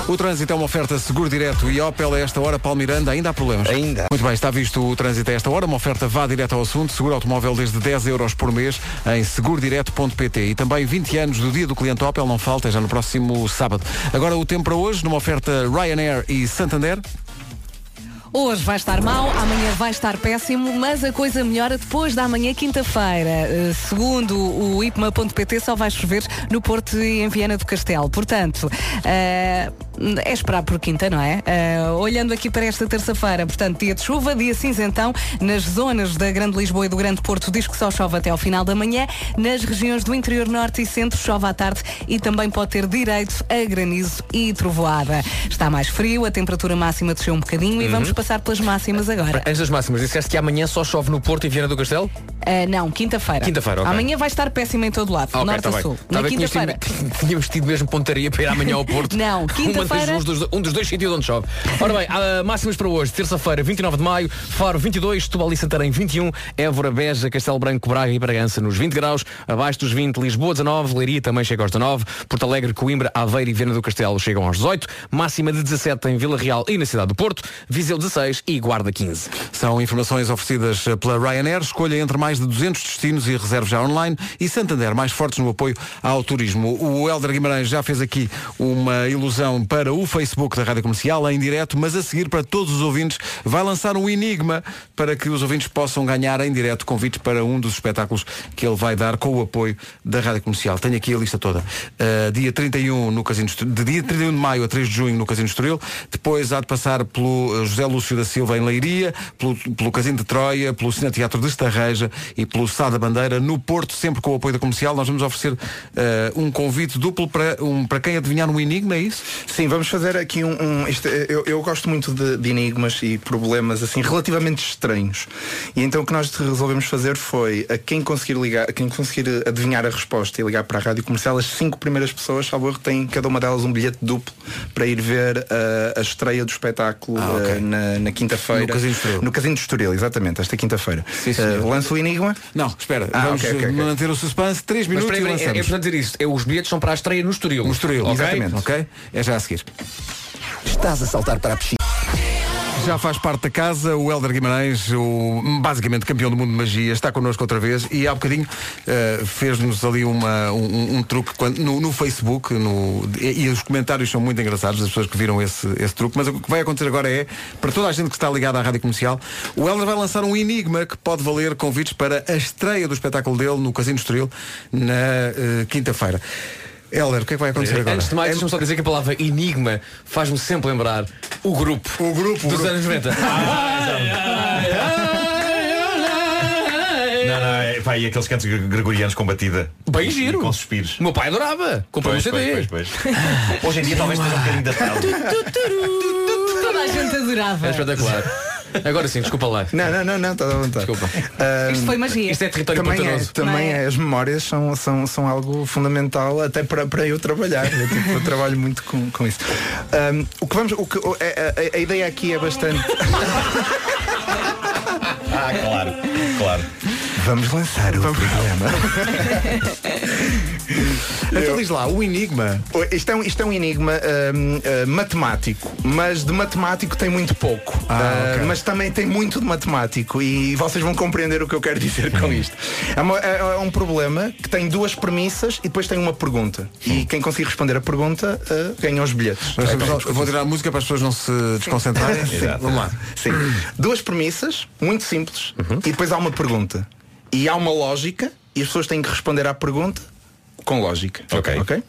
[SPEAKER 1] O trânsito é uma oferta seguro direto e Opel a esta hora, Paulo Miranda, ainda há problemas? Ainda. Muito bem, está visto o trânsito a esta hora, uma oferta vá direto ao assunto, seguro automóvel desde 10 euros por mês em segurodireto.pt e também 20 anos do dia do cliente Opel, não falta, é já no próximo sábado. Agora o tempo para hoje, numa oferta Ryanair e Santander.
[SPEAKER 6] Hoje vai estar mau, amanhã vai estar péssimo, mas a coisa melhora depois da manhã, quinta-feira. Eh, Segundo o ipma.pt, só vai chover no Porto e em Viana do Castelo. Portanto, eh, é esperar por quinta, não é? Eh, olhando aqui para esta terça-feira, portanto, dia de chuva, dia cinzentão, nas zonas da Grande Lisboa e do Grande Porto, diz que só chove até ao final da manhã. Nas regiões do interior norte e centro, chove à tarde e também pode ter direito a granizo e trovoada. Está mais frio, a temperatura máxima desceu um bocadinho
[SPEAKER 7] Uhum.
[SPEAKER 6] e
[SPEAKER 7] Eh,
[SPEAKER 6] vamos passar pelas máximas agora.
[SPEAKER 7] Antes das máximas, disseste que amanhã só chove no Porto e Viana do Castelo?
[SPEAKER 6] Ah, não, quinta-feira.
[SPEAKER 7] eh, Quinta-feira, ok.
[SPEAKER 6] Amanhã vai estar péssima em todo lado,
[SPEAKER 7] Ah, ok,
[SPEAKER 6] norte
[SPEAKER 7] tá
[SPEAKER 6] a
[SPEAKER 7] bem.
[SPEAKER 6] sul.
[SPEAKER 7] Tá
[SPEAKER 6] Na
[SPEAKER 7] bem, tínhamos
[SPEAKER 6] quinta-feira.
[SPEAKER 7] tido- Tínhamos tido mesmo pontaria para ir amanhã ao Porto.
[SPEAKER 6] Não,
[SPEAKER 7] Uma das-
[SPEAKER 6] quinta-feira-
[SPEAKER 7] um dos- Um dos dois sítios onde chove. Ora bem, ah, máximas para hoje. Terça-feira, 29 de maio, Faro 22, Setúbal e Santarém 21, Évora, Beja, Castelo Branco, Braga e Bragança nos 20 graus, abaixo dos 20, Lisboa 19, Leiria também chega aos 19, Porto Alegre, Coimbra, Aveiro e Viana do Castelo chegam aos 18, máxima de 17 em Vila Real e na cidade do Porto, Viseu 16 e Guarda 15.
[SPEAKER 1] São informações oferecidas pela Ryanair. Escolha entre mais mais de 200 destinos e reservas já online e Santander mais fortes no apoio ao turismo. O Helder Guimarães já fez aqui uma ilusão para o Facebook da Rádio Comercial em direto, mas a seguir para todos os ouvintes vai lançar um enigma para que os ouvintes possam ganhar em direto convites para um dos espetáculos que ele vai dar com o apoio da Rádio Comercial. Tenho aqui a lista toda. Uh, dia 31 no Casino Estoril- de dia 31 de maio a 3 de junho no Casino Estoril, depois há de passar pelo uh, José Lúcio da Silva em Leiria, pelo, pelo Casino de Troia, pelo Cine Teatro de Estarreja e pelo Sá da Bandeira no Porto, sempre com o apoio da Comercial. Nós vamos oferecer uh, um convite duplo para, um, para quem adivinhar um enigma, é isso?
[SPEAKER 8] Sim, vamos fazer aqui um. um- isto- eu, eu gosto muito de, de enigmas e problemas assim relativamente estranhos. E então o que nós resolvemos fazer foi a quem conseguir ligar, a quem conseguir adivinhar a resposta e ligar para a rádio comercial, as cinco primeiras pessoas, salvo erro, têm cada uma delas um bilhete duplo para ir ver ah, a estreia do espetáculo ah, na, na quinta-feira.
[SPEAKER 1] No Casino de Estoril.
[SPEAKER 8] No Casino de Estoril, exatamente, esta quinta-feira. Ah, lança o enigma?
[SPEAKER 1] Não, espera.
[SPEAKER 8] Ah,
[SPEAKER 1] vamos
[SPEAKER 8] ok, ok, ok.
[SPEAKER 1] manter o suspense. 3
[SPEAKER 8] Mas
[SPEAKER 1] minutos e
[SPEAKER 8] espera aí, é-
[SPEAKER 1] lançamos.
[SPEAKER 8] é
[SPEAKER 7] importante dizer isto. Os bilhetes são para a estreia no Estoril.
[SPEAKER 1] No Estoril,
[SPEAKER 7] Ok?
[SPEAKER 1] exatamente. Ok? É já a seguir.
[SPEAKER 15] Estás a saltar para a piscina.
[SPEAKER 1] Já faz parte da casa, o Helder Guimarães, o basicamente campeão do mundo de magia, está connosco outra vez e há bocadinho eh, fez-nos ali uma, um, um truque quando- no, no Facebook no- e, e os comentários são muito engraçados das pessoas que viram esse, esse truque, mas o que vai acontecer agora é, para toda a gente que está ligada à rádio comercial, o Helder vai lançar um enigma que pode valer convites para a estreia do espetáculo dele no Casino Estoril na eh, quinta-feira. Helder, o que é que vai acontecer agora?
[SPEAKER 7] Antes de mais, deixa-me só dizer que a palavra enigma faz-me sempre lembrar o grupo. O grupo dos anos 90.
[SPEAKER 10] Não, não, é, pá, e aqueles cantos gre- gregorianos com batida.
[SPEAKER 7] Bem giro.
[SPEAKER 10] Com suspiros.
[SPEAKER 7] Meu pai adorava. Comprou
[SPEAKER 10] Pois,
[SPEAKER 7] um CD.
[SPEAKER 10] pois, pois, pois. Hoje em dia talvez esteja um bocadinho datado.
[SPEAKER 6] Toda a gente adorava.
[SPEAKER 7] É espetacular. Agora sim, desculpa lá.
[SPEAKER 8] Não, não, não, não, está à vontade. Ah,
[SPEAKER 6] Isto foi magia.
[SPEAKER 7] Isto é território
[SPEAKER 8] também é,
[SPEAKER 7] pantanoso.
[SPEAKER 8] também
[SPEAKER 7] Não
[SPEAKER 8] é, as memórias são, são, são algo fundamental até para, para eu trabalhar. Eu, tipo, eu trabalho muito com, com isso. Ahm, o que vamos, o que, o- é- a, a ideia aqui é bastante.
[SPEAKER 10] Ah, claro, claro.
[SPEAKER 8] Vamos lançar o problema.
[SPEAKER 1] então diz lá, o enigma.
[SPEAKER 8] Isto é um, isto é um enigma ahm, ah, matemático, mas de matemático tem muito pouco. Ah,
[SPEAKER 1] ok.
[SPEAKER 8] Mas também tem muito de matemático e vocês vão compreender o que eu quero dizer com isto. É, uma- é- é um problema que tem duas premissas e depois tem uma pergunta. E quem conseguir responder a pergunta ah, ganha os bilhetes.
[SPEAKER 1] Mas
[SPEAKER 8] Ok,
[SPEAKER 1] vamos
[SPEAKER 8] Hum. vamos
[SPEAKER 1] lá, eu vou tirar a música para as pessoas não se desconcentrarem.
[SPEAKER 8] Sim.
[SPEAKER 1] Sim, Vamos lá.
[SPEAKER 8] Sim. Duas premissas, muito simples, e depois há uma pergunta. E há uma lógica, e as pessoas têm que responder à pergunta com lógica. Ok.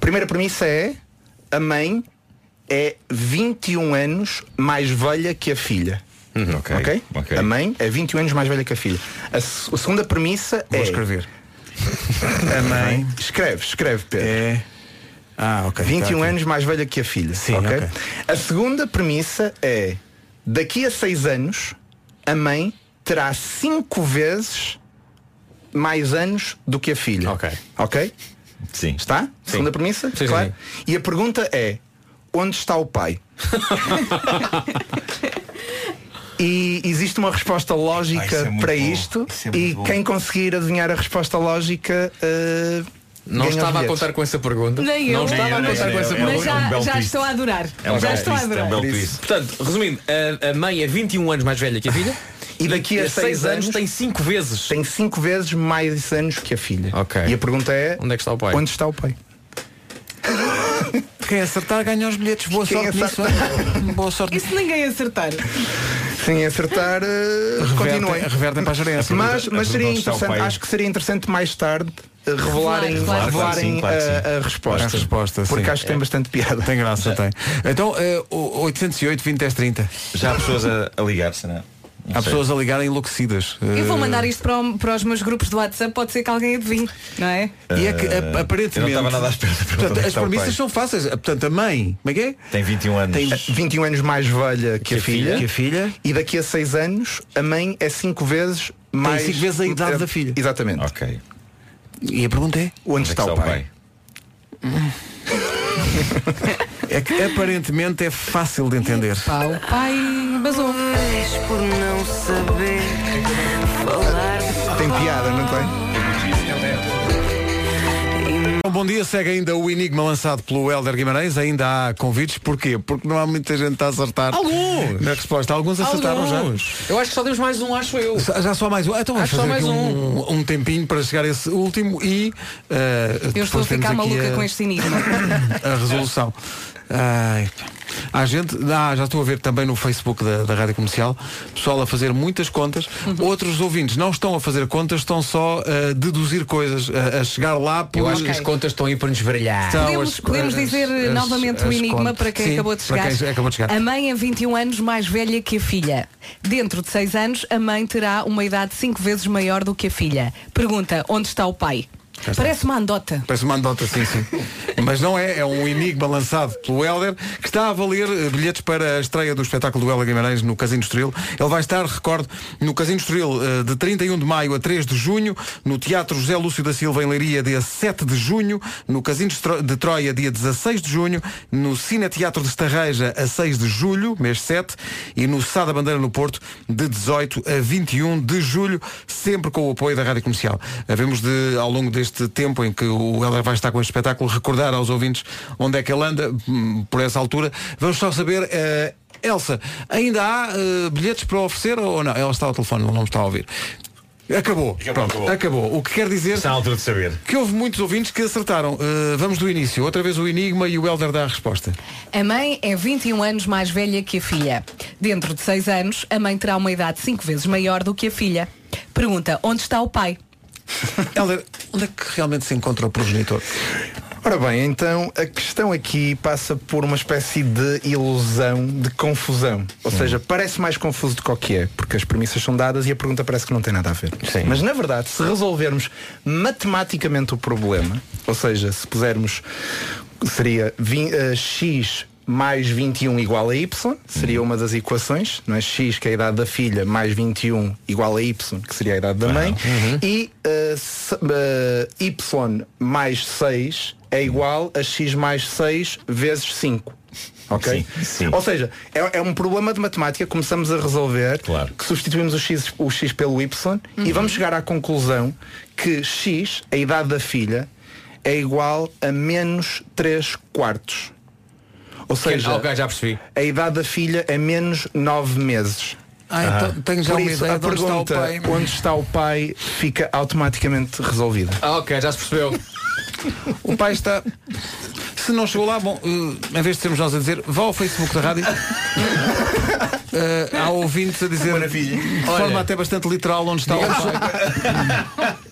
[SPEAKER 8] Primeira premissa é a mãe é 21 anos mais velha que a filha.
[SPEAKER 10] Ok.
[SPEAKER 8] ok? A mãe é 21 anos mais velha que a filha. A, se- a segunda premissa é.
[SPEAKER 1] escrever.
[SPEAKER 8] A mãe. Escreve, escreve, Pedro.
[SPEAKER 1] É. Ah, ok.
[SPEAKER 8] 21
[SPEAKER 1] Tá aqui.
[SPEAKER 8] anos mais velha que a filha. Sim,
[SPEAKER 1] ok.
[SPEAKER 8] A segunda premissa é daqui a 6 anos a mãe terá 5 vezes mais anos do que a filha. Ok. Ok?
[SPEAKER 10] Sim.
[SPEAKER 8] Está? Segunda premissa?
[SPEAKER 10] Sim,
[SPEAKER 8] claro.
[SPEAKER 10] sim,
[SPEAKER 8] E a pergunta é onde está o pai? E existe uma resposta
[SPEAKER 10] Ah, isso é
[SPEAKER 8] lógica
[SPEAKER 10] muito
[SPEAKER 8] para
[SPEAKER 10] bom.
[SPEAKER 8] isto
[SPEAKER 10] Isso é muito
[SPEAKER 8] e
[SPEAKER 10] bom.
[SPEAKER 8] quem conseguir adivinhar a resposta lógica eh,
[SPEAKER 7] Não
[SPEAKER 8] ganha os
[SPEAKER 7] estava a
[SPEAKER 8] bilhetes.
[SPEAKER 7] contar com essa pergunta.
[SPEAKER 6] Nem eu.
[SPEAKER 7] Não é um estava a contar com essa pergunta.
[SPEAKER 6] Mas já, já estou a adorar.
[SPEAKER 10] É
[SPEAKER 7] É
[SPEAKER 10] um
[SPEAKER 7] um
[SPEAKER 6] já estou a adorar.
[SPEAKER 7] Portanto, resumindo, a, a mãe é 21 anos mais velha que a filha.
[SPEAKER 8] E daqui a 6
[SPEAKER 7] seis
[SPEAKER 8] anos,
[SPEAKER 7] tem 5 vezes.
[SPEAKER 8] Tem 5 vezes mais anos que a filha. Ok. E a pergunta é
[SPEAKER 7] Onde é que está o pai?
[SPEAKER 8] Onde está o pai?
[SPEAKER 1] Quem acertar ganha os bilhetes. Boa
[SPEAKER 8] Quem
[SPEAKER 1] sorte nisso. olha. Boa sorte.
[SPEAKER 6] E se ninguém acertar?
[SPEAKER 8] Sem acertar, eh,
[SPEAKER 1] Revertem-
[SPEAKER 8] continuem.
[SPEAKER 1] revertem para a gerência.
[SPEAKER 8] Mas,
[SPEAKER 1] A
[SPEAKER 8] mas
[SPEAKER 1] pergunta
[SPEAKER 8] seria
[SPEAKER 1] onde está o
[SPEAKER 8] interessante,
[SPEAKER 1] pai?
[SPEAKER 8] acho que seria interessante mais tarde eh,
[SPEAKER 1] Claro,
[SPEAKER 8] revelarem,
[SPEAKER 1] claro.
[SPEAKER 8] revelarem eh,
[SPEAKER 1] Claro que sim, claro que
[SPEAKER 8] a, a
[SPEAKER 1] sim.
[SPEAKER 8] resposta.
[SPEAKER 1] A resposta,
[SPEAKER 8] Porque
[SPEAKER 1] sim.
[SPEAKER 8] acho que tem
[SPEAKER 1] É.
[SPEAKER 8] bastante piada.
[SPEAKER 1] Tem graça, tem. Então, eh, o- 808 20 10 30.
[SPEAKER 10] Já há pessoas a, a ligar-se, não é?
[SPEAKER 1] Há pessoas a ligarem enlouquecidas.
[SPEAKER 6] Eu vou mandar isto para, o- para os meus grupos do WhatsApp, pode ser que alguém adivinhe, não é?
[SPEAKER 1] E é que
[SPEAKER 10] Eh,
[SPEAKER 1] ap- aparentemente.
[SPEAKER 10] eu não estava nada à espera da pergunta
[SPEAKER 1] Portanto,
[SPEAKER 10] onde é
[SPEAKER 1] as
[SPEAKER 10] está o
[SPEAKER 1] premissas
[SPEAKER 10] pai.
[SPEAKER 1] são fáceis. Portanto, a mãe, como é que é?
[SPEAKER 10] Tem 21 anos.
[SPEAKER 8] Tem 21 anos mais velha que, a, filha,
[SPEAKER 1] Que a filha.
[SPEAKER 8] E daqui a 6 anos a mãe é 5 vezes mais.
[SPEAKER 1] cinco vezes a idade
[SPEAKER 8] eh,
[SPEAKER 1] da filha.
[SPEAKER 8] Exatamente.
[SPEAKER 10] Ok.
[SPEAKER 1] E a pergunta é?
[SPEAKER 8] Onde, está, o pai?
[SPEAKER 1] É que aparentemente é fácil de entender.
[SPEAKER 6] Pá, o pai basou.
[SPEAKER 16] por não saber falar
[SPEAKER 8] Tem piada, não tem?
[SPEAKER 1] Então, bom dia, segue ainda o enigma lançado pelo Helder Guimarães. Ainda há convites, porquê? Porque não há muita gente a acertar.
[SPEAKER 7] Alguns!
[SPEAKER 1] Na resposta, alguns acertaram já.
[SPEAKER 7] Eu acho que só demos mais um, acho eu.
[SPEAKER 1] Já- Já só mais um. Ah, Então vamos
[SPEAKER 7] Acho
[SPEAKER 1] fazer
[SPEAKER 7] só
[SPEAKER 1] aqui
[SPEAKER 7] mais
[SPEAKER 1] um, um tempinho para chegar a esse último e. eh,
[SPEAKER 6] Eu
[SPEAKER 1] depois
[SPEAKER 6] estou a
[SPEAKER 1] temos
[SPEAKER 6] ficar
[SPEAKER 1] aqui
[SPEAKER 6] maluca
[SPEAKER 1] a-
[SPEAKER 6] com este enigma.
[SPEAKER 1] a resolução. Ai, pá. há gente, ah, já estou a ver também no Facebook da, da Rádio Comercial, pessoal a fazer muitas contas,
[SPEAKER 6] Uhum.
[SPEAKER 1] outros ouvintes não estão a fazer contas, estão só a deduzir coisas, eh, a, a chegar lá por
[SPEAKER 7] Eu acho que as contas estão aí para nos baralhar.
[SPEAKER 1] Então,
[SPEAKER 6] Ah, podemos,
[SPEAKER 1] as-
[SPEAKER 6] podemos
[SPEAKER 1] as-
[SPEAKER 6] dizer eh,
[SPEAKER 1] as-
[SPEAKER 6] novamente o
[SPEAKER 1] as
[SPEAKER 6] enigma
[SPEAKER 1] contas.
[SPEAKER 6] para quem
[SPEAKER 1] Sim,
[SPEAKER 6] acabou de
[SPEAKER 1] para
[SPEAKER 6] chegar.
[SPEAKER 1] quem acabou de chegar.
[SPEAKER 6] A mãe é 21 anos mais velha que a filha. Dentro de 6 anos, a mãe terá uma idade 5 vezes maior do que a filha. Pergunta, onde está o pai?
[SPEAKER 1] Já está.
[SPEAKER 6] Parece uma andota.
[SPEAKER 1] Parece uma anedota, sim, sim. Mas não é, é um enigma lançado pelo Helder, que está a valer eh, bilhetes para a estreia do espetáculo do Helder Guimarães no Casino Estoril. Ele vai estar, recordo, no Casino Estoril eh, de 31 de maio a 3 de junho, no Teatro José Lúcio da Silva em Leiria, dia 7 de junho, no Casino de Tro- de Troia, dia 16 de junho, no Cine Teatro de Estarreja, a 6 de julho, mês 7, e no Sá da Bandeira no Porto, de 18 a 21 de julho, sempre com o apoio da Rádio Comercial. Havemos de, ao longo deste tempo em que o Helder vai estar com este espetáculo, recordar aos ouvintes onde é que ele anda, hum, por essa altura. Vamos só saber, eh, Elsa, ainda há eh, bilhetes para oferecer ou não? Ela está ao telefone, não me está a ouvir. Acabou. Pronto, acabou. O que quer dizer
[SPEAKER 17] Está à altura de saber.
[SPEAKER 1] que houve muitos ouvintes que acertaram. Eh, vamos do início. Outra vez o enigma e o Helder dá a resposta.
[SPEAKER 6] A mãe é 21 anos mais velha que a filha. Dentro de 6 anos, a mãe terá uma idade 5 vezes maior do que a filha. Pergunta, onde está o pai?
[SPEAKER 1] Helder, onde é que realmente se encontra o progenitor?
[SPEAKER 8] Ora bem, então a questão aqui passa por uma espécie de ilusão de confusão. Ou seja, parece mais confuso do que o que é, porque as premissas são dadas e a pergunta parece que não tem nada a ver. Mas na verdade, se resolvermos matematicamente o problema, ou seja, se pusermos seria vin- eh, x mais 21 igual a y, seria uma das equações, não é? x que é a idade da filha mais 21 igual a y, que seria a idade da mãe, e eh, se- eh, y mais 6 é igual a x mais 6 vezes 5. Ok?
[SPEAKER 17] Sim, sim.
[SPEAKER 8] Ou seja, é, é um problema de matemática, começamos a resolver, que substituímos o x, o x pelo y e
[SPEAKER 17] Uhum.
[SPEAKER 8] vamos chegar à conclusão que x, a idade da filha, é igual a menos 3 quartos. Ou seja,
[SPEAKER 7] Ah, ok, já percebi.
[SPEAKER 8] a idade da filha é menos 9 meses.
[SPEAKER 1] Ah, então tenho já
[SPEAKER 8] Por
[SPEAKER 1] uma
[SPEAKER 8] isso,
[SPEAKER 1] ideia
[SPEAKER 8] a
[SPEAKER 1] de onde está o
[SPEAKER 8] pergunta
[SPEAKER 1] pai.
[SPEAKER 8] onde está o pai fica automaticamente resolvida.
[SPEAKER 7] Ah, ok, já se percebeu.
[SPEAKER 1] O pai está. Se não chegou lá, bom, eh, em vez de sermos nós a dizer, vá ao Facebook da rádio. Eh, há ouvintes a dizer de forma
[SPEAKER 7] Olha.
[SPEAKER 1] até bastante literal onde está o
[SPEAKER 7] Digamos-
[SPEAKER 1] pai.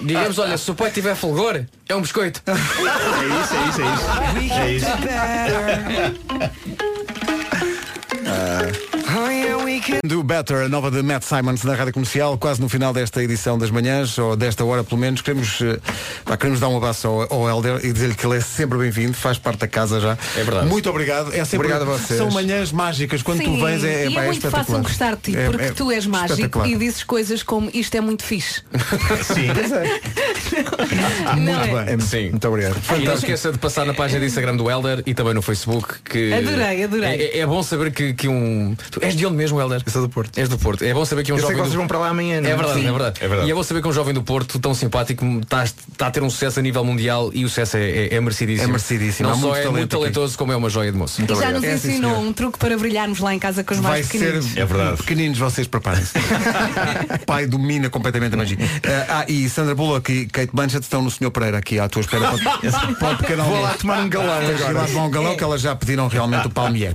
[SPEAKER 7] Digamos, olha, se o pai tiver fulgor, é um biscoito. É isso, é isso,
[SPEAKER 17] É isso.
[SPEAKER 1] Ah.
[SPEAKER 7] Oh,
[SPEAKER 1] Do Better, a nova de Matt Simons na Rádio Comercial, quase no final desta edição das manhãs, ou desta hora pelo menos, queremos, eh, pá, queremos dar um abraço ao, ao Helder e dizer-lhe que ele é sempre bem-vindo, faz parte da casa já. É
[SPEAKER 8] verdade.
[SPEAKER 1] Muito obrigado. É sempre,
[SPEAKER 8] Obrigado a vocês.
[SPEAKER 1] São manhãs mágicas. Quando
[SPEAKER 6] Sim,
[SPEAKER 1] tu vens é,
[SPEAKER 6] e
[SPEAKER 1] pá,
[SPEAKER 6] é muito
[SPEAKER 1] espetacular.
[SPEAKER 6] fácil gostar de ti,
[SPEAKER 1] É-
[SPEAKER 6] porque
[SPEAKER 1] é
[SPEAKER 6] tu és mágico
[SPEAKER 1] espetacular.
[SPEAKER 6] e dizes coisas como isto é muito fixe.
[SPEAKER 17] Sim.
[SPEAKER 1] é. Ah,
[SPEAKER 6] Não é?
[SPEAKER 8] Sim. Muito obrigado.
[SPEAKER 7] E não esqueça de passar na página do Instagram do Helder e também no Facebook que.
[SPEAKER 6] Adorei, adorei.
[SPEAKER 7] É, é bom saber que, que um. Tu és de onde mesmo, Helder? Eu
[SPEAKER 8] sou do Porto.
[SPEAKER 7] És do Porto. É bom saber que um
[SPEAKER 8] Eu sei
[SPEAKER 7] jovem.
[SPEAKER 8] que
[SPEAKER 7] do-
[SPEAKER 8] vocês vão para lá amanhã, não é?
[SPEAKER 7] É verdade,
[SPEAKER 8] Sim.
[SPEAKER 7] é verdade,
[SPEAKER 8] É verdade.
[SPEAKER 7] E é bom saber que um jovem do Porto, tão simpático, está, está a ter um sucesso a nível mundial e o sucesso é, é, é merecidíssimo.
[SPEAKER 1] É merecidíssimo.
[SPEAKER 7] Não
[SPEAKER 1] Há
[SPEAKER 7] só
[SPEAKER 1] muito
[SPEAKER 7] é
[SPEAKER 1] talento
[SPEAKER 7] muito
[SPEAKER 1] aqui.
[SPEAKER 7] talentoso, como é uma joia de moço.
[SPEAKER 6] E já nos
[SPEAKER 1] É, sim,
[SPEAKER 6] ensinou
[SPEAKER 1] senhor.
[SPEAKER 6] um truque para brilharmos lá em casa com os
[SPEAKER 1] Vai
[SPEAKER 6] mais pequeninos.
[SPEAKER 8] É
[SPEAKER 10] É
[SPEAKER 1] ser pequeninos, vocês preparem-se. O Pai domina completamente a magia. ah, ah, e Sandra Bullock e Kate Blanchett estão no Sr. Pereira aqui à tua espera para, para o pequeno
[SPEAKER 8] Vou lá
[SPEAKER 1] almoço.
[SPEAKER 8] tomar um galão
[SPEAKER 1] Tens de ir
[SPEAKER 8] agora.
[SPEAKER 1] lá tomar um
[SPEAKER 17] É.
[SPEAKER 1] galão que elas já pediram realmente o palmier.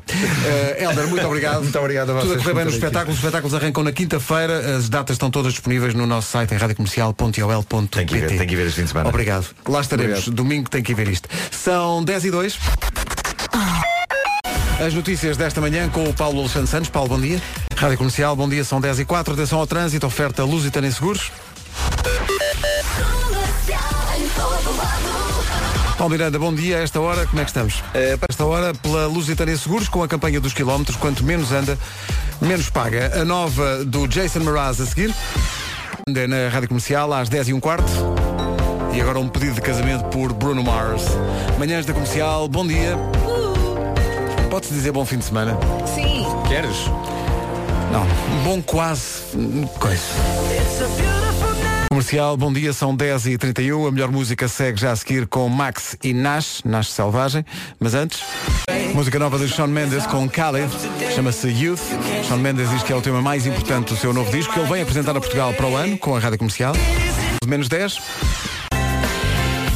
[SPEAKER 1] Ah, Helder, muito obrigado.
[SPEAKER 8] Muito obrigado a vocês
[SPEAKER 1] Tudo a
[SPEAKER 8] por
[SPEAKER 1] correr bem
[SPEAKER 8] terem
[SPEAKER 1] nos
[SPEAKER 8] aqui.
[SPEAKER 1] espetáculos. Os espetáculos arrancam na quinta-feira. As datas estão todas disponíveis no nosso site em radiocomercial.ol.pt Tem
[SPEAKER 17] que ver- tem que ver este fim de semana.
[SPEAKER 1] Obrigado. Lá estaremos. Domingo tem que ir ver isto. São 10 e 2. As notícias desta manhã com o Paulo Alexandre Santos. Paulo, bom dia. Rádio Comercial, bom dia, são 10 e 4. Atenção ao trânsito, oferta Lusitana em Seguros. Paulo Miranda, bom dia. A esta hora, como é que estamos? A esta hora, pela Lusitânia Seguros, com a campanha dos quilómetros, quanto menos anda, menos paga. A nova do Jason Mraz a seguir, Anda na Rádio Comercial, às 10 e um quarto. E agora um pedido de casamento por Bruno Mars. Manhãs da Comercial, bom dia. Pode-se dizer bom fim de semana?
[SPEAKER 6] Sim.
[SPEAKER 7] Queres?
[SPEAKER 1] Não. Bom quase. hum, Coisa. Comercial, bom dia, são 10h31. A melhor música segue já a seguir com Max e Nash, Nash Selvagem. Mas antes, música nova do Sean Mendes com Khaled, chama-se Youth. Sean Mendes diz que é o tema mais importante do seu novo disco, que ele vem apresentar a Portugal para o ano com a rádio comercial. De menos 10.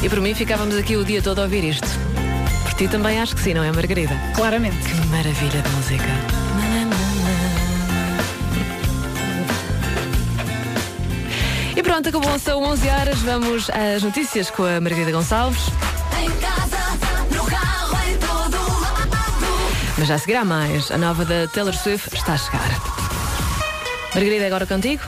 [SPEAKER 3] E por mim ficávamos aqui o dia todo a ouvir isto. Por ti também acho que sim, não é, Margarida? Claramente. Que maravilha de música. E pronto, acabou, são 11 horas. Vamos às notícias com a Margarida Gonçalves.
[SPEAKER 9] Em casa, no carro, em todo lado.
[SPEAKER 3] Mas já seguirá mais. A nova da Taylor Swift está a chegar. Margarida, agora contigo.